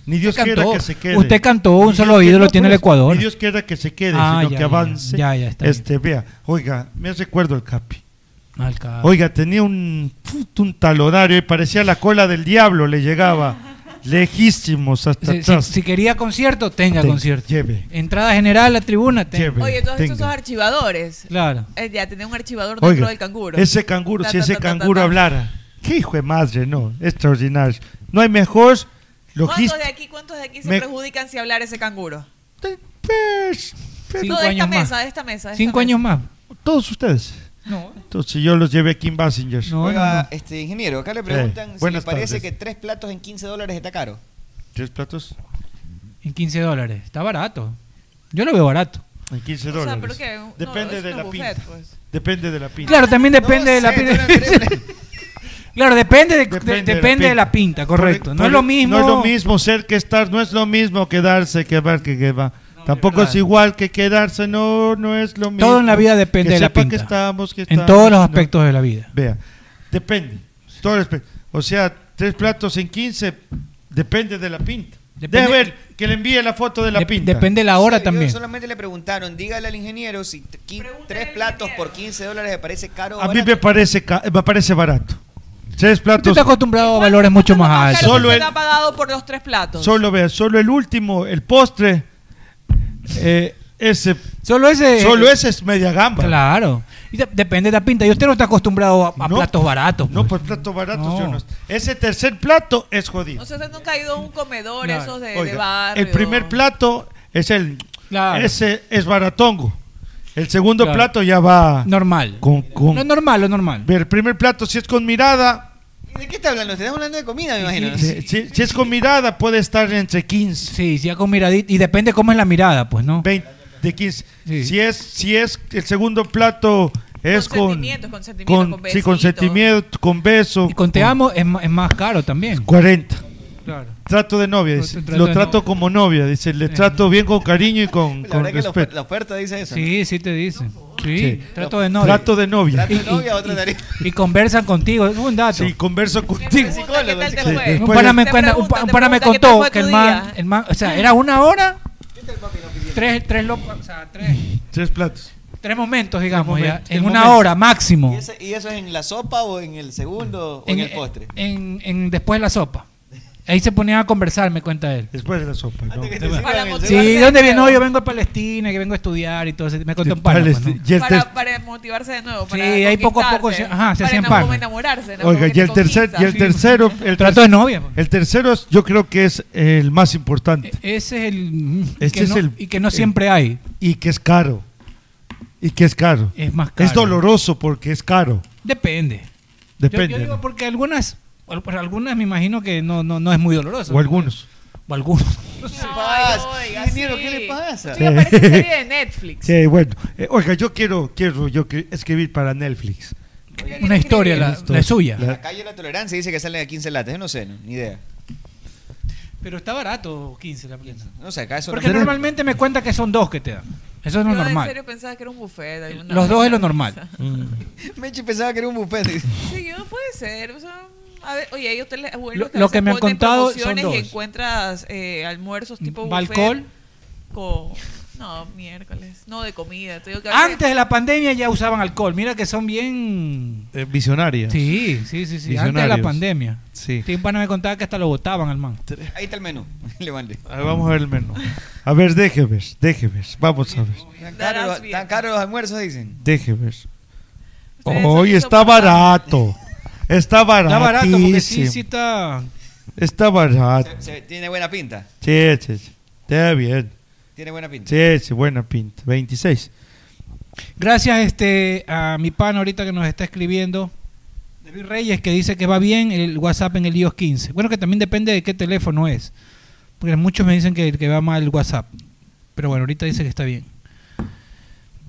Q: Ni Dios
O: Usted
Q: quiera
O: cantó.
Q: que se quede.
O: Usted cantó,
Q: Ni
O: un
Q: Dios
O: solo
Q: quiera-
O: ídolo
Q: no,
O: tiene
Q: por
O: el
Q: eso,
O: Ecuador.
Q: Ni Dios quiera que se quede,
O: Ah,
Q: sino
O: ya,
Q: que
O: ya,
Q: avance.
O: ya, ya, está bien.
Q: Este, vea, oiga, me recuerdo el Capi.
O: Al cabo.
Q: Oiga, tenía un, put, un talonario y parecía la cola del diablo, le llegaba lejísimos hasta
O: Si, si-
Q: atrás.
O: si quería concierto, tenga
Q: Ten-
O: concierto.
Q: Lleve.
O: Entrada general a la tribuna, tenga.
K: Oye, todos estos son archivadores.
O: Claro.
K: Eh, ya, tenía un archivador dentro
Q: Oiga,
K: del canguro.
Q: ese canguro,
K: Ta,
Q: si
K: ta,
Q: ese
K: ta, ta, ta,
Q: canguro
K: ta.
Q: hablara, qué hijo de madre, no, extraordinario. No hay mejor
K: ¿Cuántos de
Q: logística.
K: aquí, cuántos de aquí se
Q: Me- Eh,
K: perjudican si hablar ese canguro?
Q: Pues, pero-
K: no, de esta
Q: años más.
K: mesa, de esta mesa. de esta
O: Cinco
K: mesa.
O: años más.
Q: Todos ustedes.
O: No.
Q: Entonces yo los llevé aquí en Basinger.
L: Oiga, este ingeniero, acá le preguntan si le
Q: buenas
L: parece
Q: tardes.
L: que tres platos en 15 dólares está caro.
Q: ¿Tres platos?
O: En 15 dólares. Está barato. Yo lo veo barato.
Q: En 15
K: O sea,
Q: dólares.
K: ¿pero qué? No,
Q: Depende
K: es
Q: de
K: un
Q: la
K: buffet,
Q: pinta.
K: pues.
Q: Depende de la pinta.
O: Claro, también depende de la pinta. claro, depende, de, de-
Q: Depende
O: depende,
Q: de la
O: de la pinta, correcto.
Q: Por-
O: no
Q: por-
O: es lo mismo.
Q: No es lo mismo ser que estar, no es lo mismo quedarse que ver que, que va. Tampoco es
O: verdad.
Q: igual que quedarse, no, no es lo mismo.
O: Todo en la vida depende
Q: Que
O: de la
Q: sepa
O: pinta.
Q: que estamos, que
O: en
Q: estamos,
O: todos los
Q: no.
O: aspectos de la vida.
Q: Vea, depende. Todo depende. O sea, tres platos en 15 depende de la pinta.
O: Depende-
Q: Debe ver que le envíe la foto de la pinta.
O: Depende la hora
L: Yo
O: también.
L: solamente le preguntaron, dígale al ingeniero si t- qui- tres platos por 15 dólares le parece caro o
Q: A mí
L: barato.
Q: me parece, ca- me parece barato. Tres platos.
O: está acostumbrado a valores mucho más altos.
K: Claro,
Q: Solo
K: solo
Q: el,
K: ha pagado por los tres platos.
Q: solo, vea, solo el último, el postre. eh, ese.
O: Solo ese.
Q: Solo ese es media gamba.
O: Claro. Y de- depende de la pinta. Y usted no está acostumbrado a, a platos baratos. pues. No,
Q: por platos baratos yo no estoy. Ese tercer plato es jodido.
K: O sea, usted nunca ha ido a un comedor
Q: Claro.
K: esos de,
Q: Oiga,
K: de barrio.
Q: el primer plato es el. Ese es baratongo. El segundo
O: Claro.
Q: plato ya
G: Ah.
Q: va.
O: Ah. Normal.
Q: Con, con-
O: No es normal, lo normal.
Q: El primer plato, si es con mirada.
L: ¿De qué está hablando? Estás hablando de comida, me imagino.
Q: Si, si- si es con mirada, puede estar entre 15.
O: Sí, si es con miradita. Y depende cómo es la mirada, pues, ¿no?
Q: de 15. Si es, si es el segundo plato es con
O: Consentimiento, consentimiento,
Q: con,
O: con
Q: sí,
O: besitos.
Q: consentimiento, con beso. Y
O: Con te amo es, ma- es más caro también.
Q: 40.
O: Claro.
Q: Trato de novia, dice.
O: Trato
Q: Lo
O: de
Q: trato como novia, dice. Le trato bien con cariño y con,
L: La
Q: con
L: verdad que la ofer-
Q: respeto.
L: la oferta dice eso.
O: Sí, sí te dicen. Sí,
Q: Sí.
O: trato de novia.
Q: Trato de novia. Trato de
L: novia, otra tarea.
O: y, y conversan contigo, es un dato. Sí,
Q: converso contigo.
L: Psicólogo,
O: Sí,
L: psicólogo.
O: un pana me, cuenta- un pa- un pana me contó que el man, el man- o sea, era una hora, tres, tres, lo- o sea, tres,
Q: Tres platos.
O: tres momentos, digamos,
L: Tres
O: ya,
L: momentos,
O: en
L: tres
O: una
L: momentos.
O: hora máximo,
L: ¿Y, ese- y eso es en la sopa o en el segundo o en, el postre?
O: e, en, en- después de la sopa. Ahí se ponían a conversar, me cuenta él.
Q: Después de la sopa. ¿no?
L: Para
O: Sí,
K: motivarse
O: ¿dónde
K: de
O: viene? No,
K: nuevo.
O: yo vengo de Palestina, que vengo a estudiar y todo eso. Me contó un pana. pues, ¿no?
K: para, para motivarse de nuevo. Para
O: ahí poco a poco
K: conquistarse,
O: se- ajá, se
K: para
O: hacían
K: enamo-
O: panas.
K: como enamorarse. ¿no?
Q: Oiga,
K: Como que
Q: y el
K: te
Q: tercer,
K: conquista.
Q: y el tercero, el
O: Trato de novia. pues.
Q: El tercero es- yo creo que es el más importante.
O: E-, Ese es el, mm,
Q: Este
O: que
Q: es
O: no-
Q: el
O: y que no siempre
Q: el-
O: hay.
Q: Y que es caro. Y que es caro.
O: Es más caro.
Q: Es doloroso porque es caro.
O: Depende.
Q: Depende.
O: Yo, yo digo porque algunas, al- por algunas me imagino que no, no, no es muy doloroso.
Q: O algunos.
O: O algunos.
L: Ay, ingeniero, ¿qué le pasa?
K: Esto ya parece serie de Netflix.
Q: Sí, bueno. Eh, oiga, yo quiero, quiero yo que- escribir para Netflix.
O: Una historia, la,
Q: Esto-
O: la suya.
Q: la-
L: La calle de la tolerancia dice que salen a 15 latas, yo no sé, no, ni idea.
O: Pero está barato 15 la plena.
L: No sé, acá eso
O: Porque normalmente me cuenta que son dos que te dan. Eso es lo
K: Yo en
O: normal.
K: serio pensaba que era un buffet. alguna
O: Los dos
K: vaina
O: es lo
K: de
O: normal.
K: esa.
L: Mm. Mechi pensaba que era un buffet.
K: Sí, yo, puede ser. o sea, a ver, oye, hay hoteles bueno,
O: Lo-
K: que a
O: lo
K: veces
O: que me han
K: ponen
O: contado son
K: promociones
O: dos.
K: Y encuentras eh, almuerzos
G: Mm,
K: tipo buffet.
O: Balcón.
K: Con, no, miércoles. No, de comida. Te digo que a veces-
O: Antes de la pandemia ya usaban alcohol. Mira que son bien.
Q: eh, visionarias.
O: Sí, sí, sí, sí. Antes de la
Q: Visionarios.
O: pandemia.
Q: Sí.
O: Sí, un pana me contaba que hasta lo botaban al man.
L: Ahí está el menú. Le mandé.
Q: A ver, vamos a ver el menú. A ver, déjeme, déjeme. Vamos a ver.
L: Tan caros tan caros los almuerzos, dicen.
Q: Déjeme.
L: Ustedes son
Q: Hoy está
L: insoportables.
Q: barato.
G: Está barato.
O: Está barato porque sí, sí está.
G: Está barato.
L: Se- se- tiene buena pinta.
G: Sí, sí, sí. Está bien.
L: Tiene buena pinta.
G: Sí, sí, buena pinta. 26.
O: Gracias este, a mi pana ahorita que nos está escribiendo. David Reyes que dice que va bien el WhatsApp en el iOS 15. Bueno, que también depende de qué teléfono es. Porque muchos me dicen que el que va mal el WhatsApp. Pero bueno, ahorita dice que está bien.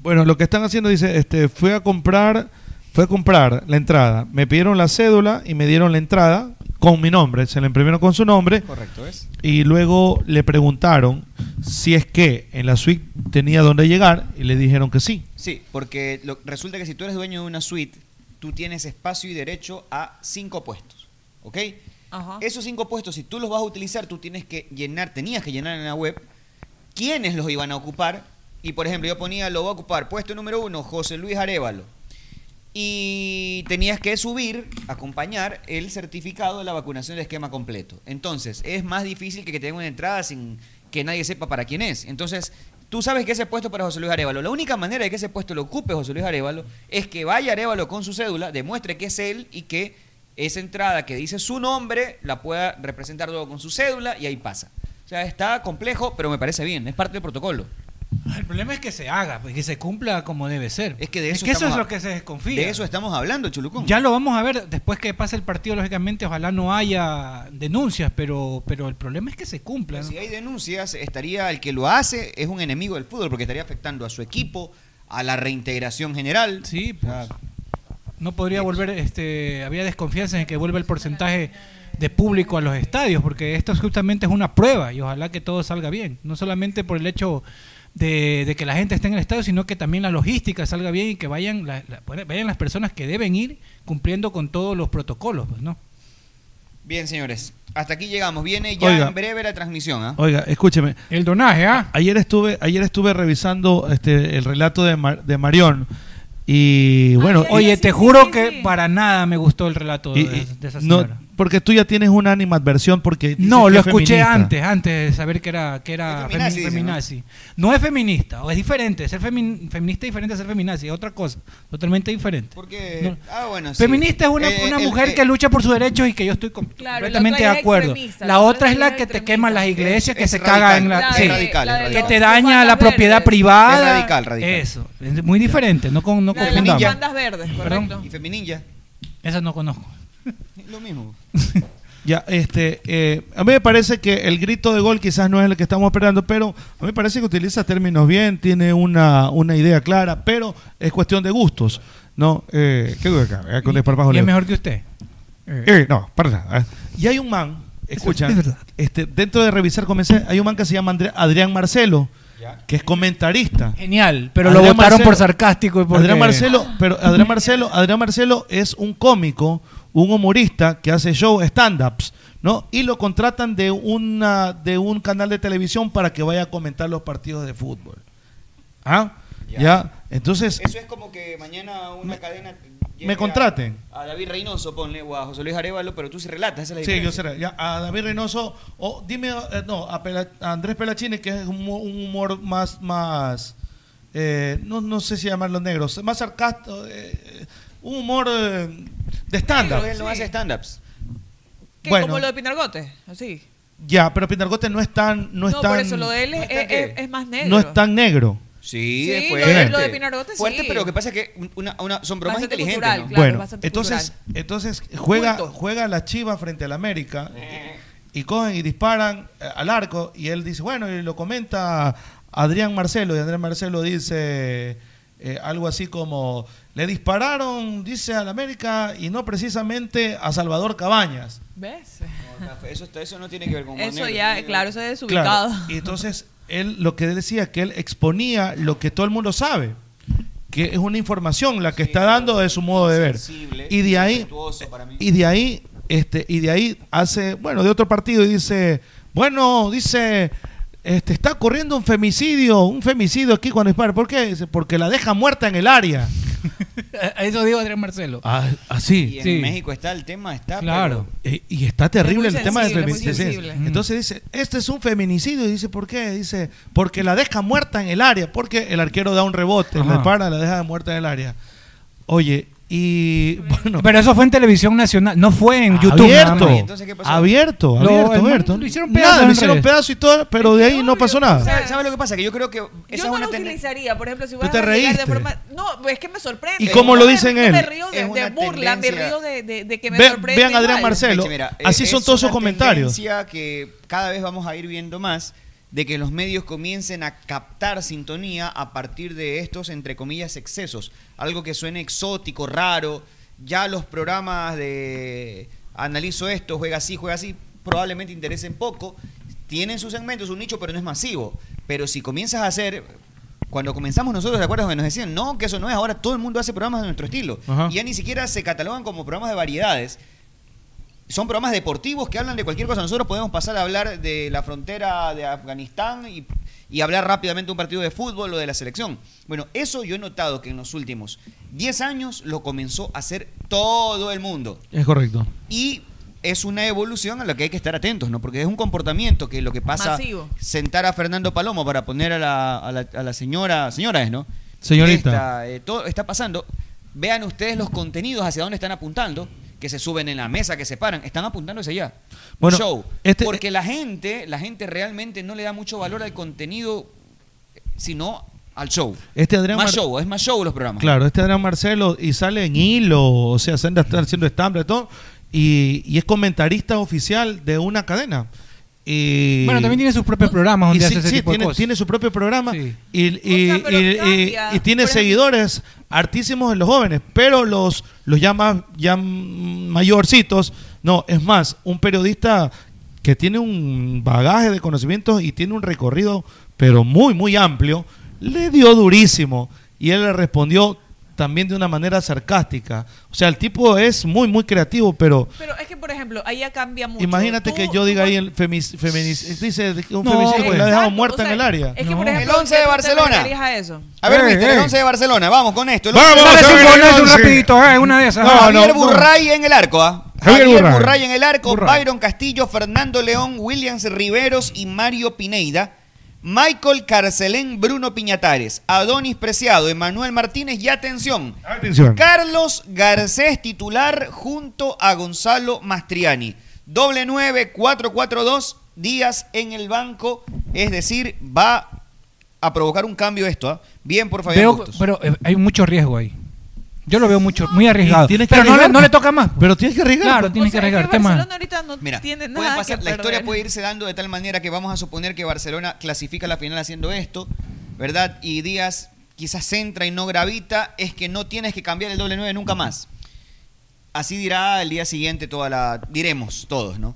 G: Bueno, lo que están haciendo dice, este, fui a comprar, fue a comprar la entrada. Me pidieron la cédula y me dieron la entrada con mi nombre. Se la imprimieron con su nombre.
L: Correcto, ¿es?
G: Y luego le preguntaron si es que en la suite tenía dónde llegar y le dijeron que sí.
L: Sí, porque lo- resulta que si tú eres dueño de una suite, tú tienes espacio y derecho a cinco puestos. ¿Ok? Esos cinco puestos, si tú los vas a utilizar, tú tienes que llenar, tenías que llenar en la web quiénes los iban a ocupar. Y por ejemplo, yo ponía, lo va a ocupar puesto número uno, José Luis Arevalo. Y tenías que subir, acompañar el certificado de la vacunación del esquema completo. Entonces, es más difícil que, que tenga una entrada sin que nadie sepa para quién es. Entonces, tú sabes que ese puesto para José Luis Arevalo. La única manera de que ese puesto lo ocupe José Luis Arevalo es que vaya Arevalo con su cédula, demuestre que es él y que esa entrada que dice su nombre la pueda representar luego con su cédula y ahí pasa. O sea, está complejo, pero me parece bien. Es parte del protocolo.
O: Ah, El problema es que se haga, pues, que se cumpla como debe ser.
L: Es que de
O: Es
L: eso
O: que eso
L: estamos
O: es
L: a-
O: lo que se desconfía.
L: De eso estamos hablando, Chulucón.
O: Ya lo vamos a ver después que pase el partido, lógicamente, ojalá no haya denuncias, pero, pero el problema es que se cumpla. ¿no?
L: Si hay denuncias, estaría el que lo hace es un enemigo del fútbol porque estaría afectando a su equipo, a la reintegración general.
O: Sí, pues. No podría volver, este, había desconfianza en que vuelva el porcentaje de público a los estadios, porque esto justamente es una prueba y ojalá que todo salga bien. No solamente por el hecho de, de que la gente esté en el estadio, sino que también la logística salga bien y que vayan, la- la- vayan las personas que deben ir cumpliendo con todos los protocolos, pues, ¿no?
L: Bien, señores. Hasta aquí llegamos. Viene ya
G: Oiga.
L: en breve la transmisión. ¿ah?
G: Oiga, escúcheme.
O: El donaje, ¿ah?
G: Ayer estuve, ayer estuve revisando este, el relato de, Mar- de Marión y bueno...
O: Oye, te juro que para nada me gustó el relato
G: y-
O: de,
G: y-
O: de esa
G: no,
O: señora.
G: porque tú ya tienes una animadversión porque... dices
O: No,
G: que
O: lo
G: es
O: escuché
G: feminista.
O: antes, antes de saber que era, que era
L: Es
O: femi-
L: feminazi, dice,
O: feminazi. ¿no? es feminista, o es diferente. Ser femi- feminista es diferente a ser feminazi, es otra cosa, totalmente diferente.
L: Porque,
O: No.
L: ah, bueno, sí.
O: Feminista es una,
L: Eh,
O: una
L: el-
O: mujer
L: eh,
O: que lucha por sus derechos y que yo estoy com-
K: Claro,
O: completamente
K: la
O: de
K: otra es
O: acuerdo.
K: extremista,
O: La
K: la
O: otra
K: otra
O: es la
K: es
O: que te quema las iglesias, que
L: es
O: se
L: radical,
O: caga en la...
L: es
O: sí.
L: radical, es
O: que
L: radical.
O: te daña la propiedad privada.
L: Es radical, radical.
O: Eso, es muy diferente, no, con, no
L: La de las
O: confundamos.
L: bandas
K: verdes,
O: Perdón.
L: Y Femininja.
O: Esa no conozco.
L: Lo mismo.
G: Ya, este, eh, a mí me parece que el grito de gol quizás no es el que estamos esperando, pero a mí me parece que utiliza términos bien, tiene una, una idea clara, pero es cuestión de gustos, ¿no? Eh, ¿Qué duda acá? Eh, Con desparpajo
O: Y es
G: leo.
O: mejor que usted.
G: Eh, no, para nada. eh. Y hay un man, escucha,
O: es verdad.
G: este, dentro de revisar comencé, hay un man que se llama André- Adrián Marcelo, que es comentarista.
O: Genial, pero lo votaron por sarcástico y porque-
G: Adrián Marcelo, pero Adrián Marcelo, Adrián Marcelo es un cómico, un humorista que hace show stand-ups, ¿no? Y lo contratan de una de un canal de televisión para que vaya a comentar los partidos de fútbol. ¿Ah? Ya. Entonces,
L: Eso es como que mañana una cadena. llegue
G: me
L: a-
G: contraten.
L: A, David Reynoso, ponle, o a José Luis Arevalo, pero tú sí relatas. Esa es la
G: Sí, yo
L: diferencia.
G: seré. Ya, a David Reynoso, o dime, eh, no, a, Pela- a Andrés Pelachini, que es un, mu- un humor más, más eh, no, no sé si llamarlo negro, más sarcástico, eh, un humor eh, de stand-up.
L: Pero él no hace stand-ups.
K: Que
G: Bueno.
K: como lo de Pinargote, así.
G: Ya, pero Pinargote no es tan, no
K: No,
G: es tan,
K: por eso lo de él es, es- es- es más negro.
G: no es tan negro.
L: Sí,
K: Sí,
L: fue
K: lo de-
L: fuerte.
K: lo de Pinargote, sí.
L: Fuerte, pero lo que pasa es que una, una- son bromas
K: Bastante
L: inteligentes.
K: cultural,
L: ¿no?
K: claro,
G: bueno,
K: bastante
G: entonces,
K: cultural.
G: entonces juega,
L: Culto.
G: juega la Chiva frente al América y cogen y disparan eh, al arco y él dice, bueno, y lo comenta Adrián Marcelo y Adrián Marcelo dice eh, algo así como, le dispararon, dice al América y no precisamente a Salvador Cabañas.
K: ¿Ves?
L: Eso, está- eso no tiene que ver con humor
K: Eso
L: negro,
K: ya,
L: tiene que ver-
K: claro, eso es
G: Claro.
K: desubicado.
G: Y entonces él lo que decía que él exponía lo que todo el mundo sabe, que es una información la que está dando de su modo de ver. Y de ahí y de ahí este y de ahí hace, bueno, de otro partido y dice, bueno, dice este está corriendo un femicidio, un femicidio aquí cuando dispara, ¿por qué? Dice, porque la deja muerta en el área.
O: A Eh, Eso digo Adrián Marcelo.
G: Ah, así.
L: Y en México está el tema, está.
O: Claro.
G: Eh, y está terrible
L: Es muy
G: el tema del
L: sensible, muy
G: feminicidio.
L: sensible.
G: Entonces dice, este es un feminicidio. Y dice, ¿por qué? Dice, porque la deja muerta en el área, porque el arquero da un rebote,
O: Ajá.
G: la para, la deja muerta en el área. Oye, Y bueno.
O: Pero eso fue en televisión nacional, no fue en YouTube. nada
G: Abierto,
O: más.
G: abierto,
O: Lo-
G: abierto,
O: el man-
G: abierto.
O: Lo hicieron pedazo
G: Nada,
O: en
G: lo hicieron
O: redes.
G: pedazo y todo, pero de ahí no pasó nada.
L: ¿Sabes lo que pasa? Que yo creo que esa es
K: Yo no
L: una
K: lo
L: tenden-
K: utilizaría, por ejemplo, si
G: Tú
K: vas
G: te
K: a llegar
G: reíste.
K: de forma... No, pues es que me sorprende.
G: ¿Y cómo lo dicen
K: me, Me
G: él?
K: río de,
L: Es una
K: de burla, me
L: tendencia.
K: río de, de- de que me
G: Ve-
K: sorprende
G: vean a Adrián
K: igual.
G: Marcelo.
L: Mira, eh,
G: Así son
L: es
G: todos sus
L: una
G: comentarios.
L: tendencia que cada vez vamos a ir viendo más de que los medios comiencen a captar sintonía a partir de estos, entre comillas, excesos. Algo que suene exótico, raro. Ya los programas de analizo esto, juega así, juega así, probablemente interesen poco. Tienen sus segmentos, un nicho, pero no es masivo. Pero si comienzas a hacer, cuando comenzamos nosotros, ¿te acuerdas que nos decían? No, que eso no es. Ahora todo el mundo hace programas de nuestro estilo.
G: Ajá.
L: Y ya ni siquiera se catalogan como programas de variedades. Son programas deportivos que hablan de cualquier cosa. Nosotros podemos pasar a hablar de la frontera de Afganistán y, y hablar rápidamente de un partido de fútbol o de la selección. Bueno, eso yo he notado que en los últimos 10 años lo comenzó a hacer todo el mundo.
G: Es correcto.
L: Y es una evolución a la que hay que estar atentos, ¿no? Porque es un comportamiento que lo que pasa,
K: Masivo.
L: sentar a Fernando Palomo para poner a la, a la- a la señora, señora es, ¿no?
G: Señorita.
L: Esta, eh, todo está pasando. Vean ustedes los contenidos hacia dónde están apuntando, que se suben en la mesa, que se paran, están apuntando hacia allá.
G: Bueno,
L: Show.
G: este-
L: Porque la gente, la gente realmente no le da mucho valor al contenido, sino al show.
G: Este Adrián
L: más
G: Mar-
L: show, es más show los programas.
G: Claro, este Adrián Marcelo y sale en hilo, o sea, se anda haciendo estambre y todo, y, y es comentarista oficial de una cadena. Y-
O: Bueno, también tiene sus propios programas
G: y
O: donde
G: sí,
O: hace ese
G: sí,
O: tipo de
G: tiene,
O: cosas.
G: tiene su propio programa y, y-
O: O sea, pero
G: y- y-
O: cambia.
G: y tiene
O: Por ejemplo-
G: seguidores hartísimos en los jóvenes, pero los, los ya, más, ya mayorcitos, no, es más, un periodista que tiene un bagaje de conocimientos y tiene un recorrido, pero muy, muy amplio, le dio durísimo y él le respondió también de una manera sarcástica. O sea, el tipo es muy, muy creativo, pero
K: Pero es que, por ejemplo, ahí ya cambia mucho.
G: imagínate
K: Tú-
G: que yo diga ahí el femis- feminis- dice que un
L: No,
G: femicidio que la ha
L: exacto,
G: dejado
L: o
G: muerta en
L: sea,
G: el área.
K: Es que, por ejemplo,
L: El 11 de
K: ¿tú te
L: Barcelona.
K: referías a eso?
L: A ver,
G: Eh,
L: mister, el
G: eh.
L: 11 de Barcelona, vamos con esto. el
G: Vamos,
L: 11 de
G: vamos a ver
L: Barcelona.
G: el 11.
O: eh, una de esas.
L: Javier Burray en el arco, ¿ah?
G: Javier
L: Javier,
G: Burray.
L: Burray. en el arco, Byron Castillo, Fernando León, Williams Riveros y Mario Pineida. Michael Carcelén, Bruno Piñatares, Adonis Preciado, Emanuel Martínez y atención,
Y: Atención.
L: Carlos Garcés titular junto a Gonzalo Mastriani. Doble 9, 4-4-2, Díaz en el banco, es decir, va a provocar un cambio esto. ¿ah? Bien por Fabián
O: Veo-
L: Bustos.
O: pero eh, hay mucho riesgo ahí. Yo lo veo mucho, muy arriesgado.
L: tienes que
O: pero no le,
L: arriesgar.
O: no le toca más. pues.
G: Pero tienes que arriesgar. pues.
O: Claro, tienes que arriesgar. Tema.
L: Mira,
K: tiene
L: puede
K: nada
L: pasar-
K: que
L: la historia
K: perder.
L: puede irse dando de tal manera que vamos a suponer que Barcelona clasifica la final haciendo esto, ¿verdad? Y Díaz quizás entra y no gravita, es que no tienes que cambiar el doble 9 nunca más. Así dirá el día siguiente toda la diremos todos, ¿no?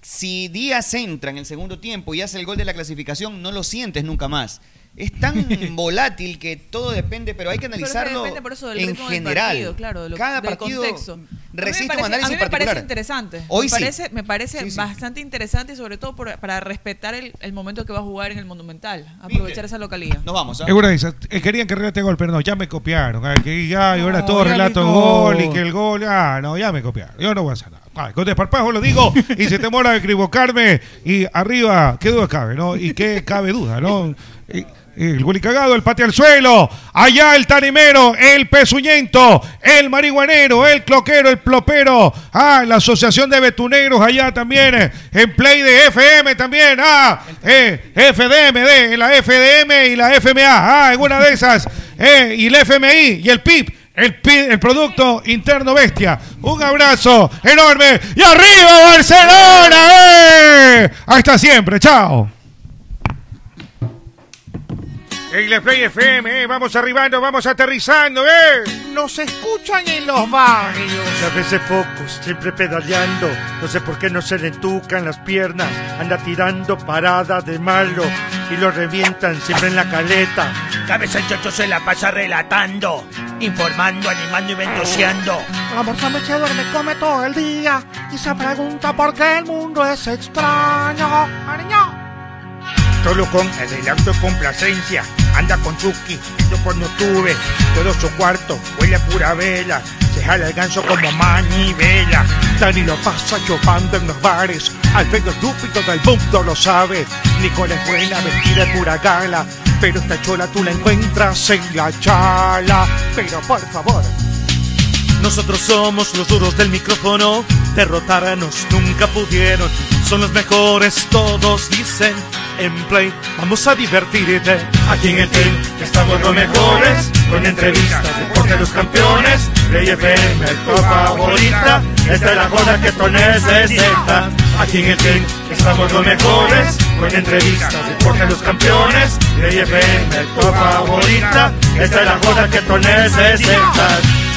L: Si Díaz entra en el segundo tiempo y hace el gol de la clasificación, no lo sientes nunca más. Es tan volátil que todo depende, pero hay que
K: Pero es que
L: analizarlo
K: depende por eso del
L: en
K: ritmo del
L: general.
K: partido, claro, de lo-
L: Cada
K: del
L: partido
K: contexto. A mí me
L: resiste un
K: parece-
L: análisis
K: A mí me parece
L: particular.
K: interesante.
L: Hoy
K: me
L: sí.
K: parece, me parece
L: Sí, sí.
K: bastante interesante y sobre todo por- para respetar el, el momento que va a jugar en el Monumental. Aprovechar esa localidad.
L: Nos vamos, ¿ah?
G: Es una de esas, eh, querían que River te gol, pero no, ya me copiaron. Ay, que ya, y ahora
O: No,
G: todo
O: ya
G: relato
O: dijo.
G: gol y que el gol. Ah, no, ya me copiaron. Yo no voy a hacer nada. Ay, con desparpajo lo digo y se te mora de equivocarme. Y arriba, ¿qué duda cabe, no? Y qué cabe duda, ¿no? Y- y el gol y cagado, el pate al suelo. Allá el tarimero, el pezuñento, el marihuanero, el cloquero, el plopero. Ah, la asociación de betuneros allá también. eh, En Play de FM también. Ah, eh, FDMD, en la FDM y la FMA. Ah, en una de esas. eh, y el FMI y el PIB. El, pi- el producto interno bestia. Un abrazo enorme. Y arriba Barcelona. ¡eh! Hasta siempre. Chao. En la Play FM, eh, vamos arribando, vamos aterrizando, ¿eh?
D: Nos escuchan en los barrios.
A: A veces focos, siempre pedaleando. No sé por qué no se le entucan las piernas. Anda tirando parada de malo y lo revientan siempre en la caleta.
F: Cabeza el chocho se la pasa relatando, informando, animando y ventoseando.
D: La morsa me se duerme, come todo el día y se pregunta por qué el mundo es extraño. Ariño.
A: Solo con el adelanto de complacencia. Anda con Chucky, yo cuando tuve todo su cuarto, huele a pura vela. Se jala el ganso como manivela. Dani lo pasa chupando en los bares. Alfredo estúpido del mundo lo sabe. Nicole es buena, vestida de pura gala. Pero esta chola tú la encuentras en la chala. Pero por favor,
B: Nosotros somos los duros del micrófono, derrotarnos nunca pudieron. Son los mejores, todos dicen. En Play vamos a divertirte. Aquí en el team estamos los mejores, con entrevistas, deporte de los campeones. Play FM, tu favorita, esta es la joda que tú necesitas. Aquí en el team estamos los mejores, con entrevistas, deporte de los campeones. Play FM, tu favorita, esta es la joda que tú necesitas.